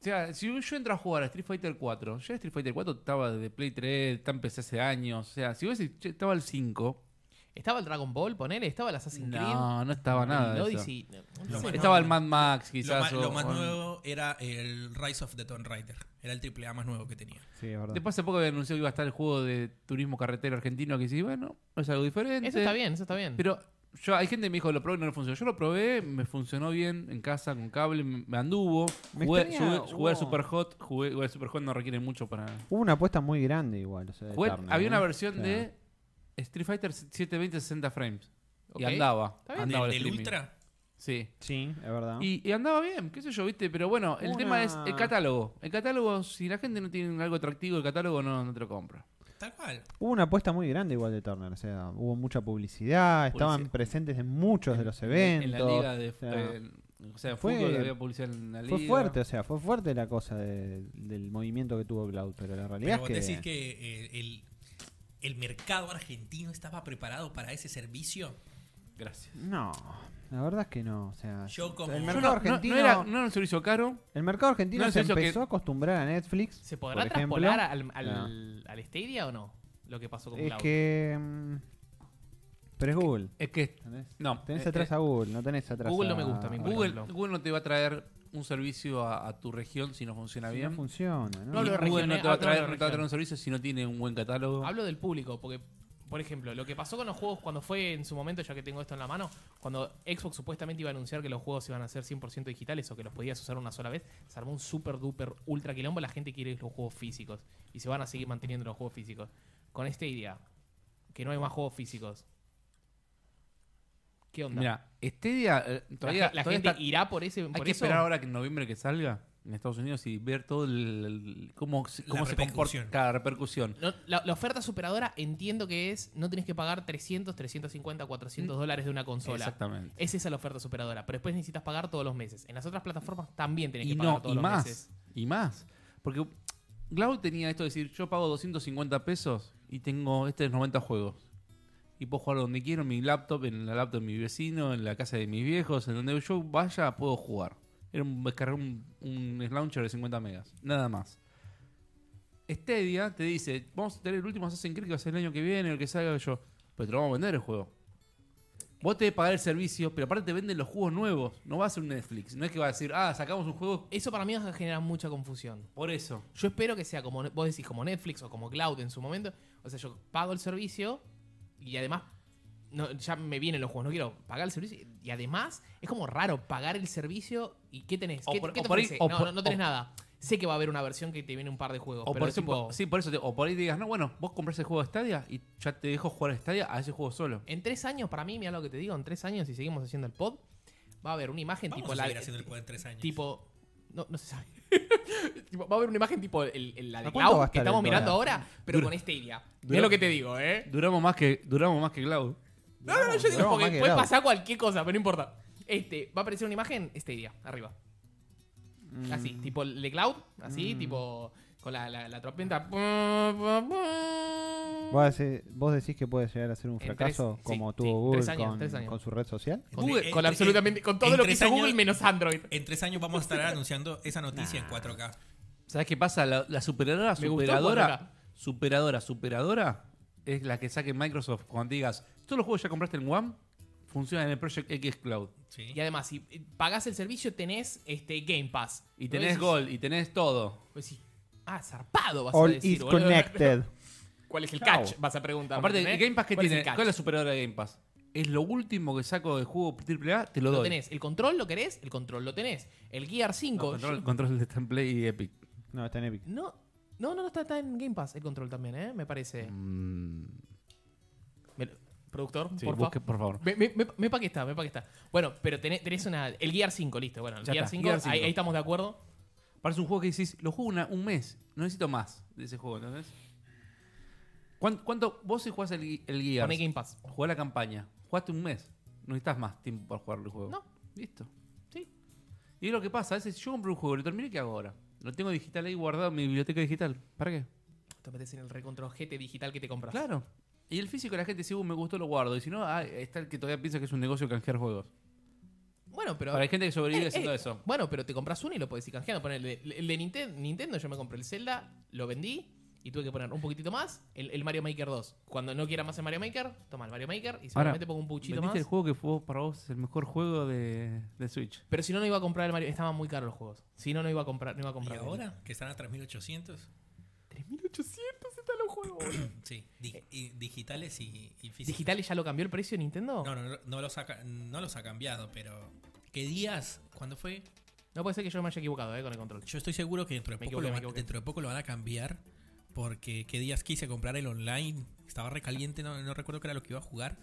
O sea, si yo entro a jugar a Street Fighter 4, ya Street Fighter 4 estaba desde Play 3, está empecé hace años. O sea, si vos decís, che, estaba el 5,
¿Estaba el Dragon Ball, ponele? ¿Estaba el Assassin's Creed?
no, no estaba nada.
El
de eso.
Odyssey. No,
Lo
sé.
más-
Estaba el Mad Max,
lo,
quizás.
ma- lo
o-
más
o-
nuevo era el Rise of the Tomb Raider. Era el AAA más nuevo que tenía.
Sí, es verdad.
Después hace poco había anunciado que iba a estar el juego de turismo carretero argentino, que sí, bueno, es algo diferente.
Eso está bien, eso está bien.
Pero yo, hay gente que me dijo, lo probé y no le funcionó. Yo lo probé, me funcionó bien en casa con cable, me me anduvo.
Me
Jugué,
extraña,
jugué- jugué al
hubo-
Super Hot, jugué, bueno, el Super Hot no requiere mucho para...
Hubo una apuesta muy grande igual. o sea, de
Jugué-
Turner,
había
¿eh?
una versión
Claro.
de Street Fighter 720 60 frames.
Ok.
Y andaba.
bien.
andaba
Del,
el
del
streaming.
Ultra.
Sí.
Sí, es verdad.
Y, y andaba bien, qué sé yo, viste, pero bueno, el
Una-
tema es el catálogo. El catálogo, si la gente no tiene algo atractivo, el catálogo no, no te lo compra.
Tal cual.
Hubo una apuesta muy grande igual de Turner. O sea, hubo mucha publicidad, estaban
Publicidad.
presentes en muchos de los
En-
eventos.
En la liga de
o sea,
en O sea,
Fue-
fútbol había publicidad en la liga.
Fue fuerte, o sea, fue fuerte la cosa de- del movimiento que tuvo Cloud, pero la realidad
Pero vos
es que...
decís que eh, el, el mercado argentino estaba preparado para ese servicio.
Gracias.
No, la verdad es que no. O sea,
Yo como-
Ah, el
Yo
mercado
No, no,
argentino,
no era, no era un servicio caro.
el mercado argentino
no
se
es eso
empezó
que-
a acostumbrar a Netflix.
¿Se podrá
por ejemplo.
traspolar al, al, al Stadia o no? Lo que pasó con
Es
Cloud.
que... mm, Pero es Google.
Es que
¿entendés?
no.
Tenés
eh,
atrás
eh,
a Google, no tenés atrás
Google
a...
no me gusta a mí, por
Google,
ejemplo.
Google no te va a traer un servicio a, a tu región si no funciona
Si
bien.
No funciona, ¿no?
No lo-
Y Google no
regional,
te va a
hablo de
traer, no te va a traer
regional.
un servicio si no tiene un buen catálogo.
Hablo del público, porque, por ejemplo, lo que pasó con los juegos cuando fue en su momento, ya que tengo esto en la mano, cuando Xbox supuestamente iba a anunciar que los juegos iban a ser 100% digitales o que los podías usar una sola vez, se armó un super duper ultra quilombo. La gente quiere los juegos físicos y se van a seguir manteniendo los juegos físicos. Con esta idea, que no hay más juegos físicos. ¿Qué onda?
Mira, Stadia eh,
La
todavía,
ge- la,
todavía
gente
está-
irá por ese.
hay
por
que
eso?
esperar ahora que en noviembre que salga en Estados Unidos y ver todo el, el- cómo, se-
La
cómo se
repercusión.
comporta cada repercusión.
No, la, la oferta superadora entiendo que es, no tenés que pagar 300, 350, 400
Mm.
dólares de una consola.
Exactamente.
Es esa la oferta superadora, pero después necesitas pagar todos los meses. En las otras plataformas también tenés
y
que pagar
no,
todos
y
los
más.
meses.
Y más. Porque Cloud tenía esto de decir, yo pago 250 pesos y tengo estos 90 juegos. Y puedo jugar donde quiero, en mi laptop, en la laptop de mi vecino, en la casa de mis viejos, en donde yo vaya, puedo jugar. Era un, descargar un, un launcher de 50 megas, nada más. Stadia te dice, vamos a tener el último Assassin's Creed que va a ser el año que viene, el que salga yo. Pero te lo vamos a vender el juego. Vos te pagar el servicio, pero aparte te venden los juegos nuevos. No va a ser un Netflix. No es que va a decir, ah, sacamos un juego
Eso para mí va a generar mucha confusión.
por eso.
Yo espero que sea como vos decís, como Netflix o como Cloud en su momento. O sea, yo pago el servicio y además no, ya me vienen los juegos. No quiero pagar el servicio. Y además es como raro pagar el servicio y ¿qué tenés?
O
¿Qué,
por-
qué
o
te
por ahí-
ofrece?
o
no,
por-
no, no tenés
o-
nada. Sé que va a haber una versión que te viene un par de juegos.
O
pero
por
es
eso,
tipo,
sí, por eso te- o por ahí digas, no, bueno, vos compras el juego de Stadia y ya te dejo jugar a Stadia a ese juego solo.
En tres años, para mí, mira lo que te digo, en tres años, si seguimos haciendo el pod, va a haber una imagen
Vamos
tipo
a
la. eh,
seguir haciendo el juego en tres años.
tipo. No, no se sabe. Tipo, va a haber una imagen tipo el- el- la de
¿A cuánto va a
Cloud que
estar
estamos
el
mirando
dólar?
ahora, pero
Dura-
con este idea.
dura-
Es lo que te digo, ¿eh?
Duramos más que, duramos más que Cloud.
No, no, no, yo digo,
no,
porque
más que
puede
Cloud.
pasar cualquier cosa, pero no importa. Este, va a aparecer una imagen, este idea, arriba.
Mm,
Así, tipo el de Cloud, así,
Mm. Ah.
tipo. Con la, la, la trompeta.
¿Vos, hace- vos decís que puede llegar a ser
En
un
tres-
fracaso
sí,
como
sí,
tuvo
tres
Google
años,
con,
tres años.
con su red social?
Con,
Google,
con
en-
absolutamente. Con todo
en
lo que
tres
hizo
años-
Google menos Android.
En tres años vamos a estar anunciando esa noticia en 4K.
¿Sabes qué pasa? La, la superadora,
Me gustó el
superadora,
4K.
superadora, superadora es la que saque Microsoft cuando digas, todos los juegos ya compraste en One, funcionan en el Project X Cloud.
Sí.
Y además, si eh, pagás el servicio, tenés este Game Pass.
Y
Vos
tenés
decís-
Gold, y tenés todo.
vos decís, ah, zarpado vas a
All
decir,
is
boludo.
connected.
¿Cuál es el
Chao.
catch? Vas a preguntar.
Aparte,
Ah, ¿entendés?
Game Pass que
¿Cuál es
tiene,
el catch?
¿cuál es la superadora de Game Pass? Es lo último que saco de juego AAA, te lo
Lo
doy.
tenés. ¿El control lo querés? El control lo tenés. El Gear
No,
5. yo-
control, control de Stanplay y Epic.
No, está en Epic.
No, no, no, no, está, está en Game Pass el control también, ¿eh? Me parece.
Mm,
Me lo- Productor,
sí,
por
busque,
favor.
por favor.
Me, me, me, me pa' que está, me pa' que está. Bueno, pero tenés, tenés una. El Gear 5, listo. Bueno, el
Ya
Gear
está,
5,
Gear 5.
Ahí, ahí estamos de acuerdo.
Parece un juego que decís, lo juego una- un mes, no necesito más de ese juego, ¿entendés? ¿Cuán- ¿Cuánto, vos si jugás el, gui- el Gears,
Poné Game Pass.
jugás la campaña, jugaste un mes, no necesitas más tiempo para jugar el juego.
No.
Listo.
Sí.
Y es lo que pasa, a veces yo compro un juego, lo terminé, ¿qué hago ahora? Lo tengo digital ahí guardado en mi biblioteca digital. ¿Para qué?
Te metes en el recontrojete digital que te compras.
Claro. Y el físico de la gente, si uh, me gustó, lo guardo. Y si no, ah, está el que todavía piensa que es un negocio canjear juegos.
Bueno, pero.
Para hay gente que sobrevive
Eh,
haciendo
eh,
eso.
Bueno, pero te compras uno y lo podés ir canjeando. Ponele, el, el de Ninten- Nintendo, yo me compré el Zelda, lo vendí y tuve que poner un poquitito más. El, el Mario Maker 2. Cuando no quiera más el Mario Maker, toma el Mario Maker y seguramente pongo un puchito
¿Vendiste
más.
el juego que fue para vos el mejor juego de, de Switch?
Pero si no, no iba a comprar el Mario. Estaban muy caros los juegos. Si no, no iba a comprar. No iba a
Y
comprar
ahora que están a 3800.
3800 están los juegos. boludo.
Sí,
Eh.
di- y digitales y, y físicos.
¿Digitales ya lo cambió el precio de Nintendo?
No, no, no, no los ha, ca- no los ha cambiado, pero. ¿Qué días? ¿Cuándo fue?
No puede ser que yo me haya equivocado eh, con el control.
Yo estoy seguro que dentro de,
Me
poco,
equivoqué,
lo,
me
va-
equivoqué.
dentro de poco lo van a cambiar. Porque qué días quise comprar el online. Estaba recaliente, no, no recuerdo qué era lo que iba a jugar.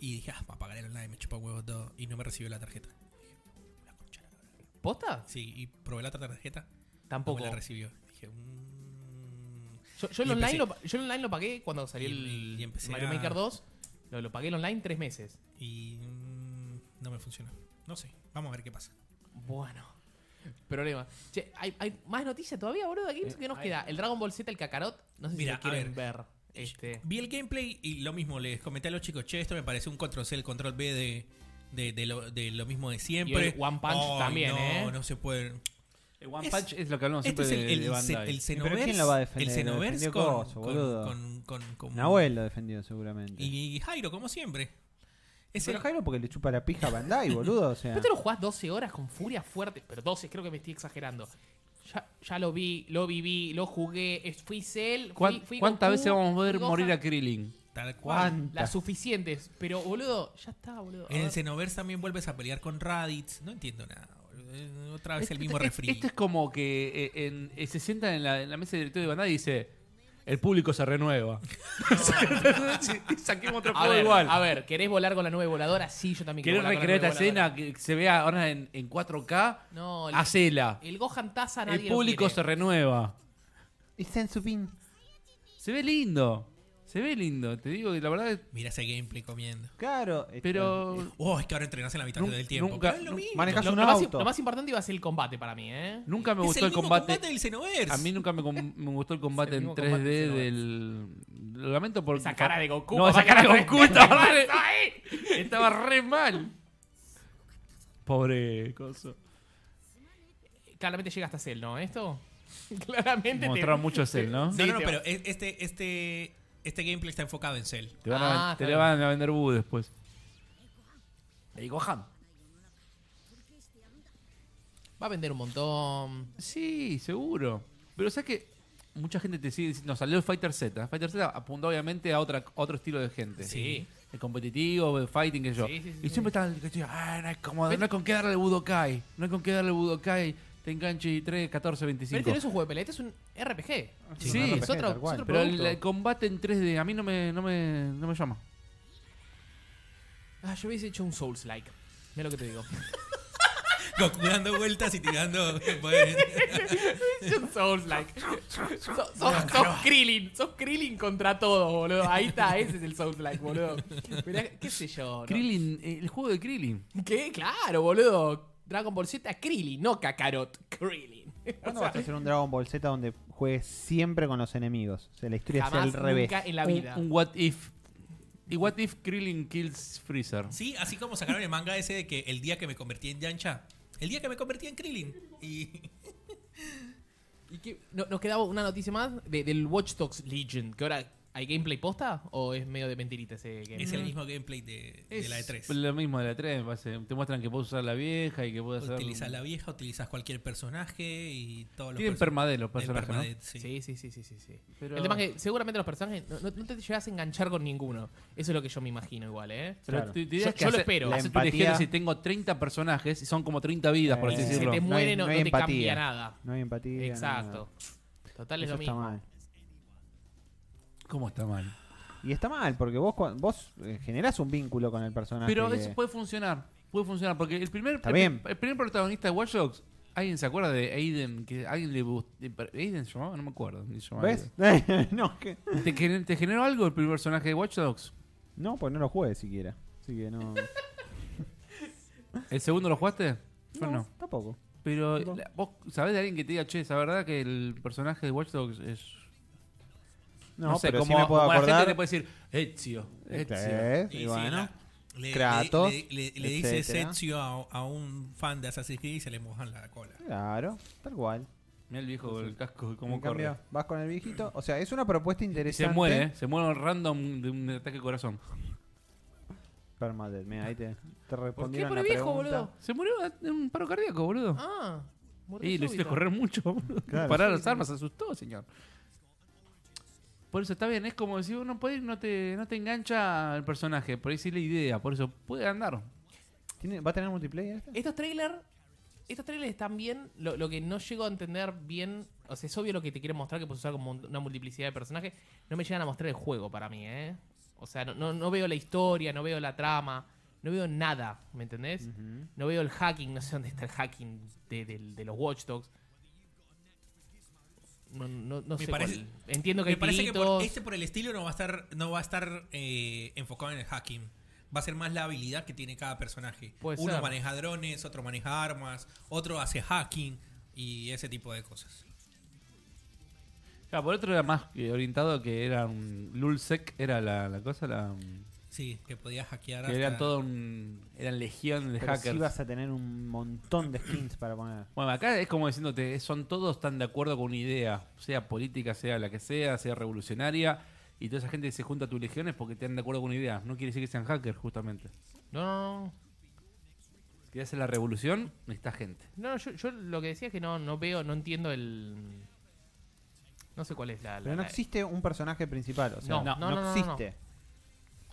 Y dije, ah, para pagar el online, me chupa huevos todo. Y no me recibió la tarjeta. Dije, "La concha de la lora".
¿Posta?
Sí, y probé la otra tarjeta. No
Tampoco.
me la recibió. Dije, "Mm".
Yo, yo el
Y
online
empecé-
lo, pa- yo el online lo pagué cuando salió
Y-
el
y empecé
Mario
a-
Maker 2. Lo, lo pagué el online tres meses.
Y mm, no me funcionó. No sé. Vamos a ver qué pasa.
Bueno. Problema. Che, ¿hay, hay más noticias todavía, boludo, de Games?
Eh,
¿Qué nos
hay-
queda? El Dragon Ball Z, el Kakarot. No sé
Mira,
si lo quieren
a
ver. Este.
Vi el gameplay y lo mismo, les comenté a los chicos, che, esto me parece un control C, el control B de, de, de lo, de lo mismo de siempre.
Y el One Punch
Ay,
también,
no,
¿eh?
No se puede.
El One
Es-
Punch es lo que hablamos
Este
siempre
es el,
de,
el,
de
ce-
Bandai.
el
¿Pero
Xenoverse.
quién lo va a defender? Lo
El Xenoverse
defendió
con,
Coso,
con,
boludo.
con, con- con-
Nahuel lo defendió seguramente.
Y Jairo, como siempre. Es
Pero
el-
Jairo porque le chupa la pija a Bandai, boludo. O sea,
¿No te lo jugás 12 horas con furia fuerte? Pero 12, creo que me estoy exagerando. Ya, ya lo vi, lo viví, lo jugué. es- Fui Cell. Fui,
¿Cuán-
fui
¿Cuántas
Goku,
veces vamos a ver
fui Gohan.
morir a Krillin?
tal cual.
¿cuántas?
Las suficientes. Pero, boludo, ya está, boludo. A
En el
ver.
Xenoverse también vuelves a pelear con Raditz. No entiendo nada. boludo. Eh, Otra vez el mismo
Este-
refri.
Esto es como que eh, en- eh, se sientan en la, en la mesa de directorio de Bandai y dice: El público se renueva. Y Saquemos otro
A
juego
ver,
igual.
a ver, ¿querés volar con la nube voladora? Sí, yo también
¿Querés
volar con la
recrear esta
nube voladora.
escena que se vea ahora en, en 4K?
No, el,
Hacela.
el Gohan Taza nadie
El
lo
público
quiere.
se renueva.
Y Sensubin.
Se ve lindo. Se ve lindo. Te digo que la verdad es.
Mira ese gameplay comiendo.
Claro. este,
Pero
Oh, es que ahora entrenás en la mitad
Nun-
del tiempo.
nunca-
Pero es lo
nun-
mismo.
Manejas
Ah, Lo,
un
lo más,
auto.
lo más importante iba a ser el combate para mí, ¿eh?
nunca me
Es
gustó
el
el,
mismo
combate.
del Xenoverse.
A mí nunca me, com- me gustó el combate
Es el
en
mismo
3D
combate que se lo
del. Lo lamento por.
Esa cara de Goku.
No, esa
papá,
cara
que no
de Goku
me-
estaba re, estaba re mal. Pobre coso.
Claramente llega hasta Cell, ¿no? Esto. Claramente. te-
Mostraron mucho Cell, ¿no?
Sí.
No, no, no,
te-
pero e- este, este, este gameplay está enfocado en Cell.
Te, van a,
Ah,
te
claro.
le van a vender Boo después.
El Gohan. Va a vender un montón.
Sí, seguro. Pero sabes que mucha gente te sigue diciendo, salió el Fighter Z. Fighter Z apunta obviamente a otra, a otro estilo de gente.
Sí.
El competitivo, el fighting, que yo.
Sí, sí, sí, sí.
y siempre están que estoy, "Ah, no hay, como- no hay con qué darle Budokai. No hay con qué darle Budokai. Te enganche 3, 14,
Pero
25.
este no es un juego de pelea, este es un RPG.
Sí,
un
es
RPG,
otro-
tal
es
cual.
otro
Pero el,
producto.
el combate en 3D a mí no me, no me, no me llama.
Ah, yo hubiese hecho un Souls-like. Mira lo que te digo.
Goku dando vueltas y tirando. bueno.
un Souls-like. sos, sos- sos Krillin. Sos Krillin contra todo, boludo. Ahí está, ese es el Souls-like, boludo. Mirá, qué sé yo. ¿no?
Krillin, eh, el juego de Krillin.
¿Qué? Claro, boludo. Dragon Ball Z, Krillin, no Kakarot. Krillin.
¿Cuándo vas a hacer un Dragon Ball Z donde juegues siempre con los enemigos? O sea, la historia sea
Jamás,
al revés.
nunca en la
Un-
vida.
Un, What If. Y What If Krillin kills Freezer.
Sí, así como sacaron el manga ese de que el día que me convertí en Yancha. El día que me convertí en Krillin. Y
¿Y qué? No- nos quedaba una noticia más de- del Watch Dogs Legion. Que ahora, ¿hay gameplay posta o es medio de mentirita ese gameplay?
es el mismo gameplay de, de la E E3.
Pues Lo mismo de la 3, me parece. Te muestran que puedes usar la vieja y que puedes hacer.
Utilizas la vieja, utilizas cualquier personaje y todos los
Tienen
perso-
permadé los
el
Pues
personajes, ¿no?
permadez, Eh, sí.
Sí, sí, sí, sí, sí. sí.
Pero-
El tema es que seguramente los personajes no, no- no te llegas a enganchar con ninguno. Eso es lo que yo me imagino igual, ¿eh?
Pero
Claro.
tu idea
Yo-
es que
yo lo
hace-
espero.
hace
La
tu elegir
empatía-
si tengo 30 personajes y son como 30 vidas, por así
Eh,
Si se
decirlo.
te
No
muere
hay-
no,
no hay
no te
empatía.
cambia nada.
No hay empatía.
Exacto. Total
nada.
es
Eso
lo
está
mismo.
mal.
¿Cómo está mal?
Y está mal, porque vos, cua- vos eh, generás un vínculo con el personaje.
Pero
que-
eso puede funcionar. Puede funcionar. Porque el primer,
Está
el,
bien.
el primer protagonista de Watch Dogs, ¿alguien se acuerda de Aiden? Que alguien le gust- ¿Aiden se llamaba? No me acuerdo. ni se llamaba
¿Ves? no, que-
Aiden. ¿Te, gener- te generó algo el primer personaje de Watch Dogs?
no, pues no lo juegues siquiera. Así que no.
¿El segundo lo jugaste? Yo
no,
no.
tampoco.
Pero,
No.
la- ¿vos sabés de alguien que te diga, che, esa verdad que el personaje de Watch Dogs es.
No,
sé,
pero
como,
sí me puedo
como la gente
acordar.
le puede decir, Ezio. Ezio.
Este es,
Y
y
sí,
bueno.
la- le, le-
Kratos,
le, le- le dice
etcétera.
Sezio a, a un fan de Assassin's Creed y se le mojan la cola.
Claro, tal cual.
Mirá el viejo con el casco,
En
cómo corre.
cambio, vas con el viejito. O sea, es una propuesta
Y se
interesante.
muere, ¿eh? se muere random de un ataque de corazón.
Permadeath, mira, ahí te, te
¿Por qué
respondieron
por
la
el viejo,
pregunta.
boludo?
Se murió de un paro cardíaco, boludo.
Ah. muerte
y lo hiciste
súbita.
correr mucho, boludo.
Claro.
Parar las armas, se asustó, señor. Por eso está bien, es como decir, uno puede ir, no te, no te engancha el personaje, por ahí sí la idea, por eso puede andar.
¿Tiene- ¿Va a tener multiplayer este?
Estos trailers. Estos trailers están bien. Lo, lo que no llego a entender bien. O sea, es obvio lo que te quieren mostrar, que puedes usar como un- una multiplicidad de personajes. No me llegan a mostrar el juego para mí, ¿eh? O sea, no, no, no veo la historia, no veo la trama, no veo nada, ¿me entendés? No veo el hacking, no sé dónde está el hacking de, del- de los Watch Dogs. No, no, no
Me
sé.
parece-
cuál. Entiendo que
Me
hay
parece que por-
tiritos.
este por el estilo no va a estar, no va a estar eh, enfocado en el hacking. va a ser más la habilidad que tiene cada personaje.
Puede
Uno
ser.
maneja drones, otro maneja armas, otro hace hacking y ese tipo de cosas.
Claro, por otro era más que orientado que era un Lulsec, era la, la cosa, la,
Sí, que podía hackear
que eran
hasta-
todo un. eran legión de
Pero sí
hackers.
vas a tener un montón de skins para poner.
Bueno, acá es como diciéndote, eh, son todos tan de acuerdo con una idea, sea política, sea la que sea, sea revolucionaria, y toda esa gente que se junta a tus legiones porque están de acuerdo con una idea. No quiere decir que sean hackers, justamente.
No, no, no.
Si querés hacer la revolución, necesitas gente.
No, yo, yo lo que decía es que no, no veo, no entiendo el. No sé cuál es la. la-
Pero no
la-
existe un personaje principal, o sea,
No,
no,
no, no, no, no.
existe.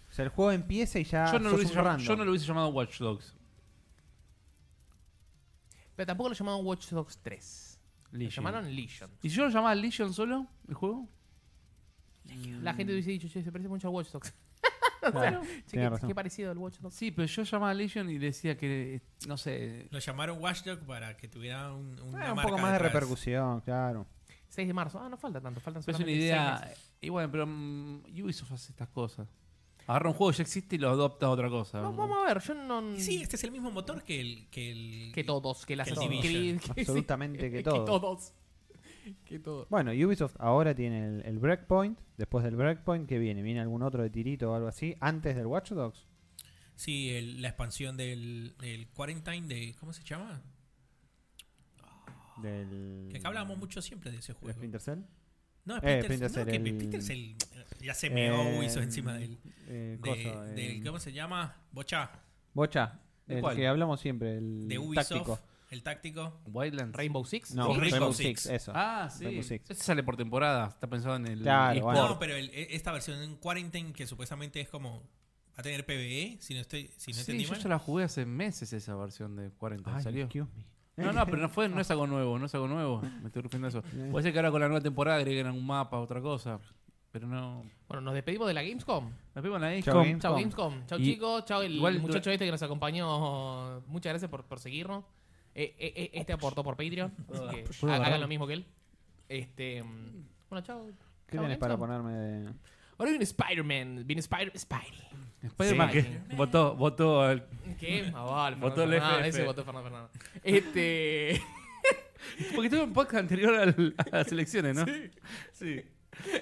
O sea, el juego empieza y ya
Yo no, lo
Ah, sos
hubiese
un
llamado,
random.
yo no lo hubiese llamado Watch Dogs.
Pero tampoco lo llamaban Watch Dogs 3. Lo
Legion.
llamaron Legion.
¿Y si yo lo llamaba Legion solo, el juego?
La gente hubiese dicho, che, se parece mucho a Watch Dogs.
Claro,
Che,
tenés
qué,
razón.
qué parecido al Watch Dogs.
Sí, pero yo llamaba Legion y decía que, eh, no sé,
Lo llamaron Watchdog para que tuviera un, una
Ah, un
marca
poco más de
detrás.
repercusión, claro.
6 de marzo. Ah, no falta tanto, faltan
Pero es una
solamente seis
idea.
meses.
Y bueno, pero mm, Ubisoft hace estas cosas. Agarra un juego que ya existe y lo adopta a otra cosa.
No, vamos a ver, yo no.
Y sí, este es el mismo motor que el... Que, el,
Que todos, que las
Que el
Assassin's
Division.
Creed, que sí.
Absolutamente que todo.
Que todos. Que todos.
Bueno, Ubisoft ahora tiene el, el Breakpoint. Después del Breakpoint, ¿qué viene? ¿Viene algún otro de tirito o algo así? ¿Antes del Watch Dogs?
Sí, el- la expansión del, del Quarantine de... ¿Cómo se llama?
Del...
Ah, Que acá hablamos mucho siempre de ese
¿De
juego.
Splinter Cell?
No,
Eh,
es Peter,
Splinter
no,
Cell,
que
el-
Peter Cell, eh, ya se meó
Eh,
Ubisoft encima del,
eh,
de-
coso,
del-
eh,
¿Cómo se llama? Bocha.
Bocha,
¿De
el
cuál?
que hablamos siempre, el
De Ubisoft.
táctico.
El táctico.
Wildlands.
Rainbow Six.
No,
Sí, Rainbow
Rainbow
Six.
Six, eso.
Ah, sí.
Rainbow Six.
Este sale por temporada. Está pensado en el.
Claro,
eSport.
bueno.
No, pero el- e- esta versión en Quarantine que supuestamente es como... Va a tener PvE, si no, estoy, si no
Sí,
entendí
yo
mal.
ya la jugué hace meses esa versión de 40.
Ay,
salió.
excuse me.
No, no, pero no, fue, no es algo nuevo. No es algo nuevo. Me estoy refiriendo a eso. Puede ser que ahora con la nueva temporada agreguen algún mapa, otra cosa. Pero no.
Bueno, nos despedimos de la Gamescom.
Nos vemos en la
Chao,
disco.
Gamescom.
Chao Gamescom. Chao
Y-
chicos. Chao el
igual-
muchacho este que nos acompañó. Muchas gracias por, por seguirnos. Eh, eh, eh, este aportó por Patreon. Así que
¿Puedo
ha- hagan
agarrar?
lo mismo que él. Este. mm, Bueno, chao.
¿Qué
chao,
tienes para
Gamescom.
ponerme de...?
Ahora viene Spider-Man. Viene Spider Spidey.
Spider-Man
Sí.
que votó, votó al-
¿Qué? Ah, vale,
Votó
Fernando
el
Fernández,
FF.
Ese votó Fernando Fernández. Este.
Porque tuve un podcast anterior al- a las elecciones, ¿no? Sí. Sí.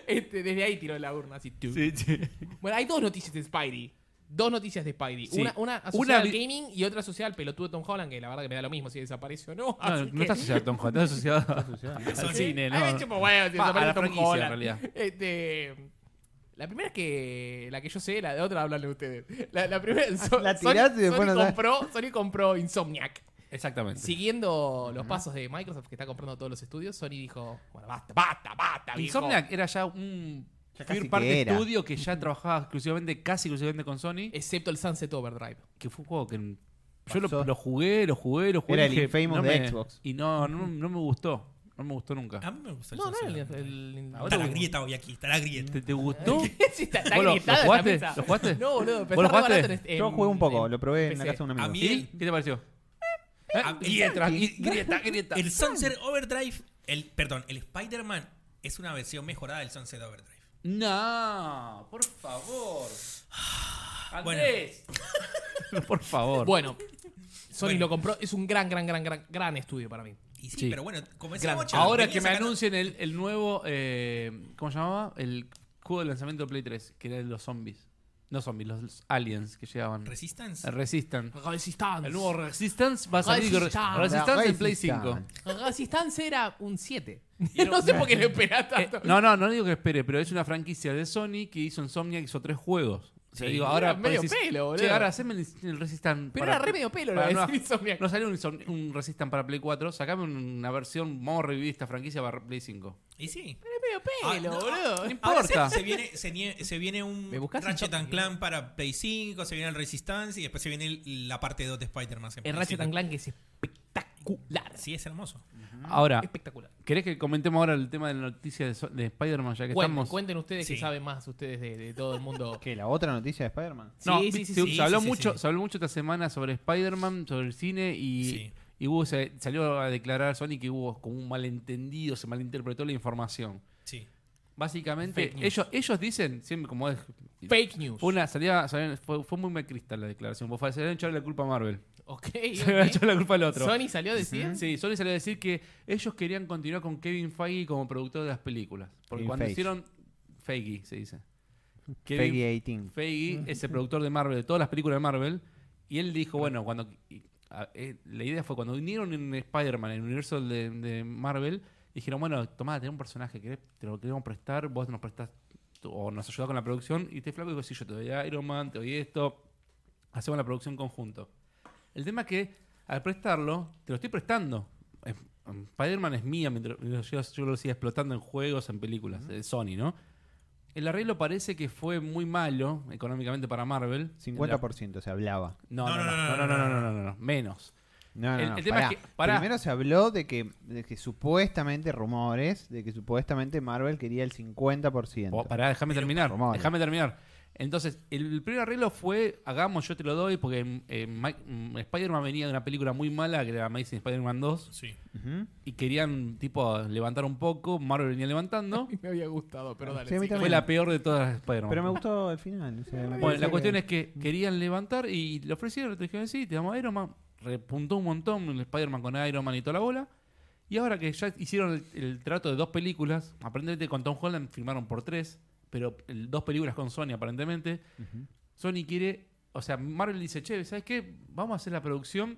Este, desde ahí tiró la urna así. tú.
Sí,
Bueno, hay dos noticias de Spidey. Dos noticias de Spidey.
Sí.
Una, una
Una
asociada al
vi-
gaming y otra asociada al pelotudo Tom Holland, que la verdad que me da lo mismo si desaparece o no.
No,
así
no
que-
está asociado a Tom Holland, está asociado
asociado.
al cine,
Ay,
este
¿no?
chupo huevo, si
Va,
desaparece
a la
Tom
franquicia, en
Holland.
realidad.
Este, la primera es que. La que yo sé, la de otra hablan de ustedes. La, la primera. So-
Ah, La tirás
Sony-
y después
Sony
no-
compró, Sony compró Insomniac.
Exactamente.
Siguiendo los pasos de Microsoft que está comprando todos los estudios, Sony dijo: Bueno, basta, basta, basta. viejo.
Insomniac era ya un
casi
third
que
party
era.
estudio que ya trabajaba exclusivamente, casi exclusivamente con Sony,
Excepto el Sunset Overdrive.
que fue un juego que yo lo,
Pasó.
lo jugué, lo jugué, lo jugué.
Era
y
el
dije,
Infamous
no
de
me-
Xbox.
Y no, no, no me gustó. No me gustó
A
nunca.
mí me gustó el
No, no, el.
Sunset Overdrive.
Ah,
el- el-
Está la grieta hoy aquí, está la grieta.
¿Te, te gustó?
eh,
Sí, está, está
¿Vos lo- lo
agrietada la
jugaste?
mesa.
¿Lo jugaste?
No, boludo. pero
¿Vos
está
lo
re
jugaste?
barato en-
Yo
en-
jugué un poco,
en-
lo probé en la
PC.
casa de un amigo.
A mí-
¿Y? ¿Qué te pareció? ¿Eh?
A-
Grieta, gri- grieta, grieta.
Ah, El Sunset Overdrive, el, perdón, el Spider-Man es una versión mejorada del Sunset Overdrive.
No, por favor.
Bueno.
Andrés. por favor.
Bueno, Sony
Bueno.
lo compró. Es un gran, gran, gran, gran, gran estudio para mí.
Y sí,
Sí.
pero bueno, como decía
Gran-
Bocha,
Ahora
venía
que me
sacando-
anuncien el, el nuevo. eh, ¿Cómo se llamaba? El juego de lanzamiento de Play 3, que era de los zombies. No zombies, los, los aliens que llegaban.
Resistance.
El Resistance.
Resistance.
El nuevo Resistance va a salir. con-
Resistance.
Resistance en Play
Resistance.
5.
Resistance era un 7. no sé por qué
Eh,
le esperás tanto.
No, no, no digo que espere, pero es una franquicia de Sony que hizo Insomnia, que hizo tres juegos. O sea,
Sí,
digo,
era
ahora
medio
podés decir,
pelo, boludo.
"Che, ahora haceme el, el Resistance.
Pero
para-
era re medio pelo lo
para
de
nuevas-
decir Insomniac.
No salió un, Insomni- un Resistance para Play 4, sacame una versión, vamos a revivir esta franquicia para Play 5.
Y
Era
sí.
medio
Ah,
pelo,
no.
boludo.
No
Ahora
importa.
Se, se viene, se, nie- se viene un
¿Me buscas
Ratchet
en
and
Shopee?
Clank para Play 5, se viene el Resistance y después se viene el- la parte 2 de Spider-Man. en
El
Play
Ratchet
5.
and Clank es espectacular.
Sí, es hermoso.
Ahora,
Espectacular.
¿querés que comentemos ahora el tema de la noticia de, so- de Spider-Man ya que
Cuenten,
estamos?
cuenten ustedes que
Sí.
saben más ustedes de, de todo el mundo.
¿Qué, la otra noticia de Spider-Man?
No,
Sí, sí, sí,
se,
sí,
se habló
sí, sí,
mucho,
sí.
se habló mucho esta semana sobre Spider-Man, sobre el cine y,
Sí.
y hubo- se- salió a declarar Sony que hubo como un malentendido, se malinterpretó la información.
Sí.
Básicamente,
Fake news.
ellos, ellos dicen, siempre como es.
Fake news.
Una salida, salieron- fue, fue muy macrista la declaración. Porque se le han echado la culpa a Marvel.
Ok.
Se le han
ok.
echado la culpa al otro.
Sony salió a decir.
Sí, Sony salió a decir que ellos querían continuar con Kevin Feige como productor de las películas. Porque
Kevin
cuando
Feige.
hicieron. Feige, se dice. Kevin
Peggy 18.
Feige es el productor de Marvel, de todas las películas de Marvel. Y él dijo, bueno, cuando y- a- eh, la idea fue cuando vinieron en Spider-Man, en el universo de, de Marvel, dijeron, bueno, tomá, tenés un personaje que te lo queremos prestar, vos nos prestás tu- o nos ayudás con la producción. Y este flaco dijo, sí, yo te doy Iron Man, te doy esto, hacemos la producción en conjunto. El tema es que al prestarlo, te lo estoy prestando. Es- um, Spider-Man es mía, mientras mientras yo, yo lo siga explotando en juegos, en películas, de Sony, ¿no? El arreglo parece que fue muy malo económicamente para Marvel.
50% se hablaba.
No, no, no, no, no, no, no, no, no, no, no, menos.
No, no,
El-
no,
el tema es
pará.
que- pará.
Primero se habló de que, de que supuestamente, rumores, de que supuestamente Marvel quería el 50%.
Oh, pará, déjame terminar.
Romano.
Déjame terminar. Entonces, el, el primer arreglo fue, hagamos, yo te lo doy, porque eh, Ma- mm, Spider-Man venía de una película muy mala, que era Amazing Spider-Man 2,
Sí.
Ujú.
y querían, tipo, levantar un poco, Marvel venía levantando,
Me había gustado, pero dale.
Sí, a mí
sí.
fue
también.
la peor de todas las Spider-Man.
Pero me gustó el final. o sea, me
Bueno,
pareció
la
que-
cuestión es que querían levantar y le ofrecieron, te dijeron, sí, te damos Iron Man. Repuntó un montón el Spider-Man con Iron Man y toda la bola. Y ahora que ya hicieron el, el trato de dos películas, aparentemente con Tom Holland firmaron por tres, pero el- dos películas con Sony aparentemente, Sony quiere, o sea, Marvel dice, che, ¿sabes qué? Vamos a hacer la producción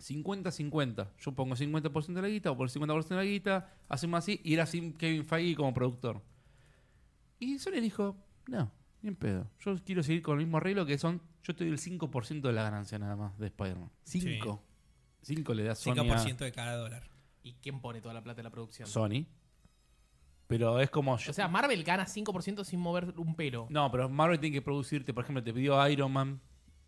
50-50. Yo pongo 50% de la guita, o por 50% de la guita, hacemos así, y era sin Kevin Feige como productor. Y Sony dijo, no, bien pedo. Yo quiero seguir con el mismo arreglo que son, yo te doy el 5% de la ganancia nada más de Spider-Man. 5. 5 le da Sony a
5% de cada dólar.
¿Y quién pone toda la plata de la producción?
Sony. Pero es como... yo-
O sea, Marvel gana 5% sin mover un pelo.
no, pero Marvel tiene que producirte, por ejemplo, te pidió Iron Man.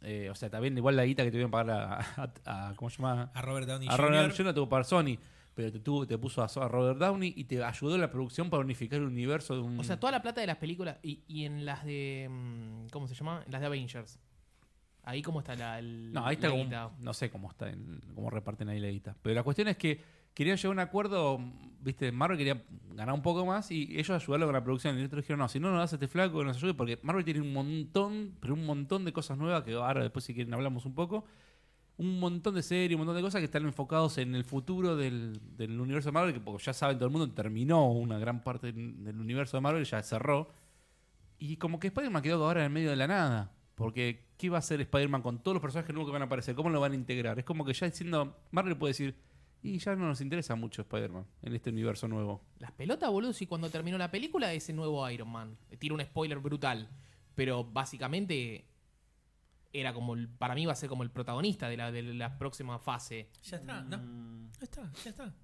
eh, o sea, también igual la guita que te iban a pagar a- a- a ¿Cómo se llama?
A Robert Downey
A Ronald
Jr.
Jr. tuvo para Sony, pero te, tuvo- te puso a, so- a Robert Downey y te ayudó en la producción para unificar el universo de un.
O sea, toda la plata de las películas y, y en las de. mm, ¿Cómo se llama? En las de Avengers. Ahí cómo está la. el-
no, ahí está
la
como-
guita.
No sé cómo está, en- cómo reparten ahí la guita. Pero la cuestión es que querían llegar a un acuerdo, viste, Marvel quería ganar un poco más y ellos ayudarlo con la producción. Y otros dijeron, no, si no nos das a este flaco, que nos ayude, porque Marvel tiene un montón, pero un montón de cosas nuevas que ahora después si quieren hablamos un poco. un montón de series, un montón de cosas que están enfocados en el futuro del, del universo de Marvel, que porque ya saben, todo el mundo terminó una gran parte del del universo de Marvel, ya cerró. Y como que Spider-Man quedó ahora en el medio de la nada. Porque, ¿qué va a hacer Spider-Man con todos los personajes nuevos que van a aparecer? ¿Cómo lo van a integrar? Es como que ya diciendo, Marvel puede decir, y ya no nos interesa mucho Spider-Man en este universo nuevo.
Las pelotas, boludo, si cuando terminó la película ese nuevo Iron Man. Tira un spoiler brutal. Pero básicamente era como el- para mí va a ser como el protagonista de la, de la próxima fase.
Ya está, no. Ya está, ya está.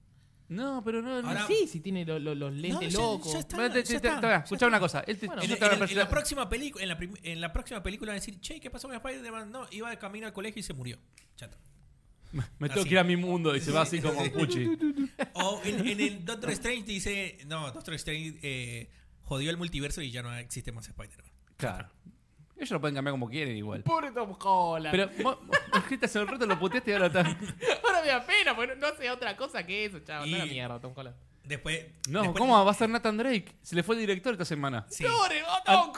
No, pero no, no.
Ahora-
sí, si tiene lo- lo- los lentes
ya-
locos.
ya está.
Pará, te- te-
ya
te-
está,
pará,
ya
escuchá una cosa. Él te-
Bueno,
yo
En,
te
en-
voy a
en
presentar-
la próxima película, en la, prim- en la próxima película van a decir, che, ¿qué pasó con Spider-Man? No, iba de camino al colegio y se murió. Ya está.
Me tengo
así.
que ir a mi mundo y se va así como Puchi.
O en, en el Doctor Strange te dice, no, Doctor Strange eh, jodió el multiverso y ya no existe más Spider-Man.
Claro. Ellos lo pueden cambiar como quieren igual.
Pobre Tom Holland.
Pero vos, vos dijiste hace un rato lo puteaste y ahora está.
Ahora me da pena, porque no hace otra cosa que eso, chaval. No
Y-
la mierda, Tom Holland.
Después.
No,
después-
¿cómo va a ser Nathan Drake? Se le fue el director esta semana.
Sí.
Pobre oh, Tom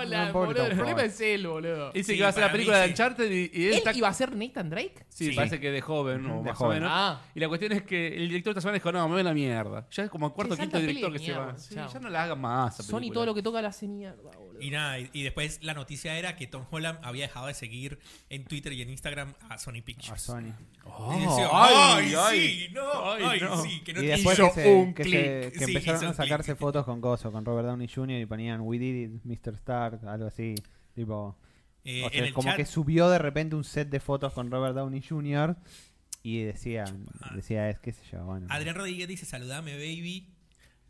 Holland,
No, pobre
boludo.
Tom
El problema
Holland.
es él, boludo.
Dice
Sí,
que iba a hacer la
para mí
película de
sí.
Uncharted y, y él,
¿Él
está.
iba a ser Nathan Drake?
Sí,
Sí.
parece que de joven, o
De
más
joven.
o menos.
Ah.
Y la cuestión es que el director esta semana dijo: No, me voy a la mierda. Ya es como el cuarto o
Sí,
quinto
Santa
director que
Peli,
se va.
mierda,
Sí,
chao.
ya no la haga más. esa
Sony
película.
todo lo que toca la hace mierda, boludo.
Y nada, y, y después la noticia era que Tom Holland había dejado de seguir en Twitter y en Instagram a Sony Pictures.
A Sony.
Y decía,
ay,
ay,
ay,
sí, no,
ay,
ay,
no".
sí, que no
Y
te-
después
hizo
que, se-
un
que se-
clic.
que
Sí,
empezaron
hizo
a
un
sacarse
clic.
fotos con Coso, con Robert Downey Jr. y ponían We Did It, Mr. Stark, algo así. Tipo,
Eh,
o sea,
en el
como
chat,
que subió de repente un set de fotos con Robert Downey Jr. y decía, decía es qué sé yo, bueno.
Adrián Rodríguez dice, saludame, baby.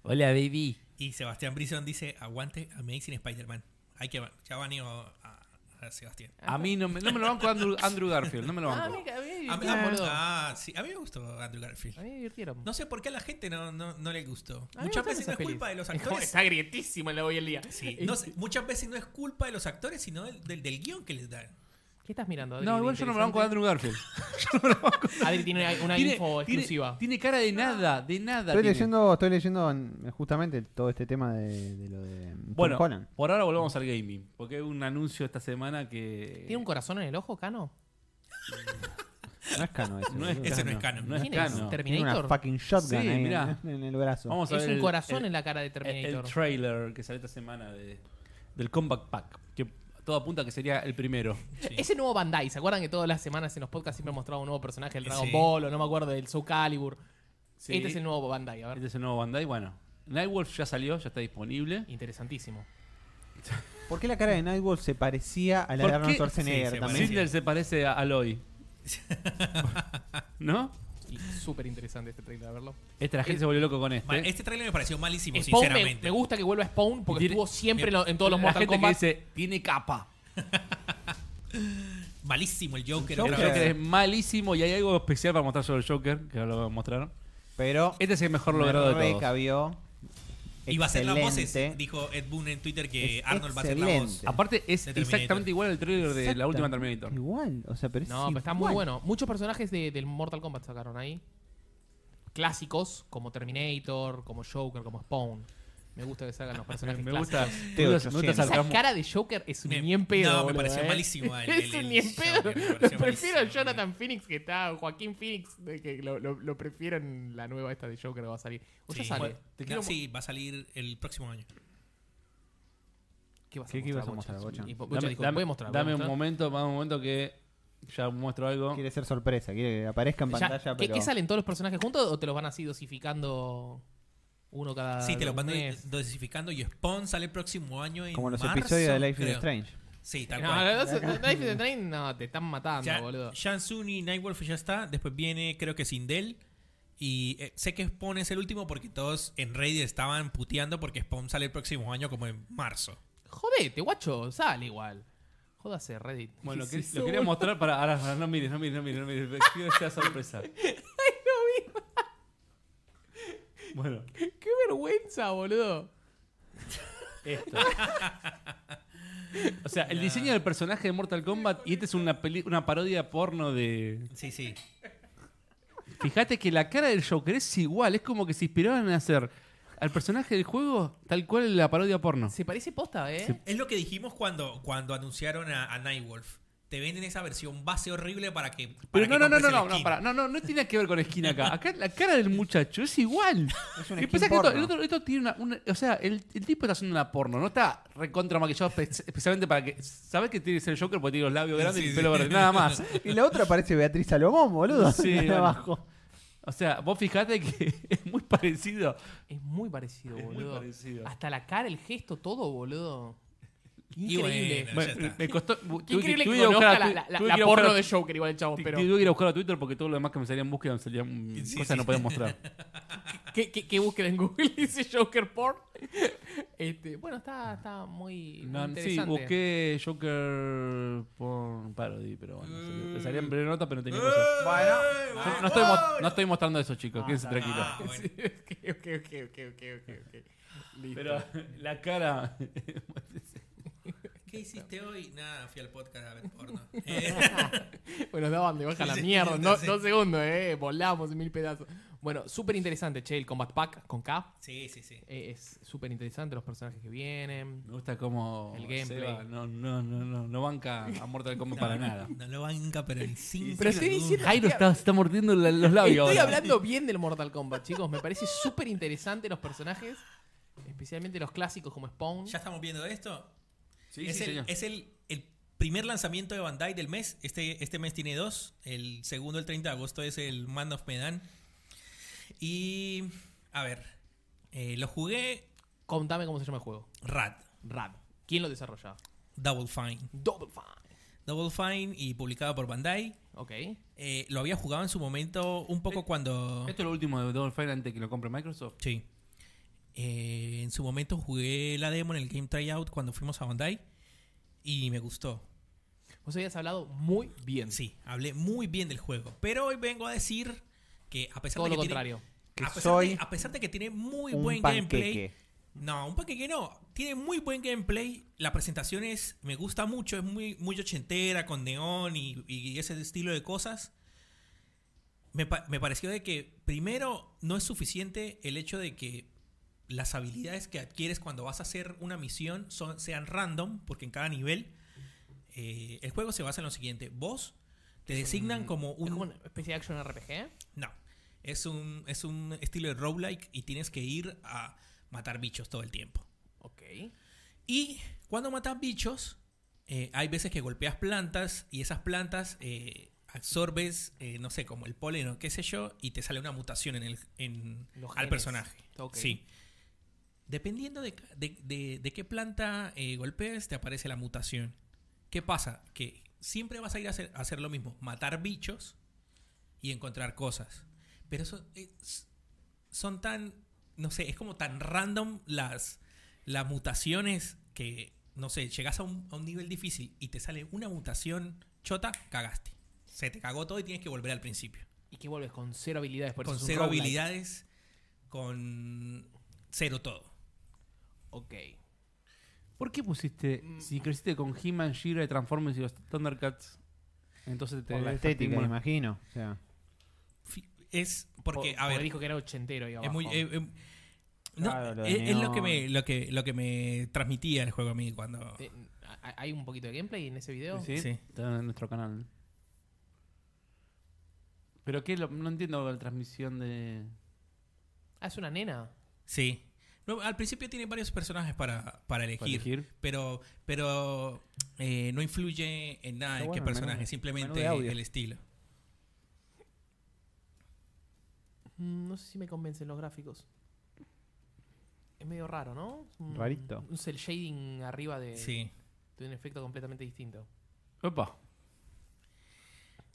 Hola, baby.
Y Sebastián Brison dice, aguante Amazing Spider-Man. Hay que, ya baneo a, a Sebastián.
A mí no me, no me lo banco Andrew, Andrew Garfield, no me lo
Ah,
banco.
me- a mí me
A mí,
divirtieron, boludo. A
ah, sí, a mí me gustó Andrew Garfield.
mí me divirtieron.
No sé por qué a la gente no, no, no le gustó.
A mí me gustaron
Muchas veces no
esas
es culpa de
pelis.
los
Es como-
actores.
Está grietísimo el de hoy en día.
Sí, no sé, muchas veces no es culpa de los actores, sino del, del, del guión que les dan.
¿Qué estás mirando, Adri?
No,
de
igual yo no me banco a
interesante?
Andrew Garfield.
Adri tiene una info
tiene,
exclusiva.
tiene cara de nada, de nada.
Estoy
tiene.
leyendo, estoy leyendo mm, justamente todo este tema de, de lo de Tom
Bueno,
Holland.
por ahora volvamos al gaming. Porque hay un anuncio esta semana que.
¿Tiene un corazón en el ojo, Cano?
No es cano ese.
No es-
boludo.
Ese no es canon.
No es
¿Quién es?
Cano.
Tiene una
¿Terminator?
fucking shotgun
Sí,
ahí
mirá.
en, en el brazo.
Vamos a
Es
ver
un
el-
corazón
el-
en la cara de
el
Terminator.
trailer que salió esta semana de, del Combat Pack. Que todo apunta que sería el primero.
Ese nuevo Bandai, ¿se acuerdan que todas las semanas en los podcasts siempre mostraba un nuevo personaje, el
Sí.
Dragon Ball o no me acuerdo, del Soul Calibur?
Sí.
Este es el nuevo Bandai, a ver.
Este es el nuevo Bandai. Bueno, Nightwolf ya salió, ya está disponible.
Interesantísimo.
¿Por qué la cara de Nightwolf se parecía a la
¿Por
de Arnold
qué?
Schwarzenegger
Sí, se
también?
Hitler se parece a Aloy. ¿No?
Y súper interesante este trailer, a verlo.
Este, la gente se volvió loco con
Ma-
este.
Este trailer me pareció malísimo,
Spawn me,
sinceramente.
me gusta que vuelva Spawn porque
Tiene-
estuvo siempre en, lo- en todos los
la
Mortal
gente
Kombat.
que dice, tiene capa.
Malísimo el Joker.
El
otra
Joker
vez.
este es malísimo y hay algo especial para mostrar sobre el Joker, que ahora lo mostraron.
Pero
Este es el mejor
me
logrado de todos.
recabió.
Iba a hacer las voces,
Excelente.
dijo Ed Boon en Twitter que
Es
Arnold va a hacer la voz.
excelente.
Aparte, es
De Terminator.
exactamente igual al trailer de la última Terminator.
Igual, o sea, pero es
No, pero está muy
igual.
bueno. Muchos personajes de- del Mortal Kombat sacaron ahí. Clásicos, como Terminator, como Joker, como Spawn. Me gusta que salgan los personajes
Me
clásicos.
gusta, me gusta- me gusta
T800.
Esa
sarcasmo.
cara de Joker es un
Me-
ni en pedo.
no, me
boludo,
pareció
¿eh?
malísimo el-
es
el-
un ni en
el
pedo.
Joker, me
Lo
pareció
prefiero a
malísimo,
Jonathan Phoenix que está. Joaquín Phoenix, de que lo, lo, lo prefiero en la nueva esta de Joker que va a salir. O ya
Sí.
sale.
Bueno,
Te
no,
quiero-
sí, va a salir el próximo año.
¿Qué vas a
¿Qué- qué
mostrar,
ibas a mostrar,
Bocha?
Bocha?
Y Bo- Bocha
Dame,
Oh, dijo,
dame-
voy a mostrar, voy a
dame un
mostrar.
momento, más un momento que ya muestro algo.
Quiere ser sorpresa, quiere que aparezca en
Ya, e-
pantalla,
¿qué,
pero...
qué salen todos los personajes juntos o te los van así dosificando uno cada
Sí, te lo
dos
van
meses?
dosificando y Spawn sale el próximo año en
Como los
marzo,
episodios de Life is
creo.
Strange.
Sí, tal
No,
cual.
no, no, no, Life is a Train, no, te están matando,
Ya-
boludo.
Shansun y Nightwolf ya está. Después viene, creo que Sindel. Y eh, sé que Spawn es el último porque todos en Reddit estaban puteando porque Spawn sale el próximo año como en marzo.
Jodete, guacho, sale igual. Jódase, Reddit.
Bueno,
¿Qué
que-
es
lo
eso,
quería
boludo?
mostrar para. Ahora, ahora, no mires, no mires, no mires, no mires. Quiero que sea sorpresa. Bueno,
Qué vergüenza, boludo.
esto. O sea, el diseño del personaje de Mortal Kombat y esta es una, peli- una parodia porno de.
Sí, sí.
Fíjate que la cara del Joker es igual, es como que se inspiraban en hacer al personaje del juego tal cual la parodia porno.
Se parece posta, ¿eh?
Sí.
Es lo que dijimos cuando, cuando anunciaron a, a Nightwolf. Te venden esa versión base horrible para que.
Pero
para
no, no,
que
no,
compres
no,
el
no, no,
skin. Ah,
pará, no, no, no tiene que ver con esquina acá. Acá la cara del muchacho es igual.
Es un
Y
skin
pensá que esto,
porno.
el otro, esto tiene una, una- O sea, el, el tipo está haciendo una porno, no está recontra maquillado espe- especialmente para que. ¿Sabes que tiene que ser el Joker? Porque tiene los labios grandes y
Sí,
el pelo
sí.
verde, nada más.
Y la otra parece Beatriz Salomón, boludo.
Sí,
de
bueno.
abajo.
O sea, vos fijate que es muy parecido.
Es muy parecido,
Es muy
boludo. Ah,
parecido.
Hasta la cara, el gesto, todo, boludo.
Y bueno,
Increíble.
ya
Bueno,
está.
me costó.
Qué increíble que conozca la, la- la- la porno de Joker igual, el chavo, pero...
Pero... Tuve que ir a buscar a Twitter porque todo lo demás que me salía en búsqueda me salían mm,
Sí,
cosas
sí.
que no podía mostrar.
¿Qué, qué, qué búsqueda en Google dice Joker porn? Este, bueno, está, está muy, muy
No, sí,
interesante.
busqué Joker por parody, pero bueno. salió- me salía en primera nota, pero no tenía
Eh,
cosas.
bueno.
No, no estoy, mo- no estoy mostrando eso, chicos. Quédense tranquilos.
Ah, bueno.
Sí, ok, ok, ok, ok, ok, ok, ok. Listo.
Pero la cara.
¿Qué hiciste hoy? Nada, fui al podcast a ver porno. Eh,
Bueno, daban de baja la
Sí,
mierda.
sí,
No-
sí.
Dos segundos, eh. Volamos en mil pedazos. Bueno, súper interesante, che, el Combat Pack con K.
sí, sí, sí.
Eh, es súper interesante los personajes que vienen.
Me gusta como.
El gameplay.
Seba no, no, no, no, no banca a Mortal Kombat para nada.
No lo banca, pero ni sin
Pero estoy diciendo-
Jairo está, se está mordiendo la- los labios.
Estoy
ahora.
hablando bien del Mortal Kombat, chicos. Me parece súper interesante los personajes. Especialmente los clásicos como Spawn.
Ya estamos viendo esto.
Sí,
es
sí,
el,
señor.
es el, el primer lanzamiento de Bandai del mes. Este, este mes tiene dos. El segundo, el 30 de agosto, es el Man of Medan. Y. A ver. eh, lo jugué
Contame cómo se llama el juego.
Rat.
Rad. ¿Quién lo desarrolla?
Double Fine.
Double Fine.
Double Fine y publicado por Bandai.
Ok.
Eh, lo había jugado en su momento un
Eh,
poco cuando.
Esto es lo último de Double Fire antes de que lo compre Microsoft.
Sí. Eh, en su momento jugué la demo en el Game Tryout cuando fuimos a Bandai. Y me gustó.
Vos habías hablado muy bien.
Sí, hablé muy bien del juego. Pero hoy vengo a decir que a pesar
Todo
de
lo
que tiene-
contrario.
Que
a pesar
soy
de- a pesar de que tiene muy
Un
buen
panqueque.
gameplay, No, un parque que no. Tiene muy buen gameplay. La presentación es, me gusta mucho, es muy, muy ochentera, con neón y, y ese estilo de cosas. Me, pa- me pareció de que, primero, no es suficiente el hecho de que las habilidades que adquieres cuando vas a hacer una misión son, sean random, porque en cada nivel eh, el juego se basa en lo siguiente. Vos te designan como
Es
un...
como una especie de action RPG.
No. Es un, es un estilo de roguelike y tienes que ir a matar bichos todo el tiempo.
Ok.
Y cuando matas bichos, eh, hay veces que golpeas plantas y esas plantas eh, absorbes, eh, no sé, como el polen o qué sé yo, y te sale una mutación en el, en-
Los
al
genes.
personaje.
Ok.
Sí. Dependiendo de, ca- de- de- de qué planta eh, golpees, te aparece la mutación. ¿Qué pasa? Que siempre vas a ir a hacer, a hacer lo mismo, matar bichos y encontrar cosas. Pero eso es- son tan, no sé, es como tan random las, las mutaciones que, no sé, llegas a un, a un nivel difícil y te sale una mutación chota, cagaste. Se te cagó todo y tienes que volver al principio.
¿Y qué vuelves? Con cero habilidades. por eso
con
es un
cero
roguelike.
habilidades, con cero todo.
Ok.
¿Por qué pusiste, si creciste con He-Man, She-Ra, y Transformers y los Thundercats, entonces te
Por la
te
estética,
estimula?
imagino. O sea,
Fi- Es porque,
Por-
a ver,
dijo que era ochentero. ahí
es
abajo.
muy... eh, eh, no,
Claro, lo de
es, es lo, que
neón.
me, lo, que, lo que me transmitía el juego a mí cuando...
Te- ¿Hay hay un poquito de gameplay en ese video?
¿Sí?
Sí.
Está en nuestro canal. Pero qué, lo- no entiendo la transmisión de...
Ah, es una nena.
Sí. No, al principio tiene varios personajes para, para
para
elegir,
elegir.
pero pero eh, no influye en nada
Está
en
bueno
qué
el
personaje,
menú- menú
simplemente
de audio.
el estilo.
Mm, No sé si me convencen los gráficos. Es medio raro, ¿no? Un-
Rarito.
Un cel shading arriba de,
Sí.
de un efecto completamente distinto.
Opa.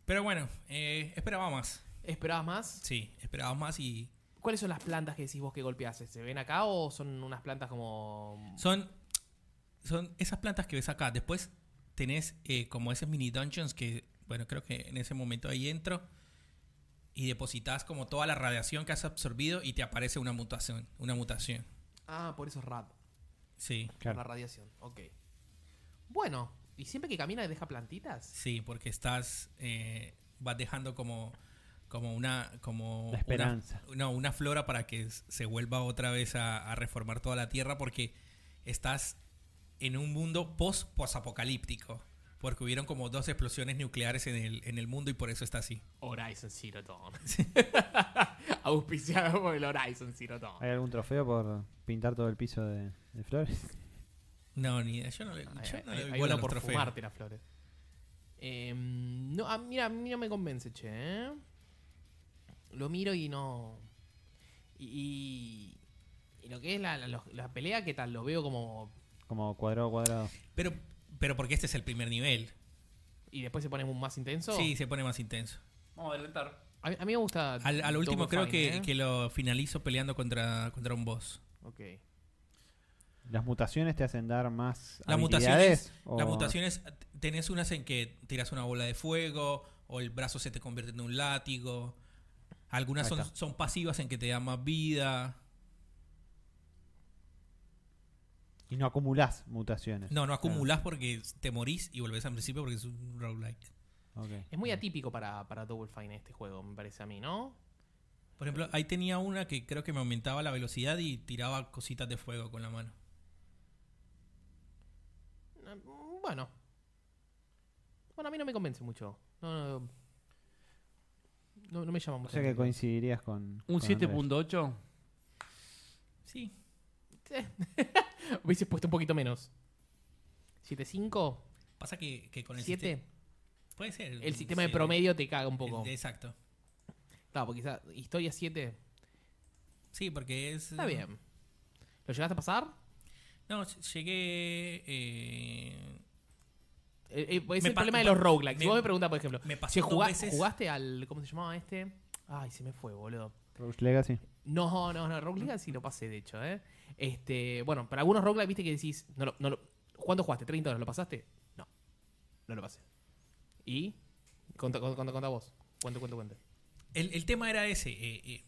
Pero bueno, eh, esperaba más.
¿Esperabas más?
Sí, esperaba más y
¿Cuáles son las plantas que decís vos que golpeaste? ¿Se ven acá o son unas plantas como...
son son esas plantas que ves acá. Después tenés eh, como esos mini dungeons que, bueno, creo que en ese momento ahí entro y depositas como toda la radiación que has absorbido y te aparece una mutación, una mutación.
Ah, por eso es rad.
Sí.
La
claro.
radiación. Ok. Bueno. ¿Y siempre que camina deja plantitas?
Sí, porque estás. eh, vas dejando como. Como una. Como
La esperanza.
Una, no, una flora para que s- se vuelva otra vez a, a reformar toda la tierra, porque estás en un mundo post-apocalíptico. Porque hubieron como dos explosiones nucleares en el, en el mundo y por eso está así.
Horizon Zero Dawn. Auspiciado por el Horizon Zero Dawn.
¿Hay algún trofeo por pintar todo el piso de, de flores?
No, ni idea. Yo no le.
Hay-
Yo no
hay-
le doy
hay uno
bola a los
por
trofeos.
fumarte las flores. Em, no, ah, mira, a mí no me convence, che. ¿eh? Lo miro y no. Y, y- y lo que es la, la- los- la pelea, ¿qué tal? Lo veo como.
Como cuadrado, cuadrado.
Pero, pero porque este es el primer nivel.
Y después se pone más intenso.
Sí, se pone más intenso.
Vamos a adelantar.
A, mí- a mí me gusta.
Al, al último
Double
creo
Fine,
que,
¿eh?
que lo finalizo peleando contra, contra un boss.
Ok.
¿Las mutaciones te hacen dar más
Las
habilidades?
mutaciones,
o-
las mutaciones, tenés unas en que tiras una bola de fuego o el brazo se te convierte en un látigo. Algunas
Ahí
son,
está.
son pasivas en que te da más vida.
Y no acumulás mutaciones.
No, no acumulás porque te morís y volvés al principio porque es un roguelike.
Ok.
Es muy atípico para, para Double Fine este juego, me parece a mí, ¿no?
Por ejemplo, ahí tenía una que creo que me aumentaba la velocidad y tiraba cositas de fuego con la mano.
Eh, Bueno. Bueno, a mí no me convence mucho. No, no, no, no me llama
O
mucho.
sea
la
que
atención.
coincidirías con.
Un
con Andrés.
7.8.
Sí.
Hubiese puesto un poquito menos. ¿7.5?
Pasa que, que con el
¿7?
sistema- Puede ser.
El sistema de
sí,
promedio te caga un
el-
poco.
exacto.
Claro, porque quizás historia 7.
Sí, porque es.
Está bien. ¿Lo llegaste a pasar?
No, llegué. eh,
Eh, eh, es
Me
el
pa-
problema de
pa-
los roguelikes. Si
me-
vos me preguntas, por ejemplo,
me pasó
si
dos
jugá-
veces.
jugaste al. ¿Cómo se llamaba este? Ay, se me fue, boludo.
Rogue Legacy.
No, no, no, Rogue League sí lo pasé, de hecho, ¿eh? Este, bueno, para algunos Rogue League, viste que decís, no lo, no lo- ¿cuánto jugaste? ¿30 horas? ¿Lo pasaste? No, no lo pasé. ¿Y? Conta, conta, conta, conta vos. Cuento, cuento, cuento.
El, el tema era ese. eh, eh,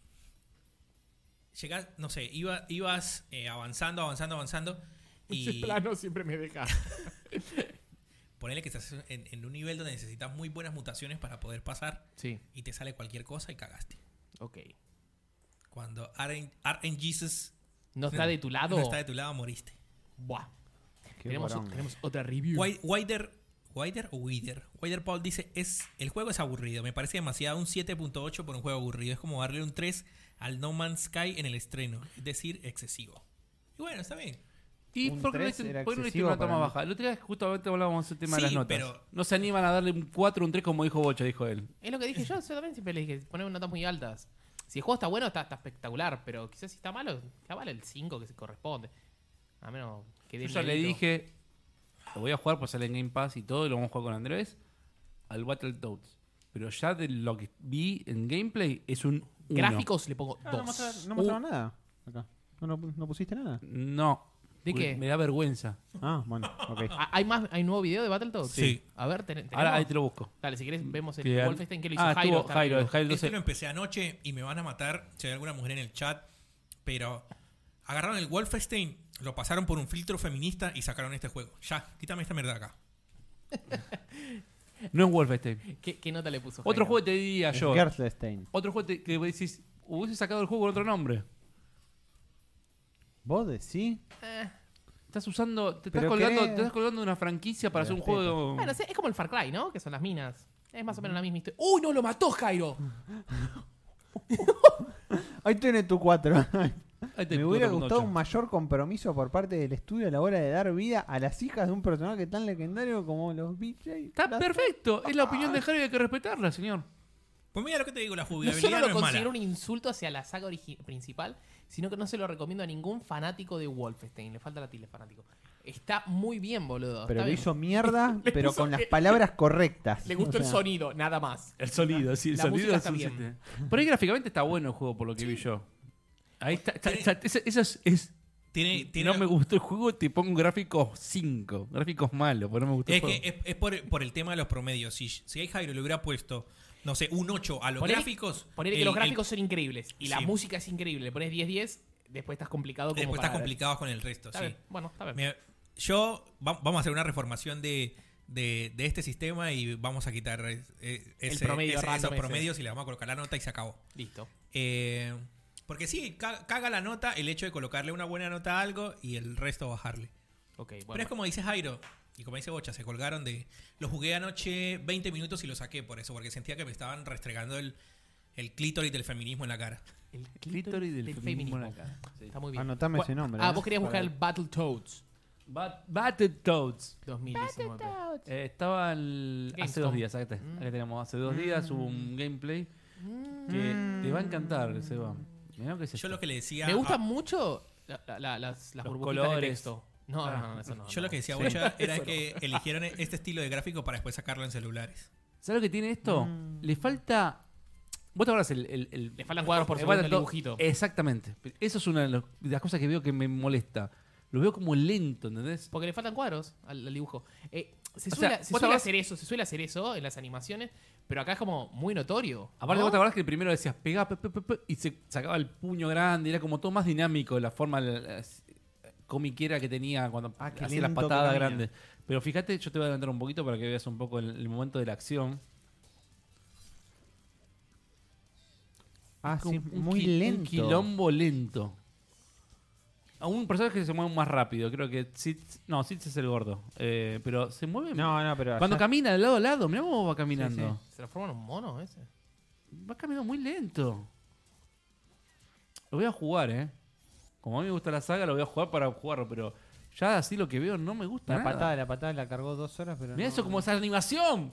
llegás, no sé, iba, ibas eh, avanzando, avanzando, avanzando.
Ese
Y
plano siempre me deja.
ponele que estás en, en un nivel donde necesitas muy buenas mutaciones para poder pasar
Sí,
y te sale cualquier cosa y cagaste.
ok.
Cuando RNGesus Jesus
¿No está de tu lado?
no está de tu lado, moriste.
Buah.
Qué
Tenemos,
poronga.
tenemos otra review.
Wi- Wider, Wider o Wider. Wider Paul dice, es, el juego es aburrido. Me parece demasiado un 7.8 por un juego aburrido. Es como darle un 3 al No Man's Sky en el estreno. Es decir, excesivo. Y bueno, está bien.
¿Y
Un
por qué no
tres
dicen-
era
por qué no dicen
excesivo
una toma
para mí.
baja? El otro día justamente hablábamos del tema de
Sí,
las notas.
pero-
No se animan a darle un 4 un 3 como dijo Bocha, dijo él.
Es lo que dije yo, yo también siempre le dije, poner notas muy altas. Si el juego está bueno, está, está espectacular, pero quizás si está malo, ya vale el 5 que se corresponde. A menos que dé
Yo ya le
miedito.
dije, lo voy a jugar por salir en Game Pass y todo, y lo vamos a jugar con Andrés, al Battletoads. Pero ya de lo que vi en gameplay es un uno.
Gráficos le pongo
Ah,
2.
no mostraron, no mostraron nada. Acá. No, no, no pusiste nada.
No.
¿De qué?
Me da vergüenza.
Ah, bueno, ok.
¿Hay más? ¿Hay nuevo video de Battletoads?
Sí.
A ver, ten- tenemos.
Ahora ahí te lo busco.
Dale, si querés vemos el
Que-
Wolfenstein que lo hizo
ah,
Jairo.
estuvo
está
Jairo,
arriba.
Jairo,
Este
entonces-
lo empecé anoche y me van a matar si hay alguna mujer en el chat. Pero agarraron el Wolfenstein, lo pasaron por un filtro feminista y sacaron este juego. Ya, quítame esta mierda de acá.
no es Wolfenstein.
¿Qué, qué nota le puso
Otro
Jairo?
juego que te diría
Este Es
yo.
Gerstein.
Otro juego te- que vos decís, hubiese sacado el juego con otro nombre.
¿Vos decís?
Estás usando, te estás
Pero
colgando,
querés-
te estás colgando de una franquicia para hacer un
Respeto.
juego.
Ah, no sé, es como el Far Cry, ¿no? Que son las minas. Es más o menos la misma historia. ¡Uy, no lo mató Jairo!
Ahí tiene tu 4.
Ahí te-
Me hubiera
otro
gustado
ocho.
un mayor compromiso por parte del estudio a la hora de dar vida a las hijas de un personaje tan legendario como los BJ.
Está
Las-
perfecto. Es la opinión de Harry, hay que respetarla, señor.
Pues mira lo que te digo, la
No
jugabilidad
solo
no
lo
es mala.
considero un insulto hacia la saga origi- principal, sino que no se lo recomiendo a ningún fanático de Wolfenstein. Le falta la tilde, fanático. Está muy bien, boludo.
Pero
está
lo
bien.
hizo mierda,
Le
pero
puso- eh,
con las
le-
palabras correctas.
Le gustó
O
el
sea,
sonido, nada más.
El sonido, sí,
el La sonido música es está un bien.
Por ahí gráficamente está bueno el juego, por lo que vi yo. Ahí está. está- está- esa- esa es, es-
Tiene, tiene-
no me gustó el juego, te pongo gráficos 5. Gráficos malos, pero no me gustó
este
el
es
juego.
que es, es por, por el tema de los promedios. Si, si hay Jairo le hubiera puesto, no sé, un 8 a los
Ponele-
gráficos.
Poner que
el-
los
el-
gráficos son increíbles y la
Sí.
música es increíble. Le pones 10-10, después estás complicado como
después
para-
estás eh, pues complicado con el resto.
Está
sí.
bien, Bueno, está bien.
Mira, yo va- vamos a hacer una reformación de, de- de este sistema y vamos a quitar eh, eh, ese-
promedio
ese- esos
random ese.
promedios y le vamos a colocar la nota y se acabó.
Listo.
Eh, porque sí, ca- caga la nota el hecho de colocarle una buena nota a algo y el resto bajarle.
Ok,
Pero
bueno.
es como dice Jairo y como dice Bocha, se colgaron de... Lo jugué anoche 20 minutos y lo saqué por eso, porque sentía que me estaban restregando el, el clítoris del feminismo en la cara.
El
Clítoris del feminismo en la cara, sí.
Está muy bien.
Anotame ese
Bueno,
nombre,
Ah,
¿eh?
vos querías buscar
Para-
el Battletoads
Bat- Battletoads.
2019.
Eh, estaba el- hace
Gamescom.
dos días, acá, está, acá tenemos. Hace dos días hubo un gameplay que te va a encantar, Seba. Mirá lo que es
Yo
esto.
lo que le decía...
Me
a-
gustan mucho la- la- la- las, las
ah. Los
burbujitas de
colores.
texto. No,
Ah.
no, no, eso no. no.
Yo lo que decía Bocha era que eligieron este estilo de gráfico para después sacarlo en celulares.
¿Sabes lo que tiene esto? Le falta. ¿Vos te acordás el, el, el-
Le faltan cuadros por
el
segundo al
Battletoads?
dibujito.
Exactamente. Eso es una de los- de las cosas que veo que me molesta. Lo veo como lento, ¿entendés?
Porque le faltan cuadros al, al dibujo. Eh, se
O
suele,
sea,
se suele
vos te vas-
hacer eso, se suele hacer eso en las animaciones, pero acá es como muy notorio.
Aparte,
¿no?
vos te acordás que el primero decías pegá pe, pe, pe, pe, y se sacaba el puño grande. Era como todo más dinámico la forma la- la- s- comiquera que tenía cuando
Ah, qué
hacía las
lento que
patadas
camina.
grandes. Pero fíjate, yo te voy a adelantar un poquito para que veas un poco el, el momento de la acción.
Ah,
Como
sí, muy
qui- Un
lento.
quilombo lento. A un personaje que se mueve más rápido, creo que Sitz, no, Sitz es el gordo, eh, pero se mueve
No, no, pero.
cuando
ya-
camina de lado a lado, mirá cómo va caminando.
Se transforma en un mono ese.
Va caminando muy lento. Lo voy a jugar, eh. Como a mí me gusta la saga, lo voy a jugar para jugarlo, pero ya así lo que veo no me gusta
la
nada.
patada, la patada la cargó dos horas, pero.
Mirá
no-
eso como esa animación.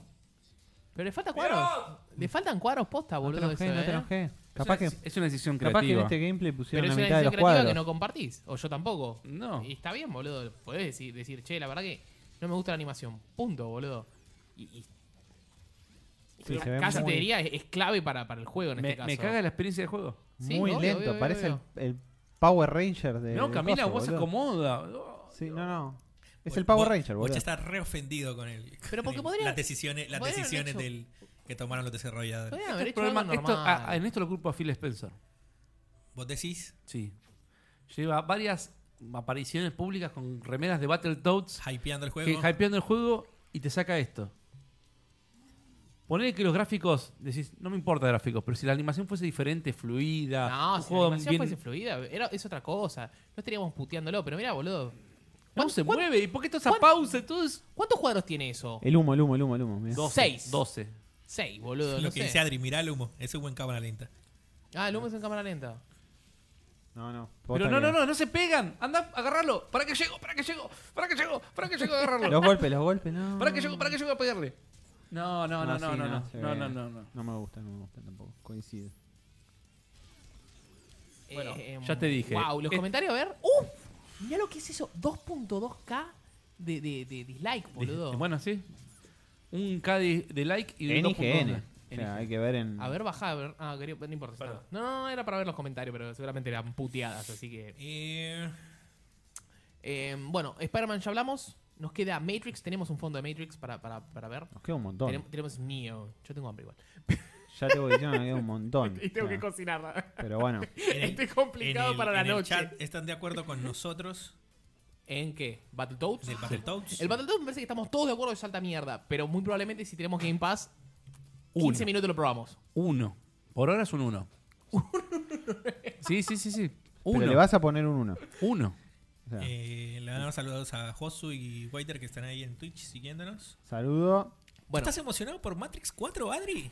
Pero le faltan cuadros. Le faltan cuadros posta,
No te
boludo.
enojé,
eso,
no te
eh.
enojé.
es,
Capaz
una,
que,
es una decisión
capaz que en
creativa.
este gameplay
Pero
pusieron
es
la
una
mitad de
decisión
los
creativa
cuadros.
que no compartís. O yo tampoco.
este
No.
Y está bien, boludo. Podés decir, decir, che, la verdad que no me gusta la animación. Punto, boludo. Y, y-
Sí, se ve
casi
muy-
te diría, es, es clave para, para el juego en
Me,
este caso.
me caga la experiencia del juego.
Sí,
Muy
obvio,
lento,
obvio, obvio,
parece el-
obvio.
El, Power Ranger de.
no,
de
Camila,
Eh, coso,
vos se
boludo.
acomoda. Oh,
Sí, no, no. Es
Bo-
el Power
Bo-
Ranger,
Bocha
boludo.
está reofendido con el.
Pero porque
el-
podrían-
las decisiones, las
podrían haber
decisiones
hecho-
del que tomaron los desarrolladores.
Podrían haber
el
hecho algo
este problema- esto-
normal.
ah, ah, en esto lo culpo a Phil Spencer.
Vos decís
Sí. Lleva varias apariciones públicas con remeras de Battletoads
hypeando el
que
juego.
hypeando el juego y te saca esto. Poner que los gráficos, decís, no me importa gráficos, pero si la animación fuese diferente, fluida,
No,
un
si la
juego
animación
bien-
fuese fluida, era, es otra cosa. No estaríamos puteándolo, pero mira, boludo.
no se
¿Cuán-
mueve, ¿y por qué toda esa
cuán-
pausa? Entonces,
¿Cuántos cuadros tiene eso?
El humo, el humo, el humo, el humo. mirá.
Seis.
12.
Seis, boludo.
Lo
no
que
sé.
dice Adri, mirá el humo. Ese humo en cámara lenta.
Ah, el humo es en cámara lenta.
No, no.
Pero no, no, no, no se pegan. Anda, agarralo. Para que llego, para que llego, para que llego, para que llego a agarrarlo.
Los golpes, los golpes, no.
Para que llego, para que llego a pegarle. No, no, no,
sí,
no, no, no,
se
no,
ve.
no, no, no.
No me gusta, no me gusta tampoco. Coincido.
Bueno,
ya te dije.
Wow, Eh, los
Es-
comentarios, a ver. ¡Uf! Mirá lo que es eso. 2.2k de, de, de dislike, boludo.
Bueno, sí. Un K de, de like y
En
un 2.1.
IGN. O sea, hay que ver en.
A ver, bajá, a ver. Ah, quería- no importa. está.
Perdón.
No, no, no, era para ver los comentarios, pero seguramente eran puteadas, así que.
Eh,
Eh, bueno, Spider-Man ya hablamos. Nos queda Matrix, tenemos un fondo de Matrix para, para, para ver.
Nos queda un montón.
Tenem- Tenemos, Neo. Yo tengo hambre igual.
Ya te voy diciendo, nos queda un montón.
Y tengo
O
que
sea,
cocinarla.
Pero bueno.
en el-
Este es complicado
en el-
para la
en el
noche.
chat, ¿Están de acuerdo con nosotros
¿En qué? ¿Battletoads?
del Battletoads?
El Battletoads me parece que estamos todos de acuerdo que salta mierda. Pero muy probablemente si tenemos Game Pass, 15
Uno.
minutos lo probamos.
Uno. Por ahora es un 1. sí, sí, sí, sí.
Pero le
Uno.
vas a poner un 1.
Uno.
O sea,
Eh, le damos saludos a Josu y Waiter que están ahí en Twitch siguiéndonos.
Saludo.
Bueno,
¿Estás emocionado por Matrix 4, Adri?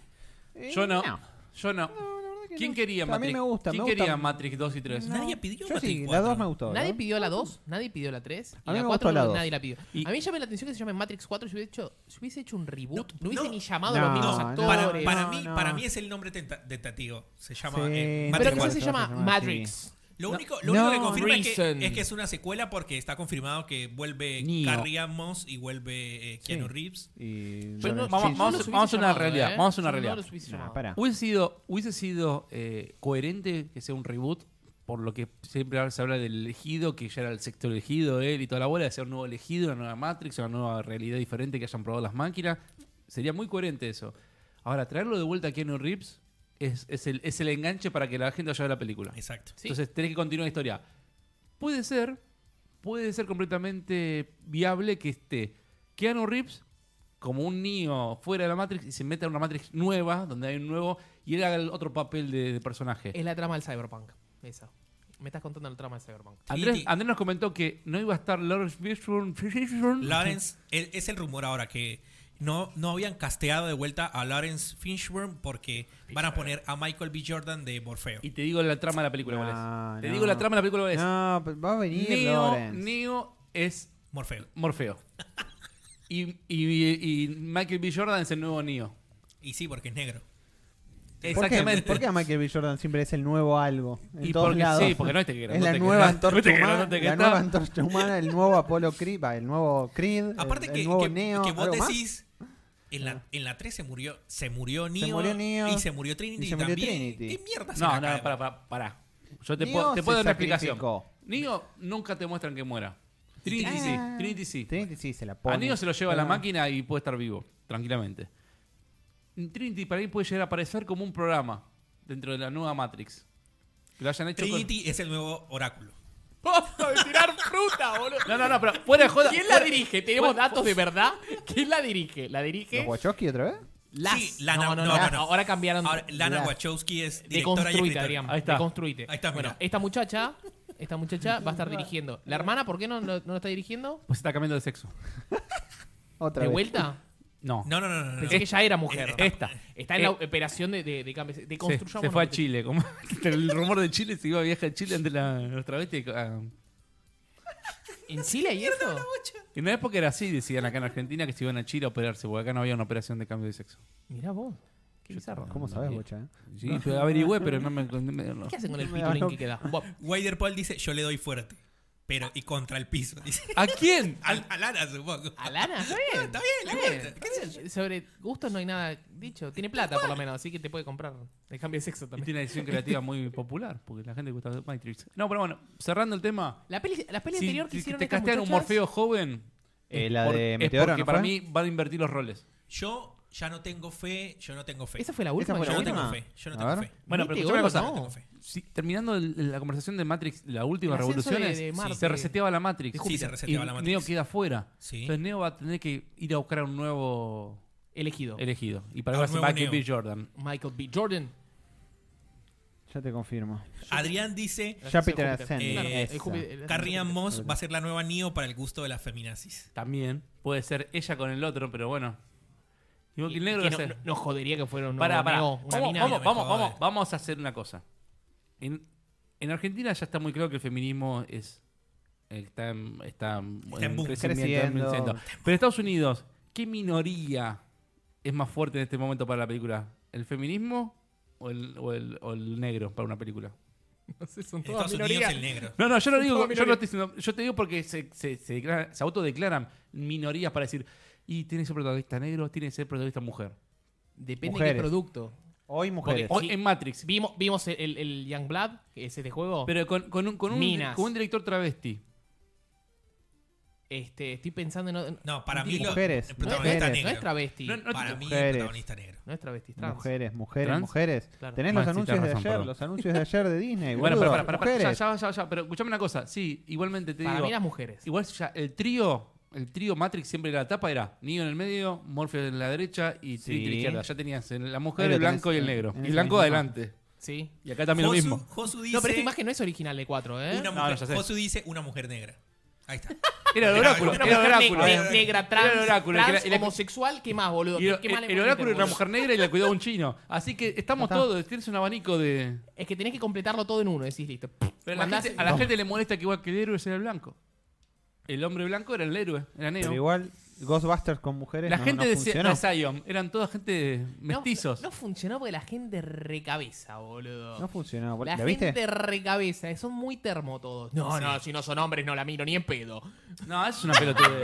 Eh,
Yo no.
no,
Yo no.
la verdad que
¿Quién
no.
quería
O sea, a mí
Matrix?
me gusta,
¿Quién
me gusta.
quería Matrix 2 y 3?
Nadie pidió
Yo
Matrix
sí, las
4.
dos me gustó.
nadie pidió la 2, nadie pidió la 3. Y
A mí
la
me
4
gustó la dos.
nadie la pidió.
Y-
A mí me llama la atención que se llame Matrix 4. Si hubiese hecho, si hubiese hecho un reboot, no,
No,
hubiese
no.
ni llamado a
No,
los mismos
no,
actores.
para, para
no,
mí,
no.
para mí es el nombre tenta- tentativo. Se llama
Sí,
eh,
no.
Pero
Matrix
quizás
Matrix
se
cuatro,
llama
se llama
Matrix.
Lo único,
No,
lo único que confirma es
Reason.
que, es que es una secuela porque está confirmado que vuelve
Neo.
Carrie Ann Moss y vuelve eh, Keanu
Sí.
Reeves.
Y
Pero
yo
no-
no-
vamos-
sí,
vamos-
los hubiese
a una
llamado,
realidad,
¿eh?
vamos a una
Yo
realidad.
No los hubiese
Nah,
llamado.
pará.
Hubiese sido, hubiese sido eh, coherente que sea un reboot, por lo que siempre se habla del elegido, que ya era el sexto elegido, él y toda la bola, de ser un nuevo elegido, una nueva Matrix, una nueva realidad diferente que hayan probado las máquinas. Sería muy coherente eso. Ahora, traerlo de vuelta a Keanu Reeves es, es el, es el enganche para que la gente vaya a ver la película.
Exacto.
Sí.
Entonces tenés que continuar la historia. Puede ser, puede ser completamente viable que esté Keanu Reeves como un niño fuera de la Matrix y se meta en una Matrix nueva, donde hay un nuevo, y él haga el otro papel de, de personaje.
Es la trama del Cyberpunk. Esa. Me estás contando la trama del Cyberpunk.
Andrés,
Trinity.
Andrés nos comentó que no iba a estar Lawrence Fishburne. Fishburne.
Lawrence, el- es el rumor ahora que no, no habían casteado de vuelta a Lawrence Finchburn porque van a poner a Michael B. Jordan de Morfeo.
Y te digo la trama de la película, ¿cuál es?
No,
Te
no.
digo la trama de la película, ¿cuál es?
No, pero va a venir
Neo,
Lawrence.
Neo es
Morfeo.
Morfeo. Y, y- y Michael B. Jordan es el nuevo Neo.
Y sí, porque es negro.
¿Por qué?
Exactamente.
¿Por qué a Michael B. Jordan siempre es el nuevo algo? En
Y
todos
porque-
lados.
sí, porque no viste que
Es la
grandote que
nueva
era.
antorcha
Viste que
humana.
grandote que
La
está.
nueva antorcha humana, el nuevo Apolo Creed, va, el nuevo Creed. el-
Aparte
el,
que,
nuevo
que-
Neo.
que vos
¿algo más? Ah.
decís, en la, en la 3 se murió, se murió Neo,
murió Neo,
y se murió Trinity
y se murió
también.
Trinity.
¿Qué mierda se
No,
la
no,
cae?
pará, pará, pará. Yo te
Neo
puedo, te
se
puedo dar una explicación.
sacrificó.
Neo nunca te muestran que muera. Trinity sí,
Ah.
Trinity sí.
Trinity sí, se la pone.
A Neo se lo lleva a la
Pero-
máquina y puede estar vivo, tranquilamente. Trinity para mí puede llegar a aparecer como un programa dentro de la nueva Matrix. Que lo hayan hecho con-
Trinity es el nuevo oráculo.
Posta de tirar fruta, boludo.
No, no, no, pero fuera de joda.
¿Quién la
fuera-
dirige? ¿Tenemos
fuera-
datos de verdad? ¿Quién la dirige? ¿La dirige?
¿Los Wachowski otra vez?
Las.
Sí, Lana-
no, no, no,
no,
no,
no.
Ahora cambiaron.
Ahora, Lana
Mirá.
Wachowski es
de
directora y
construite,
escritora.
Adrián.
Ahí está.
De construite.
Ahí está,
bueno,
mirá.
esta muchacha, esta muchacha va a estar dirigiendo. ¿La hermana por qué no, no, no la está dirigiendo?
Pues está cambiando de sexo.
Otra
¿De
vez.
vuelta?
No.
No, no, no, no. no.
Pensé que ya era mujer.
Esta.
Está en la
Eh.
operación de, de, de cambio. De
Se,
construyamos
se fue a
nosotros.
Chile. Como, el rumor de Chile se iba a viajar a Chile ante la, los travestis. ah,
¿En Chile y eso?
En una época era así, decían acá en Argentina que se iban a Chile a operarse, porque acá no había una operación de cambio de sexo.
Mirá vos. Qué bizarro.
¿Cómo sabes, bocha? eh?
Sí, yo averigüé, pero no me. me- no.
¿Qué hacen con el
Me da
featuring
lo-
que queda? Bob.
Wider Paul dice, yo le doy fuerte. Pero, y contra el piso. Dice,
¿A quién?
a, a Lana, supongo.
¿Alana? ¿Está bien?
Está bien, la
Está bien.
vuelta.
Sobre gustos no hay nada dicho. Tiene plata, por lo menos, así que te puede comprar. El cambio de sexo
Y
también.
tiene una decisión creativa muy popular, porque la gente le gusta Matrix. No, pero bueno, cerrando el tema.
La peli, la peli
si
anterior
te-
que hicieron
te
estas
castean un
muchachas-
Morfeo joven.
Eh,
es
la
por-
de
es
Meteoro,
Porque
¿no
para
fue?
mí van a invertir los roles.
Yo ya no tengo fe, yo no tengo fe.
¿Esa fue la última?
fue
yo
la
no
Yo
tengo
última?
fe, yo no
A
tengo
ver.
fe.
Bueno, pero
Meteoro,
escuchame una cosa.
no.
Yo no tengo fe.
si- terminando el- la conversación de Matrix, la última
El ascenso
revolución,
de-
es-
de
sí,
Marte.
se reseteaba la Matrix.
Sí, se reseteaba
y
la
Neo
Matrix.
queda fuera.
Sí.
Entonces Neo va a tener que ir a buscar a un nuevo
Elegido.
elegido. Y para
A un
eso va a Michael
nuevo Neo.
B. Jordan.
Michael B. Jordan.
Ya te confirmo.
Ah,
Adrián
Eh,
dice,
Jupiter
Júpiter.
Ascending.
Claro,
Eh,
el Júpiter- el-
Carrie Ann
eh,
Moss
Júpiter.
va a ser la nueva Neo para el gusto de las feminazis.
También. Puede ser ella con el otro, pero bueno. ¿Y
Y-
Joaquín Negro
que
qué
no,
hace?
no- no jodería que fuera un
Pará,
nuevo
pará.
Neo,
Vamos,
una mina.
vamos,
me
vamos,
jode.
vamos, vamos a hacer una cosa. En, en Argentina ya está muy claro que el feminismo es está en, está en-
Está en
en
boom.
crecimiento,
Creciendo.
en crecimiento. Pero Estados Unidos, ¿qué minoría es más fuerte en este momento para la película? ¿El feminismo o el, o el- o el negro para una película?
No sé, son
En
todas
Estados
minorías.
Unidos el negro.
No, no, yo no
Son
digo,
todas
yo no
minorías.
estoy diciendo- yo te digo porque se, se, se declara- se autodeclaran minorías para decir, y tiene que ser protagonista negro, tiene que ser protagonista mujer.
Depende de qué
Mujeres.
producto.
Hoy mujeres.
Porque
Hoy
Sí.
en Matrix,
Vimos, vimos el, el Young Blood, que es este juego.
pero con, con un, con, un,
Minas.
con un director travesti.
este, estoy pensando en. No, no
No, para mí lo-
Mujeres,
el
es,
protagonista
no es
negro.
travesti.
No,
No,
no,
Para mí el
Mujeres.
protagonista negro.
es travesti, es trans.
Mujeres, mujeres,
Trans.
mujeres.
Claro.
Tenés
Ah,
los
sí,
anuncios
tenés
de
razón,
ayer,
perdón.
los anuncios de ayer de Disney,
Bueno,
Eh, boludo.
para, para, para, para, ya,
mujeres.
ya, ya, ya, pero escuchame una cosa, sí, igualmente te
Para
digo,
mí las mujeres.
igual ya el trío, el trío Matrix siempre la tapa era Neo en el medio, Morpheus en la derecha y
Sí.
Trinity en la izquierda. Ya tenías el- la mujer,
Ahí lo
el blanco y el
tenés, eh,
negro.
en
Y
ese
el blanco
mismo
adelante.
Sí.
Y acá también lo
Josu-
mismo.
Josu dice,
No, pero esta imagen no es original de 4, ¿eh?
una
No,
mujer,
no, ya sé.
Josu dice una mujer negra. Ahí está.
Era el
Era
oráculo,
una
era el
mujer
oráculo.
ne- ne- negra, trans,
Era el oráculo,
trans,
que era- era-
homosexual, ¿qué más, boludo?
Y el,
¿Qué más le
el
podés
oráculo
meter,
era una
boludo?
mujer negra y la cuidaba un chino. Así que estamos
Ya está.
todos, tienes un abanico de...
Es que tenés que completarlo todo en uno, decís listo.
Pero la
Mandás-
gente- a la gente le molesta que igual que el héroe sea el blanco. El hombre blanco era el héroe, era
Pero
Neo.
igual, Ghostbusters con mujeres
La
no,
gente
no
de
funcionó.
Zion, eran toda gente
No,
mestizos.
No, funcionó porque la gente recabeza, boludo.
No funcionó. bol-
la
¿La
gente
viste?
recabeza, son muy termo todos. No,
Sí.
no, si no son hombres no la miro ni en pedo.
No, eso Eh, es una pelotudez.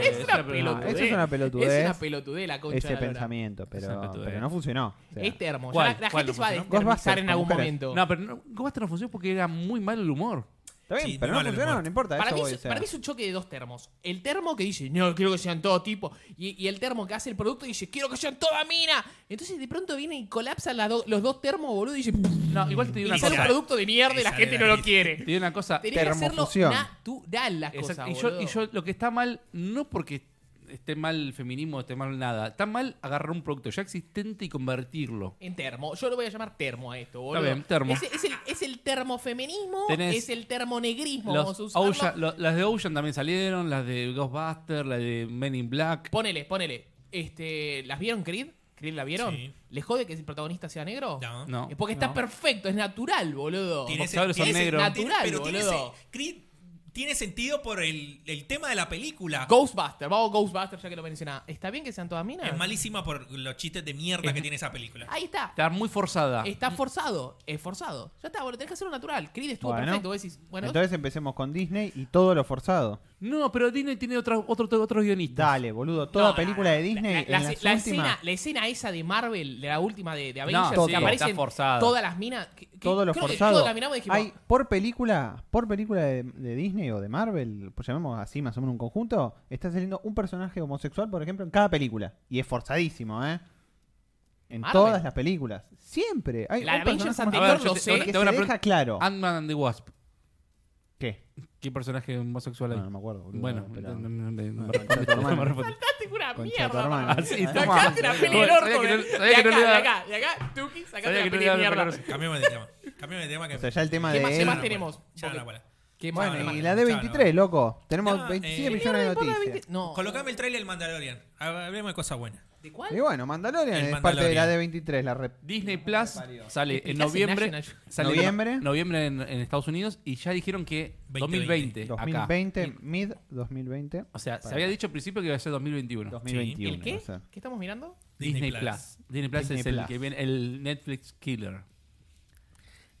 Es una
No,
pelotudez.
eso es una pelotudez.
Es una pelotudez la Este concha de
Ese
la lora.
pensamiento,
Es una
pero,
pelotudez.
pero no funcionó. O sea,
Es termo. Ya
¿Cuál?
la la
¿Cuál
gente
no
se va a
funcionó?
despertar
Ghostbusters
en
con
algún
mujeres.
momento.
No, pero no, Ghostbusters no funcionó porque era muy mal el humor.
Está bien,
Sí,
pero
muy
no
mal el
funcionó,
humor.
no importa. a
Para
eso
mí,
voy,
es,
o sea.
para mí es un choque de dos termos. El termo que dice, no, quiero que sean todo tipo. Y, y el termo que hace el producto y dice, quiero que sean toda mina. Entonces de pronto viene y colapsan las do- los dos termos, boludo, y dice,
No, igual te
y
digo una
sale un
cosa.
producto de mierda y la
Sale
gente
la
no lo
lista.
Te
quiere.
digo una cosa.
Tenés que hacerlo
Termofusión.
natural las
Exacto,
cosas,
y, yo,
boludo.
y yo lo que está mal, no porque esté mal el feminismo, esté mal nada. Está mal agarrar un producto ya existente y convertirlo.
En termo. Yo lo voy a llamar termo a esto, boludo.
bien, termo.
Es, es el, es el termofeminismo,
Tenés
es el termonegrismo. vamos a
Los
usarlo.
Ocean- lo- las de Ocean también salieron, las de Ghostbusters, las de Men in Black.
Ponele, ponele. Este, ¿Las vieron, Creed? ¿Creed la vieron?
Sí.
¿Les jode que el protagonista sea negro?
No.
No.
Es porque está
no.
perfecto, es natural, boludo.
Tiene
boxeadores
sen-
son
tiene
negros.
sen- tiene-
Natural,
pero tiene
boludo.
sen- Creed tiene sentido por el, el tema de la película.
Ghostbuster, vamos a Ghostbuster ya que lo menciona. ¿Está bien que sean todas minas?
Es malísima por los chistes de mierda que tiene esa película.
Ahí está.
Está muy forzada.
Está forzado, es forzado. Ya está, bueno, tenés que hacerlo natural. Creed estuvo
Bueno.
perfecto, vos decís, bueno,
Entonces empecemos con Disney y todo lo forzado.
No, pero Disney tiene otro, otro, otros guionistas.
Dale, boludo. Toda
No,
película de Disney
La,
en
la-
las
la
últimas,
escena, la escena esa de Marvel, de la última de, de Avengers,
No,
que
sí,
aparecen
está forzada.
todas las minas. que- que-
todo lo
creo que
forzado.
todas las miramos y dijimos,
Hay por película, por película de, de Disney o de Marvel, pues llamemos así más o menos un conjunto, está saliendo un personaje homosexual, por ejemplo, en cada película y es forzadísimo, ¿eh? En
Marvel.
todas las películas, siempre. Hay
La
un
Avengers
personaje
anterior
A ver,
homosexual
yo
lo
te-
sé. Ah.
te-
que
hago
se
una
deja
pregunta.
claro.
Ant-Man and the Wasp.
¿Qué?
¿Qué personaje homosexual hay?
No, no me acuerdo. boludo,
Bueno,
pero-
no, no, no, no, no,
Ah,
respondiste,
tu hermano.
no me respondiste.
"Sacaste una
Concha
mierda.
tu hermana.
mamá".
Ah, sí, toma.
Sacaste una peli del
Sabía
orto.
que
De,
no-
de acá,
sabía que no le
de
iba a-
acá, de acá. Tuki, sacate
Sabía
una
que no
peli
le
de
iba a
mierda.
reconocer.
Cambiamos de tema. Cambiemos de tema. Que
O sea, ya el tema
¿Qué
de
más, qué
él-
más tenemos?
Ya
Porque-
la bola.
¿Qué más?
Bueno,
¿Qué
y
más?
la de
Ya la
23, loco. Tenemos
No,
27
eh,
millones de
¿Qué importa
noticias.
20? No.
Colocame el trailer del Mandalorian. Hablemos de cosas buenas.
¿De cuál?
Y bueno, Mandalorian
El
es parte de la
Mandalorian.
de 23, la rep-
Disney Plus sale en
Explicás en
noviembre.
National-
Sale en
Noviembre.
noviembre en, en Estados Unidos y ya dijeron que 2020.
2020.
acá.
2020, mid 2020.
O sea, se
Para.
había dicho al principio que iba a ser 2021.
2021.
¿El qué?
va a ser.
¿Qué estamos mirando?
Disney,
Disney
Plus. Disney Plus
Disney
es el
Plus.
que viene, el Netflix Killer.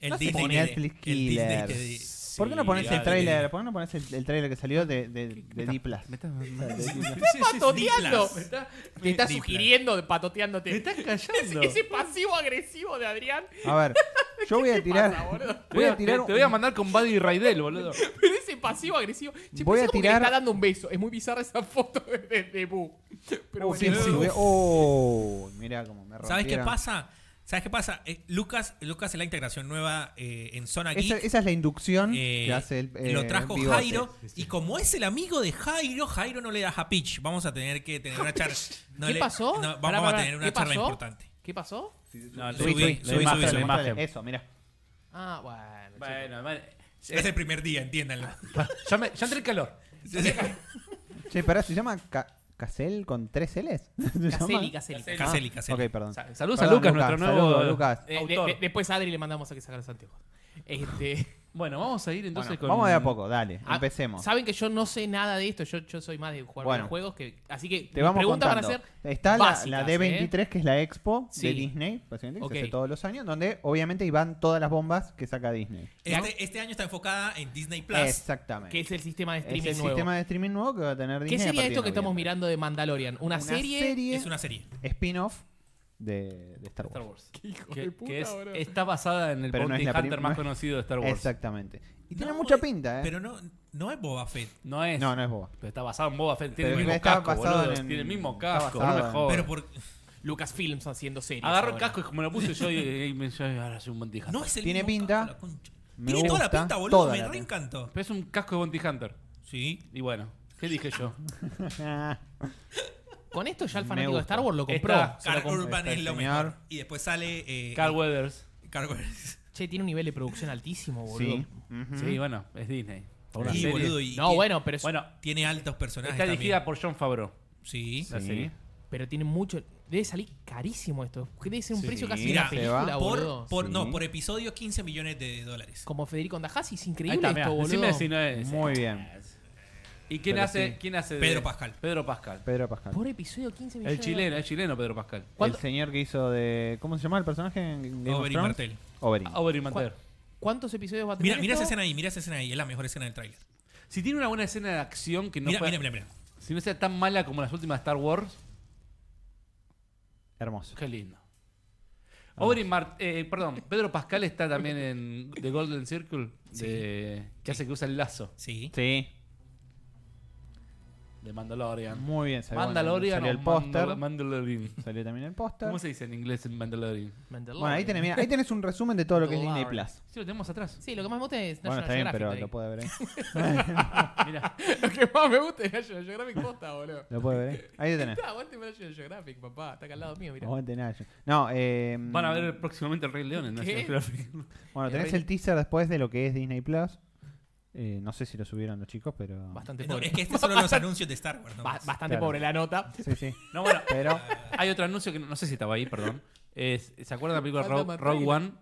El
No sé,
Disney
pone
de-
Netflix
el
Killers.
Disney de-
¿Por qué no pones el
dale.
trailer? ¿Por qué no pones el, el trailer que salió de, de, de D+?
Me estás- me
O sea, de D+.
Está patoteando.
Disney
Te está
Disney.
sugiriendo, de patoteándote.
estás callando.
Ese pasivo agresivo de Adrián.
A ver, yo voy
pasa, boludo?
a tirar. Voy a tirar.
te, te voy a
un-
mandar con Buddy Raidel, boludo.
Pero ese pasivo agresivo. Che,
Voy
parece
a
como que le
tirar-
está dando un beso. Es muy bizarra esa foto de, de, de Boo. Pero
Oh,
bueno,
sí, sí, voy a- oh, mirá cómo me rompieron.
¿Sabes qué pasa? ¿Sabes qué pasa? Eh, Lucas, Lucas es la integración nueva eh, en Zona Geek.
Esa, esa es la inducción
Eh,
que hace el. eh,
lo trajo
bigote.
Jairo y como es el amigo de Jairo, Jairo no le da a pitch. Vamos a tener que tener una charla. no
¿Qué
le-
pasó?
no, vamos
Pará, pará,
a tener una
¿qué
charla
pasó?
importante.
¿Qué pasó?
No,
Subí,
subí,
subí,
la
subí,
imagen,
subí.
la imagen.
Eso, mira.
Ah, bueno. chico.
Bueno, bueno.
Es el primer día, entiéndanlo.
Ah.
Ya, me, ya entré en calor.
Che, pará, ¿se llama Ca- Casel con tres L's?
Caseli,
¿Se llama?
Caseli.
Caseli.
Ah,
Caseli, Caseli.
Ok, perdón.
Sa- Saludos a
Perdón,
Lucas, nuestro nuevo.
saludos, Lucas.
Eh, de-
Autor.
de- después a Adri le mandamos a que sacar los anteojos. Este,
Bueno, vamos a ir entonces
Bueno,
con.
Vamos de a poco, dale,
ah,
empecemos.
Saben que yo no sé nada de esto. Yo, yo soy más de jugar
Bueno.
videojuegos. Que, así que
Te vamos
preguntas
contando.
van a ser
Está la- la,
básicas, ¿eh?
D23, que es la expo
Sí.
de Disney, básicamente, que
Ok.
se hace todos los años, donde obviamente ahí van todas las bombas que saca Disney.
Este, este año está enfocada en Disney Plus.
Exactamente.
que es el sistema de
Es
streaming
el
nuevo.
sistema de streaming nuevo que va a tener
¿Qué
Disney. a
sería
partir
esto
de
que estamos
noviembre.
mirando de Mandalorian? ¿Una, serie?
Es una serie.
spin-off de, de Star Wars.
Star Wars.
hijo
que
de puta,
que es-
bro.
está basada en el
Pero no
Bounty
es la
Hunter
prim-
más
no-
conocido de Star Wars.
Exactamente. Y tiene
No,
mucha
eh,
pinta, ¿eh?
Pero no, no es Boba Fett.
No es.
no, no es boba.
Pero está basado en Boba Fett. Tiene el
Pero
mismo
está
casco,
basado
boludo.
en-
Tiene el mismo
está
casco.
basado
No me
en-
jodas.
Pero por,
Lucasfilms haciendo series.
Agarro el
ahora.
casco y como lo puse yo y, y me yo, ahora soy un Bounty Hunter.
no es el
Tiene
mismo
pinta.
casco, la concha.
Me
Tiene toda la
gusta,
pinta, boludo.
toda
Me
la
reencantó.
Pero es un casco de Bounty Hunter.
Sí.
Y bueno, ¿qué dije yo?
Ah,
Con esto ya el
Me
fanático de
gusta.
Star Wars lo compró.
Está-
Se lo
Carl
compró.
Urban
está
es
el
lo
este señor.
mejor. Y después sale. Eh,
Carl Weathers.
Carl Weathers.
Che, tiene un nivel de producción altísimo, boludo.
sí. ujú.
Sí, bueno, es Disney. Una
Y,
serie.
boludo, y-
No,
y-
bueno, pero, es-
Bueno,
Tiene altos personajes.
está dirigida
también.
por John Favreau.
Sí.
La
Sí.
serie.
pero tiene mucho. Debe salir carísimo esto. Debe ser un
Sí,
precio casi de
mira,
una
se
película,
va.
boludo.
Por, por- No,
Sí.
por episodio 15 millones de dólares.
Como Federico Andajasi, es
Ahí
increíble
está, mirá,
esto, boludo.
decime si no es.
Muy bien.
¿Y quién
Pero
hace,
sí.
quién hace de-
Pedro Pascal.
Pedro Pascal.
Pedro Pascal.
Por episodio 15
El
millones.
chileno, el chileno Pedro Pascal.
El
¿Cuánto-
señor que hizo de. ¿Cómo se llama el personaje? en Game of
Oberyn
Thrones?
Martell.
Oberyn.
Aubrey Mantel.
¿Cuántos episodios va a tener?
Mira, mira
esto?
esa escena ahí, mira esa escena ahí. Es la mejor escena del tráiler.
Si tiene una buena escena de acción que no,
Mira,
fuera-
mira, mira, mira.
Si no sea tan mala como las últimas Star Wars,
Hermoso.
qué lindo. Aubrey Mart- eh, perdón, Pedro Pascal está también en The Golden Circle, de- que hace que usa el lazo
Sí.
Sí.
de Mandalorian.
Muy bien. Salió,
Mandalorian
salió
o
el póster.
Mandal- Mandalorian.
Salió también el póster.
¿Cómo se dice en inglés en Mandalorian?
Mandalorian.
Bueno, ahí tenés, mirá, ahí tenés un resumen de todo lo que es Disney
Mandalorian.
Plus.
Sí, lo tenemos atrás.
Sí, lo que más me gusta es
Bueno,
National
está
Geographic.
bien, pero
ahí.
lo puede ver ¿eh? ahí.
Mirá.
Lo que más me gusta es National Geographic posta, boludo.
Lo puede ver ahí. Ahí lo tenés.
Está, aguante National Geographic, papá. Está acá al lado mío, mirá.
Aguante nada. yo- No, eh,
Van a ver próximamente el Rey León en
¿Qué?
National Geographic.
Bueno, tenés el teaser después de lo que es Disney Plus. Eh, no sé si lo subieron los chicos, pero.
Bastante
No,
pobre.
es que estos son los anuncios de Star Wars. ¿no?
Ba- bastante
Claro.
pobre la nota.
Sí, sí.
No, bueno,
Pero.
hay otro anuncio que no, no sé si estaba ahí, perdón. Es- ¿Se acuerdan de la película
Falta
Rogue,
Matilda.
Rogue One?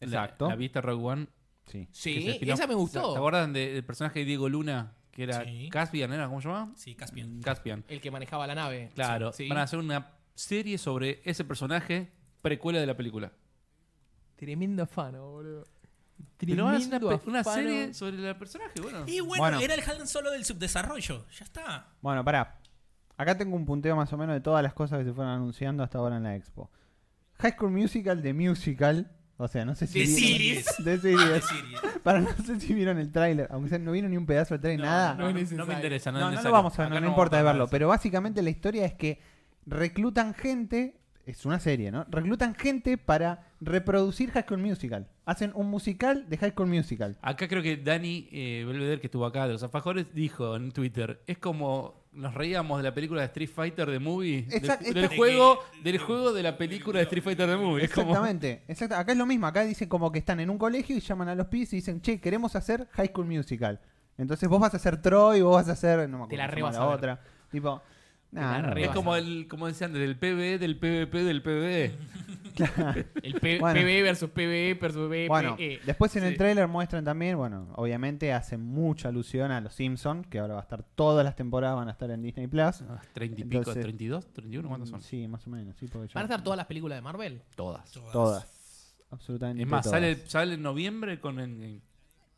La-
Exacto.
¿La, viste Rogue One?
Sí.
Que se
Sí,
espinó-
esa me
¿Se
gustó.
acuerdan de- del personaje de Diego Luna? Que era
Sí.
Caspian, ¿era? ¿Cómo se llamaba?
Sí, Caspian.
Caspian.
El que manejaba la nave.
Claro.
Sí.
Van a hacer una serie sobre ese personaje, precuela de la película.
Tremendo afano, boludo.
Pero van a hacer
Tremendo
una, pe- una
afano.
serie sobre el personaje, bueno.
Y bueno,
Mm, Bueno.
era el Han Solo del subdesarrollo. Ya está.
Bueno, pará. Acá tengo un punteo más o menos de todas las cosas que se fueron anunciando hasta ahora en la expo. High School Musical de Musical. O sea, no sé si.
De
vieron-
series.
De
Es
series.
decir,
Para no sé si vieron el tráiler. Aunque sea, no vieron ni un pedazo del tráiler, nada.
no es necesario.
me interesa, no,
No,
es
no lo
necesario.
vamos a ver,
Acá
no, no
vamos a
importa de
hablar
verlo.
eso.
Pero básicamente la historia es que reclutan gente, es una serie, ¿no? Reclutan gente para reproducir High School Musical. Hacen un musical de High School Musical.
Acá creo que Dani eh, Belvedere, que estuvo acá de los alfajores, dijo en Twitter, es como nos reíamos de la película de Street Fighter de Movie, del-
Exact-
del,
exact-
juego, del juego de la película de Street Fighter de Movie. Es como-
Exactamente. exacta- Acá es lo mismo. Acá dicen como que están en un colegio y llaman a los pibes y dicen, che, queremos hacer High School Musical. Entonces vos vas a hacer Troy, vos vas a hacer, no me acuerdo,
Te la
cómo se
re
llama
vas
la
a ver.
otra. Tipo,
la
nah, no,
re
es
vas
como el, como decían, del PBE, del PvP, del PBE.
El P-
Bueno.
PBE versus PBE versus E. PBE.
Bueno, después en el
Sí.
tráiler muestran también, bueno, obviamente hacen mucha alusión a los Simpsons, que ahora va a estar todas las temporadas, van a estar en Disney Plus.
Ah, Treinta y pico,
Entonces- mm,
treinta y dos, treinta y uno, ¿cuántos son?
Sí, más o menos, sí, porque yo-
¿Van a estar todas las películas de Marvel?
Todas.
todas. Absolutamente.
Es más,
todas.
sale, sale en noviembre con Endgame.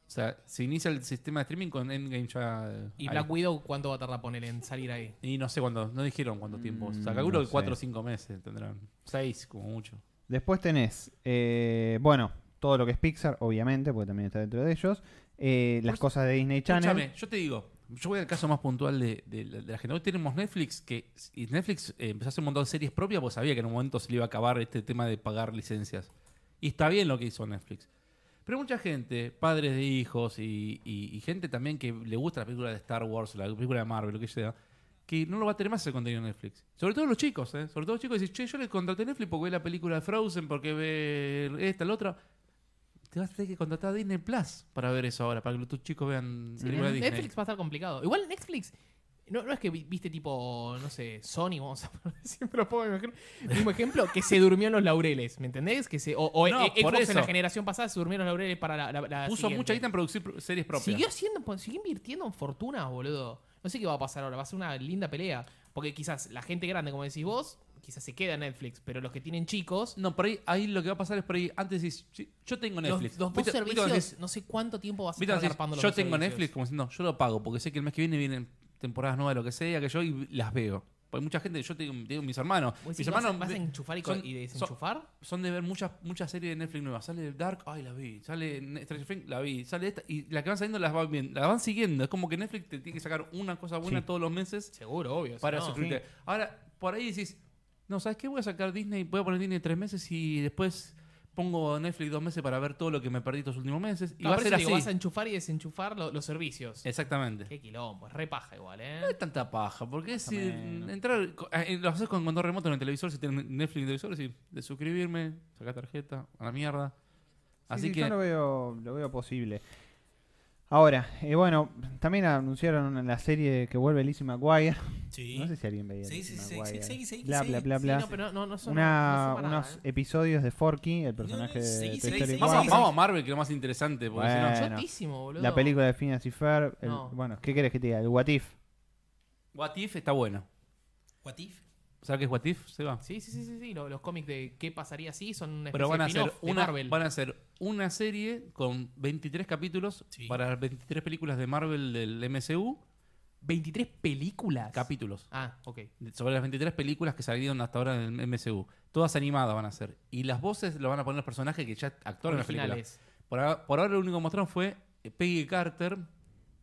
O sea, se inicia el sistema de streaming con Endgame ya... eh,
¿Y
ahí.
Black Widow cuánto va a tardar poner en salir ahí?
Y no sé cuándo, no dijeron cuánto tiempo. O sea,
Mm,
calculo
no
que cuatro o
sé.
cinco meses tendrán. Seis, como mucho.
Después tenés, eh, bueno, todo lo que es Pixar, obviamente, porque también está dentro de ellos. Eh, las
Pues-
cosas de Disney Channel.
Escúchame, yo te digo, Yo voy al caso más puntual de, de la de la gente. Hoy tenemos Netflix, que y Netflix eh, empezó a hacer un montón de series propias porque sabía que en un momento se le iba a acabar este tema de pagar licencias. Y está bien lo que hizo Netflix. Pero mucha gente, padres de hijos y, y- y gente también que le gusta la película de Star Wars, la película de Marvel, lo que sea, que no lo va a tener más el contenido de Netflix. Sobre todo los chicos, ¿eh? Sobre todo los chicos que dicen, che, yo le contraté a Netflix porque ve la película de Frozen, porque ve esta, la otra. Te vas a tener que contratar a Disney Plus para ver eso ahora, para que tus chicos vean
Sí,
películas de Disney.
Netflix va a estar complicado. Igual Netflix. No, no es que vi- viste tipo, no sé, Sony, vamos a poner, siempre lo pongo el mismo ejemplo, que se durmió en los laureles, ¿me entendés? Que se, o o
No,
e-
por
Xbox en la
eso.
generación pasada se durmió en los laureles para la, la- la
Ah, Puso
siguiente.
mucha guita en producir pro- series propias.
Siguió haciendo, pon- siguió invirtiendo en fortunas, boludo. No sé qué va a pasar ahora, va a ser una linda pelea. Porque quizás la gente grande, como decís vos, quizás se queda en Netflix, pero los que tienen chicos,
No, por ahí, ahí lo que va a pasar es por ahí. Antes decís, "Sí, yo tengo
los,
Netflix.
los dos
Viste- viste
servicios,
cuando decís-
no sé cuánto tiempo vas a
viste
estar garpando
cuando decís,
los
yo
dos
tengo
servicios.
Netflix, como diciendo, yo lo pago porque sé que el mes que viene vienen temporadas nuevas, lo que sea, que yo y las veo. Porque mucha gente, yo tengo, tengo mis hermanos.
Vos decís,
mis
¿vas a-
hermanos
¿Vas a
ve-
enchufar y, co-
son-
y
son-
desenchufar?
son de ver muchas muchas series de Netflix nuevas. Sale Dark, ay, la vi. Sale Ne- Stranger Things, la vi. Sale esta. Y las que van saliendo las van, viendo, las van siguiendo. Es como que Netflix te tiene que sacar una cosa buena
Sí.
todos los meses
Seguro, obvio.
para
si no.
suscribirte. Ahora, por ahí decís, no, ¿sabes qué? Voy a sacar Disney, voy a poner Disney tres meses y después pongo Netflix dos meses para ver todo lo que me perdí estos últimos meses. Y
No,
va a
por eso
ser
te digo,
así.
vas a enchufar y desenchufar lo- los servicios.
Exactamente.
Qué quilombo, es re paja igual, ¿eh?
No es tanta paja, porque es
o
eh,
menos.
entrar, co- eh, lo haces con control remoto en el televisor, si tienes Netflix en el televisor, y de suscribirme, sacar tarjeta, a la mierda. Así
sí,
que...
Yo lo veo, lo veo posible. Ahora, eh, bueno, también anunciaron la serie que vuelve Lizzie McGuire.
Sí.
No sé si alguien veía.
Sí,
Lizzie
sí, sí,
McGuire.
sí, sí, sí,
bla,
sí.
bla, bla,
Sí,
bla.
no, pero no, no son-
Una-
no son para
unos
nada, ¿eh?
episodios de Forky, el personaje
No,
de
sí,
Toy
sí,
Story
sí,
Vamos,
sí,
4,
vamos a Marvel, que es lo más interesante, porque si no-
Bueno.
Chotísimo, boludo.
la película de Phineas y Ferb. el-
No.
Bueno, ¿qué querés que te diga? El What If.
What If está bueno.
What if?
¿Sabes qué es What If? Se va.
Sí, sí, sí, sí, sí, lo- Los, cómics de qué pasaría si son una
Pero van a
especie de
hacer
spin-off de
una
Marvel.
van a hacer una serie con 23 capítulos
Sí.
para 23 películas de Marvel del MCU,
23 películas.
capítulos
ah, ok.
de- sobre las 23 películas que salieron hasta ahora en el MCU. Todas animadas van a ser y las voces lo van a poner los personajes que ya actuaron en la película.
Originales.
Por, ahora- por ahora lo único que mostraron fue eh, Peggy Carter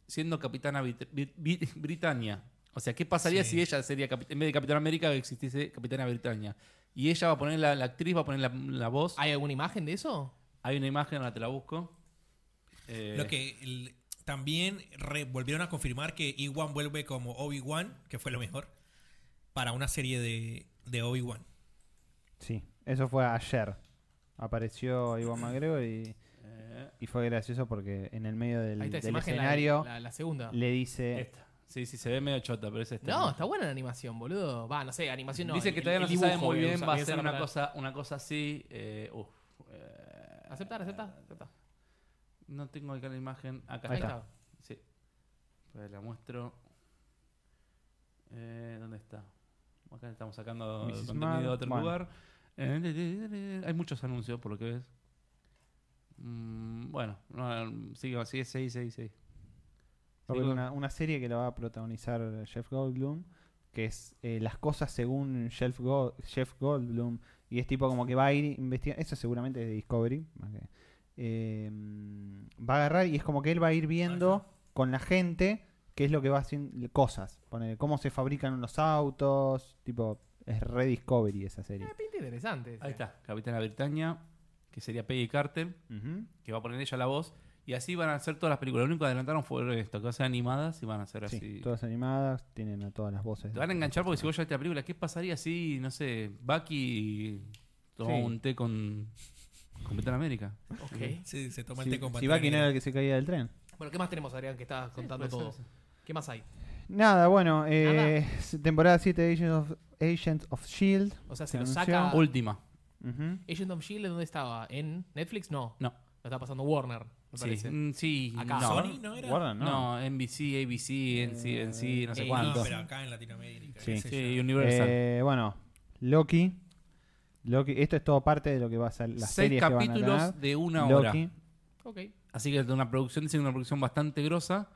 siendo capitana Brit- Brit- Brit- Britannia. O sea, ¿qué pasaría
Sí.
si ella sería capi- en vez de Capitán América existiese Capitana Britannia? Y ella va a poner la, la actriz va a poner la, la voz.
¿Hay alguna imagen de eso?
Hay una imagen, ahora te la busco. Eh,
Lo que el- también re- volvieron a confirmar que Iwan vuelve como Obi-Wan, que fue lo mejor, para una serie de, de Obi-Wan.
Sí, eso fue ayer. Apareció Iwan McGregor y,
eh,
y fue gracioso porque en el medio del,
Ahí está esa
del
imagen, la-
escenario
La, la segunda.
le dice...
esta. Sí, sí, se ve medio chota, pero es esta.
No, está buena la animación, boludo. Va, no sé, animación no.
Dice que
el-
todavía no
el
se sabe
dibujo
muy
voy
bien,
usar,
va a
voy
ser
la
una
palabra.
cosa, una cosa así. eh, uf, eh,
Aceptar, aceptar, aceptar.
No tengo acá la imagen. Acá
Ahí
Ahí
está.
está.
Sí. Pues la muestro. Eh, ¿Dónde está? Acá estamos sacando
Mrs.
contenido
Mar-
de otro
bueno.
lugar. Eh, hay muchos anuncios, por lo que ves. Mm, bueno, no, sigue, sigue 6, 6, 6.
Va a haber
Sí,
una, una serie que la va a protagonizar Jeff Goldblum, que es eh, Las cosas según Jeff, Go- Jeff Goldblum. Y es tipo como que va a ir investigando. Eso seguramente es de Discovery. más que- eh, va a agarrar y es como que él va a ir viendo
Ajá.
con la gente qué es lo que va haciendo cosas. Poner cómo se fabrican los autos. Tipo, es re Discovery esa serie.
Eh, pinta interesante.
Ahí está, Capitana Britannia, que sería Peggy Carter,
Eh.
Ujú.
que va a poner ella la voz. Y así van a ser todas las películas. Lo único que adelantaron fue esto, que van a ser animadas y van a ser
Sí,
así.
todas animadas, tienen a todas las voces.
Te van a enganchar porque si vos ya esta película, ¿qué pasaría si, no sé, Bucky tomó
Sí.
un té con, con Capitán América?
Ok.
Sí, se toma este el
Si,
té con
si
Batman
va quien era
y-
el que se caía del tren.
Bueno, ¿qué más tenemos, Adrián, que estás contando
puede
todo?
ser
¿Qué más hay?
Nada, bueno, eh, temporada 7 de Agents of, Agents of Shield.
O sea, se,
Se
lo
anunció.
saca.
Última.
Ujú.
Agent of Shield, E ¿dónde estaba? ¿En Netflix? No.
No.
Lo está pasando Warner, me
Sí.
parece.
mm, sí
Acá.
No.
Sony no era.
Warner, ¿no?
No, NBC, ABC, NC, NC, no sé
Eh,
No,
cuánto.
pero acá en Latinoamérica.
Sí.
qué sé
Sí,
yo.
Universal.
Eh, bueno, Loki. Loki. Esto es todo parte de lo que va a ser las
Seis
series que van a
capítulos
tener.
de una hora.
Loki.
Ok.
Así que es una producción, dice una producción bastante grosa.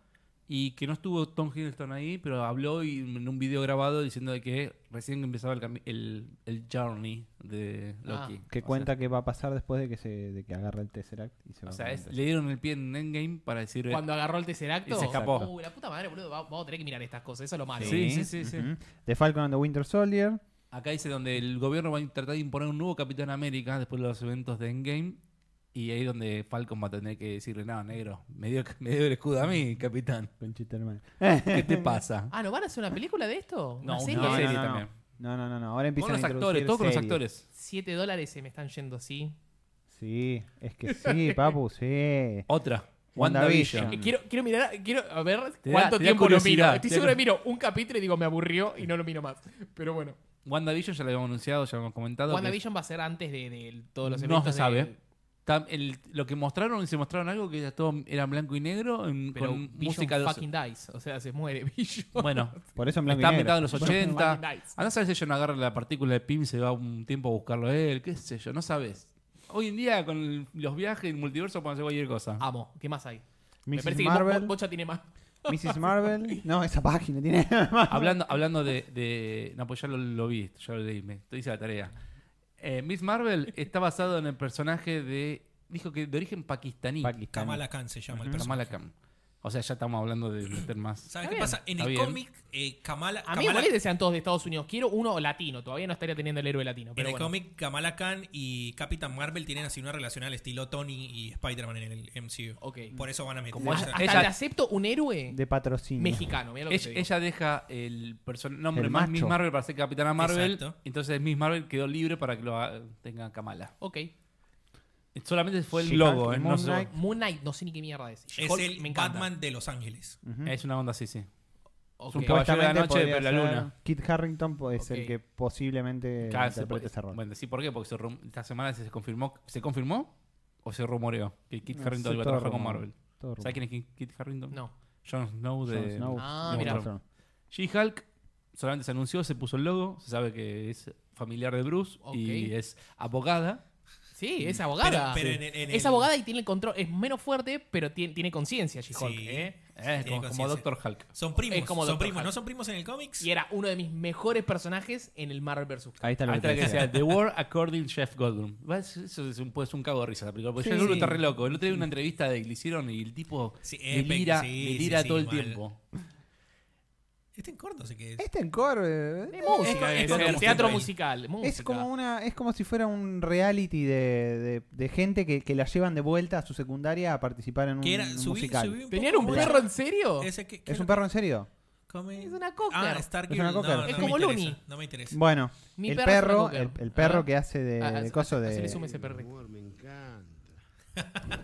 Y que no estuvo Tom Hiddleston ahí, pero habló y en un video grabado diciendo de que recién empezaba el, cami- el, el journey de
Ah,
Loki.
Que
O sea,
cuenta que va a pasar después de que se de que agarra el Tesseract y se
o
va a
sea,
comer
es-
el
le dieron el pie en Endgame para decir... eh,
Cuando agarró el Tesseracto.
Y se escapó.
Uy, la puta madre, boludo. va- Vamos a tener que mirar estas cosas. Eso es lo malo.
Sí,
Sí,
sí, sí, sí.
Ujú. The Falcon and the Winter Soldier.
Acá dice donde el gobierno va a tratar de imponer un nuevo Capitán América después de los eventos de Endgame. Y ahí donde Falcon va a tener que decirle, no, negro, me dio, me dio el escudo a mí, capitán.
Conchita hermana.
¿Qué te pasa?
Ah, ¿no van a hacer una película de esto? ¿Una
No,
serie?
una serie.
no,
también.
No, no, no, no. Ahora
Con
empiezan
los
a
actores,
introducir
todo con los
series.
actores.
7 dólares se me están yendo así.
Sí, es que sí, papu, sí.
Otra.
WandaVision.
WandaVision.
Eh, Quiero, quiero mirar, quiero a ver
Mm. Te da-
cuánto
te da
tiempo lo miro.
curiosidad,
Estoy
te da
seguro que miro un capítulo y digo, me aburrió y no lo miro más. Pero bueno,
WandaVision ya lo habíamos anunciado, ya lo habíamos comentado. que
WandaVision va a ser antes de, de todos los
No
eventos.
se sabe.
del-
tam- el- lo que mostraron, se mostraron algo que ya todo era blanco y negro en-
pero
con
Vision
música de los...
fucking dies. O sea, se muere Vision.
Bueno,
Por eso en blanco y
está a
negro.
mitad de los 80.
Fucking dies.
A no sabes si John agarra la partícula de Pym, se va un tiempo a buscarlo él, qué sé yo, no sabes. Hoy en día, con el- los viajes, el multiverso, pueden hacer cualquier cosa.
Amo. ¿Qué más hay? me
Mrs.
parece que Bo-
Marvel.
Bocha tiene más.
Mrs. Marvel. No, esa página tiene.
hablando hablando de, de- No, pues ya lo, lo vi, ya lo leí, me, te hice la tarea. Eh, Miss Marvel está basado en el personaje de. Dijo que de origen pakistaní.
Pakistán.
Kamala Khan se llama el
Ujú.
personaje.
Kamala Khan. O sea, ya estamos hablando de meter más.
¿Sabes
Está
qué
bien,
pasa? En
está
el
bien.
cómic, eh, Kamala,
A mí
Kamala-
igual les desean todos de Estados Unidos. Quiero uno latino. Todavía no estaría teniendo el héroe latino.
en
Pero
el
bueno.
cómic, Kamala Khan y Capitán Marvel tienen así una relación al estilo Tony y Spider-Man en el MCU.
Ok.
Por eso van a meter.
Como
esa-
ella-
Hasta
ella-
le acepto un héroe
De patrocinio.
mexicano. Mirá lo que
Ella,
te digo.
ella deja el person- nombre
El
más
macho.
Miss Marvel para ser Capitana Marvel.
Exacto.
Entonces Miss Marvel quedó libre para que lo ha- tenga Kamala.
Ok.
Solamente fue el
She-Hulk
logo,
y
¿eh? no
Moon
sé-
Knight.
Moon Knight, no sé ni qué mierda es.
es
Hulk,
el
me encanta.
Batman de Los Ángeles.
Ujú.
Es una onda así, sí.
Ok.
Es un caballero de la
Supuestamente
noche,
podría
pero la
ser-
luna.
Kit Harrington pues, es
Ok.
el que posiblemente
Claro, se
interprete
puede-
ese rol.
Bueno, sí, ¿por qué? Porque se rum- esta semana se confirmó. ¿Se confirmó? ¿O se rumoreó? Que Kit
No,
Harrington
sí,
iba a
todo
trabajar con
rumor.
Marvel.
Todo
¿Sabes
rumor.
quién es Ki- Kit Harrington?
No.
Jon Snow de.
Jon Snow.
Ah,
Game of
mirá.
Thrones.
She-Hulk solamente se anunció, se puso el logo. Se sabe que es familiar de Bruce y
Ok.
es abogada.
Sí, es abogada.
Pero- pero en el- en
es
el-
abogada y tiene el control. Es menos fuerte, pero tiene, tiene conciencia, She-Hulk.
Sí.
¿eh?
Eh,
tiene
como, como
conciencia.
Doctor Hulk.
Son primos.
Es como
son
Doctor
primos.
Hulk.
¿No son primos en el cómics?
Y era uno de mis mejores personajes en el Marvel vs.
Ahí está lo
Ahí está
que
la
te
que
decía.
decía, The War According Jeff Goldblum. Va, Eso eso es un, pues, un cago de risa la película. Porque Jeff Goldblum está re loco. El otro día una entrevista de que le hicieron y el tipo
Sí, eh,
delira,
pe- sí,
delira
sí,
todo
sí,
el
mal.
tiempo.
Este en corto, sé que es.
Este encore eh,
Es música,
es
es,
como
teatro,
un país.
musical.
es
música.
como una es como si fuera un reality de, de- de gente que, que la llevan de vuelta a su secundaria a participar en un,
Que era.
un
subí-
musical.
subí un
¿Tenían
poco
un
mucho.
perro en serio?
Ese que- que
¿Es un
era-
perro en serio?
come-
Es una cocker.
Ah, Stargirl.
Es una cocker.
No, no
Es
me
como
interesa,
Looney.
No me interesa.
Bueno,
Mi
el
perro es
perro,
Frank
el,
Oker.
el perro
Ah.
que hace de,
Ah,
de
ah,
Eh, coso
ah, se le
de
suma ese perrito.
me encanta.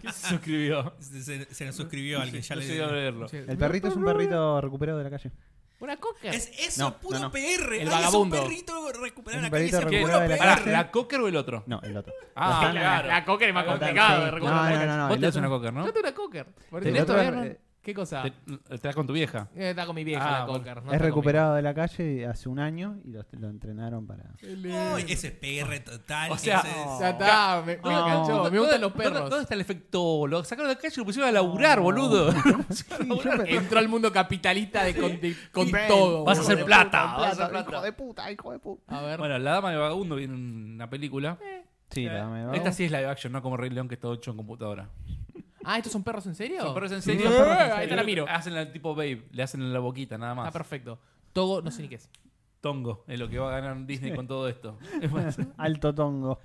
¿Quién se suscribió?
Se, se- se nos suscribió alguien, ya
no
le
llegué a leerlo.
El perrito es un perrito recuperado de la calle.
Una cocker.
Es eso,
No,
puro
no, no.
PR.
El
Ay,
vagabundo.
Es un perrito recuperado
Es
en la
un
calle.
perrito
ese
recuperado
puro
de la
PR.
Pará, ¿la cocker o el otro?
No, el otro.
Ah,
Bastante.
la,
claro.
la cocker es más
Bastante,
complicado. de
sí.
recordar.
No,
Yo
no, no, no,
Vos
el
tenés
otro-
una cocker, ¿no?
tengo una cocker. Por
El
eso
otro
esto,
es-
¿verdad?
eh,
¿Qué cosa?
Te, te das con tu vieja.
Eh, Está con mi vieja
Ah,
la
bueno.
cocker. no
es
está
recuperado de la calle hace un año y lo, lo entrenaron para.
conmigo.
Ay, ese es PR total.
O sea,
ese es-
Ya está, me, me enganchó,
¿Dónde-
me gustan
dónde-
los
¿Dónde,
perros.
dónde está el efecto? Lo sacaron de la calle y lo pusieron a laburar, boludo.
Entró al mundo capitalista de con, de- con
Bien.
todo.
Vas a
boludo.
hacer plata. vas a hacer
Hijo
plata.
de puta, hijo de puta.
A ver.
Bueno, La Dama de Vagabundo viene una película. Eh,
Sí, la dame, vamos.
Esta sí es live action, no como Rey León que está hecho en computadora.
Ah, ¿estos son perros en serio?
Son perros en serio.
Son perros en serio. Ahí te la miro.
Hacen la tipo Babe, le hacen en la boquita nada
Está
más.
perfecto. Togo, no sé ni qué es.
Tongo es lo que va a ganar Disney con todo esto. Es más,
Alto tongo.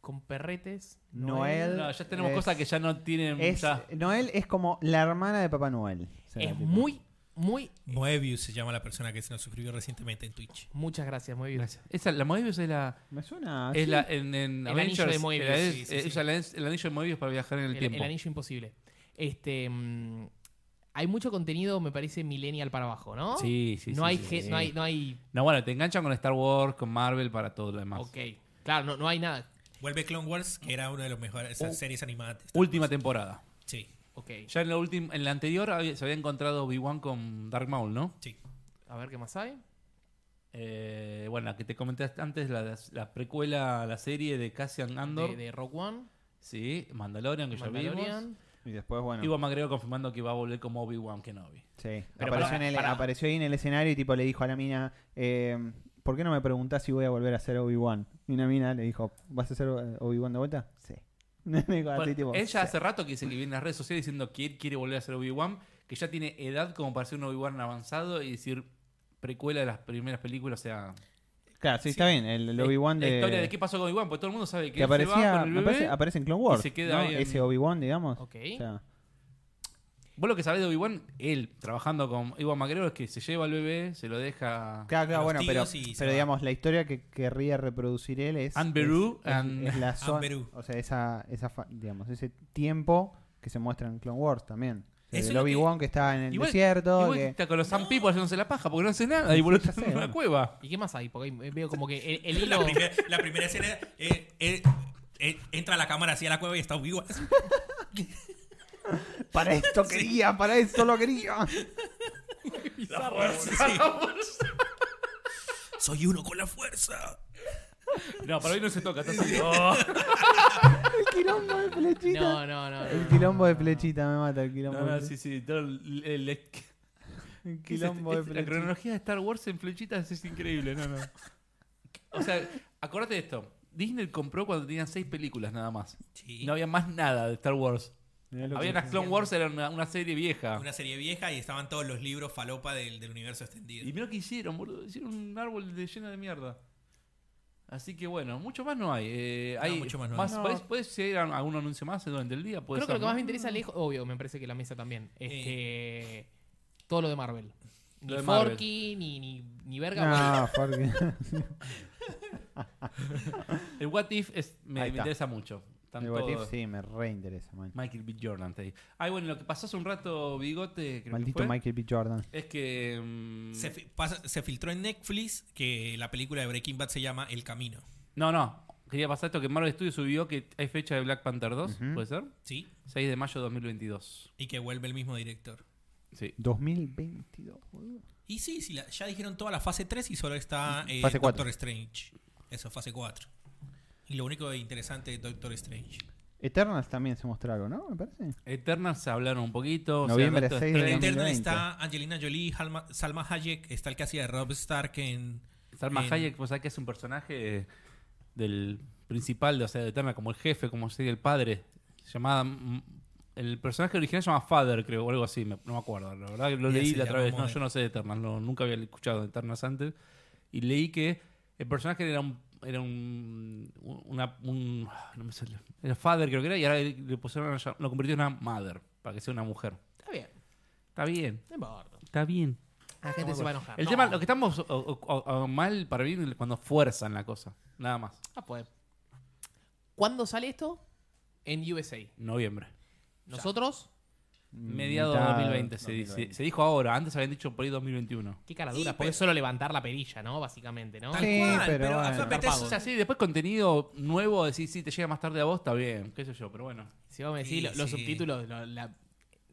Con perretes.
Noel.
no, ya tenemos
Es-
cosas que ya no tienen.
Es,
ya.
Noel es como la hermana de Papá Noel. O sea,
Es
tipo-
muy, muy.
Moebius se llama la persona que se nos suscribió recientemente en Twitch.
Muchas gracias, muy bien.
Esa, la Moebius es la.
Me suena.
Es
¿Ah, sí.
la, en, en
El
Avengers,
anillo de Moebius,
el-
sí, sí,
es-
sí.
usa la- el anillo de Moebius para viajar en el,
El,
tiempo.
el anillo imposible. Este. mm, hay mucho contenido, me parece, millennial para abajo, ¿no?
Sí, sí,
No
sí,
hay.
sí.
ge- No hay, no hay
No, bueno, te enganchan con Star Wars, con Marvel, para todo lo demás.
ok. Claro, no, no hay nada.
Vuelve Clone Wars, que era una de las mejores
Uh,
esas series animadas. de Star
Última
Wars.
temporada.
Sí,
Ok.
Ya en la, última, en la anterior había- se había encontrado Obi-Wan con Dark Maul, ¿no?
sí.
A ver qué más hay.
Eh, bueno, la que te comenté antes, la, la precuela, la serie de Cassian Andor.
De, de Rock One.
Sí, Mandalorian, que ya vimos.
Mandalorian.
Y después, bueno.
Y Ivo McGregor confirmando que va a volver como Obi-Wan Kenobi.
Sí,
Pero
apareció,
pará,
en el-
pará.
apareció ahí en el escenario y tipo le dijo a la mina, eh, ¿por qué no me preguntás si voy a volver a ser Obi-Wan? Y una mina le dijo, ¿vas a ser eh, Obi-Wan de vuelta? Sí. Le dijo así,
Bueno,
tipo,
ella
Ah, "Sí".
hace rato que dice que viene en las redes sociales diciendo que él quiere volver a ser Obi-Wan, que ya tiene edad como para ser un Obi-Wan avanzado y decir precuela de las primeras películas, o sea...
Claro, sí, está bien, el, el Obi-Wan
La historia de
de...
qué pasó con Obi-Wan, porque todo el mundo sabe que,
Que
él se va
aparecía,
con el
me
bebé.
parece- aparece en Clone Wars,
se queda
¿no?
ahí en-
ese Obi-Wan, digamos.
Ok.
O sea,
Vos lo que sabés de Obi-Wan, él trabajando con Iwan McGregor es que se lleva al bebé, se lo deja...
claro, claro,
Los
bueno, pero,
tíos y se
pero
va.
digamos, la historia que querría reproducir él es...
And Beru
es- es-
and-
es la zona-
Beru.
O sea, esa, esa fa- digamos, ese tiempo que se muestra en Clone Wars también. O sea, El
Eso es lo que-
Obi-Wan que está en el
Igual-
desierto.
Igual
que-
está con los San People haciéndose la paja porque no hace nada y boludo
ya
está
sé,
en una
bueno.
cueva.
¿Y qué más hay? Porque ahí veo como que el, el
La
hilo.
primera, la primera escena eh, eh, eh, entra a la cámara así a la cueva y está Obi-Wan.
Para esto quería, para esto lo quería.
La fuerza, sí. Soy uno con la fuerza.
No, para mí no se toca, está así.
El quilombo de flechita.
No, no, no.
el quilombo de flechita me mata, el quilombo.
No, no,
de
sí, sí, todo el- el- el-
El
¿Qué es este-
quilombo de
es- La
flechita.
cronología de Star Wars en flechitas es increíble, no, no. O sea, acordate de esto. Disney compró cuando tenían seis películas nada más.
Sí.
No había más nada de Star Wars.
Mirá lo que
Había
es.
las Clone Wars, era una, una serie
Ah.
vieja.
Una serie vieja y estaban todos los libros falopa del, del universo extendido.
Y mira que hicieron, boludo. Hicieron un árbol de lleno de mierda. Así que bueno, mucho más no hay. Eh,
No,
hay
mucho más no hay.
No.
¿Puedes, puedes seguir a- algún anuncio más durante el día? Puede
Creo que lo
ser,
que más
¿no?
me interesa lejos, obvio, me parece que la mesa también. Este, Todo lo de Marvel. Ni
Lo de Marvel.
Forky, ni, ni, ni verga. bueno,
No, porque.
El What If es- me,
Ahí
me
está.
interesa mucho. Están
El What If
todos-
sí, me reinteresa, man.
Michael B. Jordan te digo. Ay, bueno, lo que pasó hace un rato, Bigote, creo que
Maldito
fue,
Michael B. Jordan.
es que... mm,
Se, fi- pasa- se filtró en Netflix que la película de Breaking Bad se llama El Camino.
No, no. Quería pasar esto que Marvel Studios subió que hay fecha de Black Panther 2,
Ujú.
¿puede ser?
¿Sí?
6 de mayo de 2022.
Y que vuelve el mismo director.
Sí.
2022, boludo.
Y sí, sí, la- ya dijeron toda la fase 3 y solo está eh,
Fase cuatro.
Doctor Strange. Eso, fase 4. Y lo único interesante de Doctor Strange.
Eternals también se mostraron, ¿no? Me parece.
Eternals hablaron un poquito. o sea,
Noviembre
el resto
6
de
de
En
estreno-
Eternal
2020.
está Angelina Jolie, Halma- Salma Hayek, está el que hacía de Rob Stark en...
Salma
en-
Hayek, pues sabés que es un personaje del principal, de, o sea, de Eternal, como el jefe, como sería el padre. Llamada... mm, El personaje original se llama Father, creo, o algo así, me- no me acuerdo. La verdad que lo
Y
leí
así
la otra vez.
llamamos
No,
de-
yo no sé de Eternals, no, nunca había escuchado de Eternals antes. Y leí que el personaje era un. Era un. Una, un no me sale. Era Father, creo que era, y ahora le pusieron a llam- lo convirtió en una Mother, para que sea una mujer.
Está bien,
Está bien,
no importa.
está bien.
La gente se va a enojar.
Ah, El
No.
tema, lo que estamos o- o- o- o mal para mí es cuando fuerzan la cosa. Nada más.
Ah, pues. ¿Cuándo sale esto? En USA.
Noviembre.
Nosotros,
Mediados de
Mitad
2020, se, dice-
2020.
se dijo ahora. Antes habían dicho por ahí 2021.
qué cara
Y,
dura,
pero-
porque es solo levantar la perilla, ¿no? Básicamente, ¿no?
Tal
Sí,
cual,
pero
pero,
bueno.
a- aparte
Zarpado.
O
eso-
sea, sí, después contenido nuevo, decís, sí, te llega más tarde a vos, está bien, qué sé yo, pero bueno.
Si vos me decís,
Sí,
lo- los
sí.
subtítulos lo- la-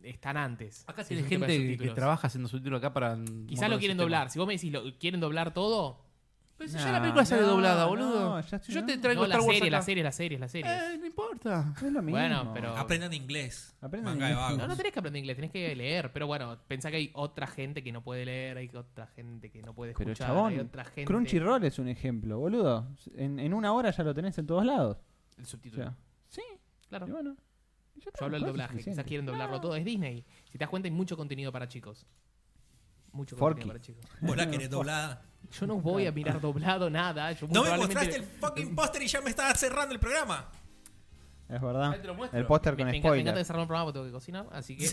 están antes.
Acá
Si
tiene
yo te pongo
gente que,
subtítulos.
trabaja haciendo subtítulos acá para. un
Quizás lo
montón de
quieren
sistemas.
doblar. Si vos me decís, lo, ¿quieren doblar todo?
Pero si
No,
Pues ya la película sale
no,
doblada,
no,
boludo.
ya
si yo
no.
te traigo
No,
Star
las
Wars.
series,
acá-
las series, las series, las series.
Eh, no importa.
Es lo mismo.
Bueno, pero-
Aprendan inglés.
Aprendan
Manga de
inglés.
vagos.
No, no tenés que aprender inglés, tenés que leer. Pero bueno, pensá que hay otra gente que no puede leer, hay otra gente que no puede
Pero,
escuchar,
chabón,
hay otra gente.
Crunchyroll es un ejemplo, boludo. En, en una hora ya lo tenés en todos lados.
El
O
subtítulo.
sea, sí,
claro.
y
Yo
bueno. y ya está,
hablo del
parece
doblaje, quizás
suficiente.
quieren doblarlo todo. Es Disney. Si te das cuenta, hay mucho contenido para chicos. Mucho
Forky.
contenido para chicos.
Vos la querés doblada.
Yo no voy a mirar doblado nada. Yo
No me
probablemente-
mostraste el fucking póster y ya me estaba cerrando el programa.
Es verdad.
Ahí te lo muestro.
El póster
Me,
con
me encanta, me
spoiler.
encanta desarmar el programa porque tengo que cocinar, así que.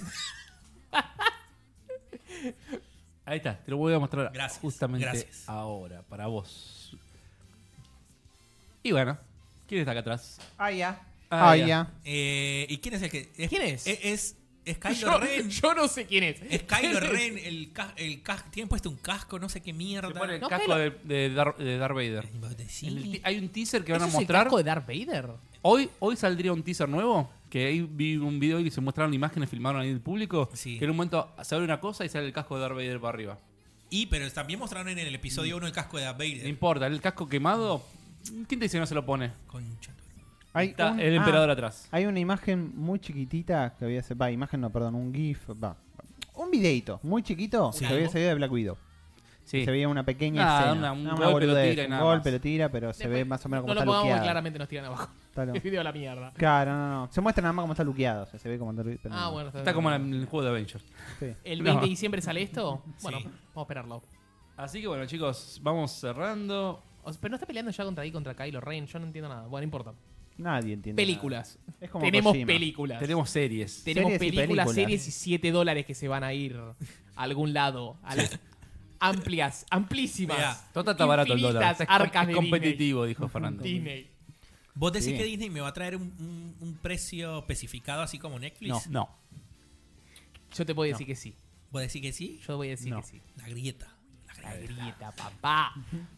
Ahí está, te lo voy a mostrar
Gracias,
justamente
gracias.
ahora, para vos. Y bueno, ¿quién está acá atrás?
Ah, ya.
Ah,
Ah,
ya.
ya.
Eh, ¿Y quién es el que.?
¿Quién es?
Es, es, es Kylo
yo,
Ren.
yo no sé quién es.
Es Kylo Ren. El cas- el cas- tienen puesto un casco, no sé qué mierda.
Se pone el
No,
casco de, de Dar- de Darth Vader.
Y vos
En el
decís,
ti- hay un teaser que van a
¿Eso es el
mostrar.
casco de Darth Vader?
Hoy, hoy saldría un teaser nuevo. Que ahí vi un video y se mostraron imágenes, filmaron ahí el público.
Sí.
Que en un momento se abre una cosa y sale el casco de Darth Vader para arriba.
Y pero también mostraron en el episodio 1 el casco de Darth
No
Vader.
importa, el casco quemado. ¿Quién te dice que no se lo pone?
Concha tu-
Hay
Está
un-
el
ah,
emperador atrás.
Hay una imagen muy chiquitita que había salido. imagen no, perdón, un GIF. Va. Un videito muy chiquito
Sí.
que había salido de Black Widow.
Sí.
Se veía una pequeña
Nada,
escena.
una- un
Una
golpe lo
boludez,
tira y
un
nada
golpe
más.
lo tira, pero se ve
Después,
más o menos como
No lo
está
pongamos porque
luqueado.
claramente nos tiran abajo.
Está lu-
El video a la mierda.
Claro, no, no. Se muestra nada más como está luqueado. o sea, se ve como está lu- pero
Ah,
no.
bueno.
Está como en el juego de Avengers.
Sí.
¿El 20 de
No.
diciembre sale esto? Bueno,
Sí.
vamos a esperarlo.
Así que bueno, chicos, vamos cerrando.
O sea, pero no está peleando ya contra ahí, contra Kylo Ren. Yo no entiendo nada. Bueno, no importa.
Nadie entiende.
Películas.
nada. Es como
Tenemos
Kojima.
películas.
Tenemos series.
Tenemos
Series y
películas,
películas.
series y 7 dólares que se van a ir a algún lado. a las- amplias, amplísimas.
Mirá,
Total está barato el dólar.
infinitas
Es
arcas
com-
de
competitivo, dijo Fernando.
Disney.
¿Vos decís
Sí.
que Disney me va a traer un, un- un precio especificado así como Netflix?
No, no.
Yo te puedo decir que sí.
¿Vos decís que sí?
Yo voy a decir
No.
que sí.
La grieta. La grieta.
La grieta, papá.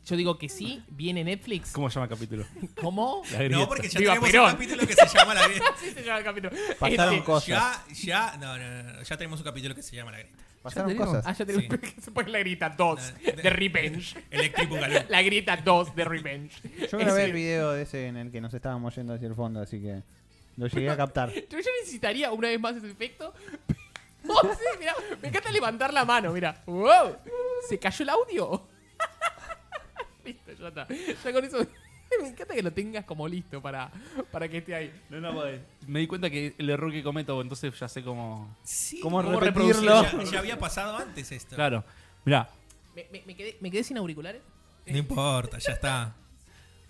Yo digo que sí, viene Netflix.
¿Cómo se llama el capítulo?
¿Cómo?
La grieta.
No, porque ya
Viva
tenemos
Perón.
un capítulo que se llama La grieta.
Así se llama el capítulo.
Pasaron
Este-
cosas.
Ya, ya, no, no, no, no, ya tenemos un capítulo que se llama La grieta.
Pasaron
tenemos-
cosas.
Ah, ya tenemos que se pone la grita 2 de Revenge.
Electric Boogaloo.
La grita 2 de Revenge.
Yo grabé el video de ese en el que nos estábamos yendo hacia el fondo, así que lo llegué a captar.
Yo, yo necesitaría una vez más ese efecto. Oh, sí, mirá, me encanta levantar la mano, mira. ¡Wow! ¿Se cayó el audio? listo, ya está. Ya con eso. Me encanta que lo tengas como listo para, para que esté ahí.
Me di cuenta que el error que cometo, entonces ya sé cómo.
Sí,
¿Cómo
¿cómo
repetirlo?
reproducirlo? Ya, ya había pasado antes esto.
Claro. Mirá.
Me, me- me quedé, me quedé sin auriculares.
No importa, ya está.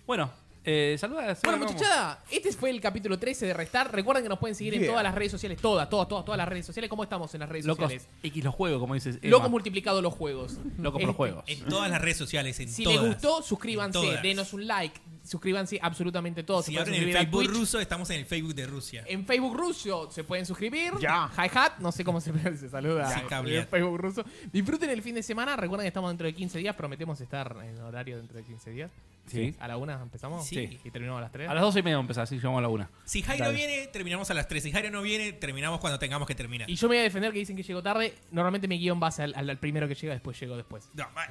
Bueno, eh, saludas.
Bueno,
vamos.
muchachada, este fue el capítulo 13 de Restar. Recuerden que nos pueden seguir en
Yeah.
todas las redes sociales, todas, todas, todas, todas las redes sociales. ¿Cómo estamos en las redes
Locos
sociales?
X los juegos, como dices. Emma.
Locos multiplicado los juegos.
Locos por los
Este,
juegos.
En todas las redes sociales, en
Si
todas.
les gustó, suscríbanse,
En todas.
denos un like, suscríbanse absolutamente todos.
Si
Se pueden
abren el
suscribir a
Facebook
Twitch. Eh,
ruso, estamos en el Facebook de Rusia.
En Facebook ruso se pueden suscribir.
Ya.
Hi-hat, no sé cómo se, se saluda.
Sí, cablear.
en Facebook ruso. Disfruten el fin de semana. Recuerden que estamos dentro de 15 días. Prometemos estar en horario dentro de 15 días.
Sí.
A la una empezamos
Sí.
y terminamos a las 3.
A las 12 y media vamos a empezar, así que llamamos a la una.
Si Jairo
Dale.
viene, terminamos a las 3. Si Jairo no viene, terminamos cuando tengamos que terminar.
Y yo me voy a defender que dicen que llego tarde. Normalmente mi guión va hacia al, al- al primero que llega, después llego después.
No, ma-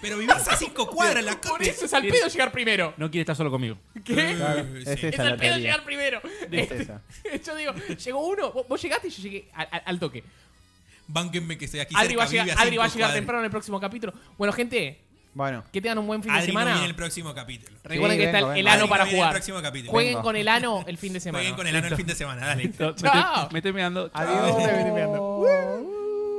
pero vivás a 5 cuadras, la
Por
concha.
eso es al pedo llegar primero.
No quiere estar solo conmigo.
¿Qué?
Claro,
Sí.
es
Es
esa la
al pedo
teoría.
llegar primero.
Es
Este,
esa.
yo digo, llegó uno, vos, vos llegaste y yo llegué al- al- al toque.
Bánquenme que estoy aquí.
Adri va a
cerca,
llegar,
vive
Adri va a
cinco
llegar
cuadras.
temprano en el próximo capítulo. Bueno, gente,
Bueno,
que tengan un buen fin de
Adri no
semana.
viene el próximo capítulo.
Recuerden
Sí,
que
vengo,
está el, el
vengo.
ano
Adri
para
no viene el
jugar.
próximo capítulo.
Jueguen
Vengo.
con el ano el fin de semana.
Jueguen con el ano el fin de semana, dale.
Me
Chao.
estoy, me estoy mirando.
adiós.
Ay, me estoy mirando.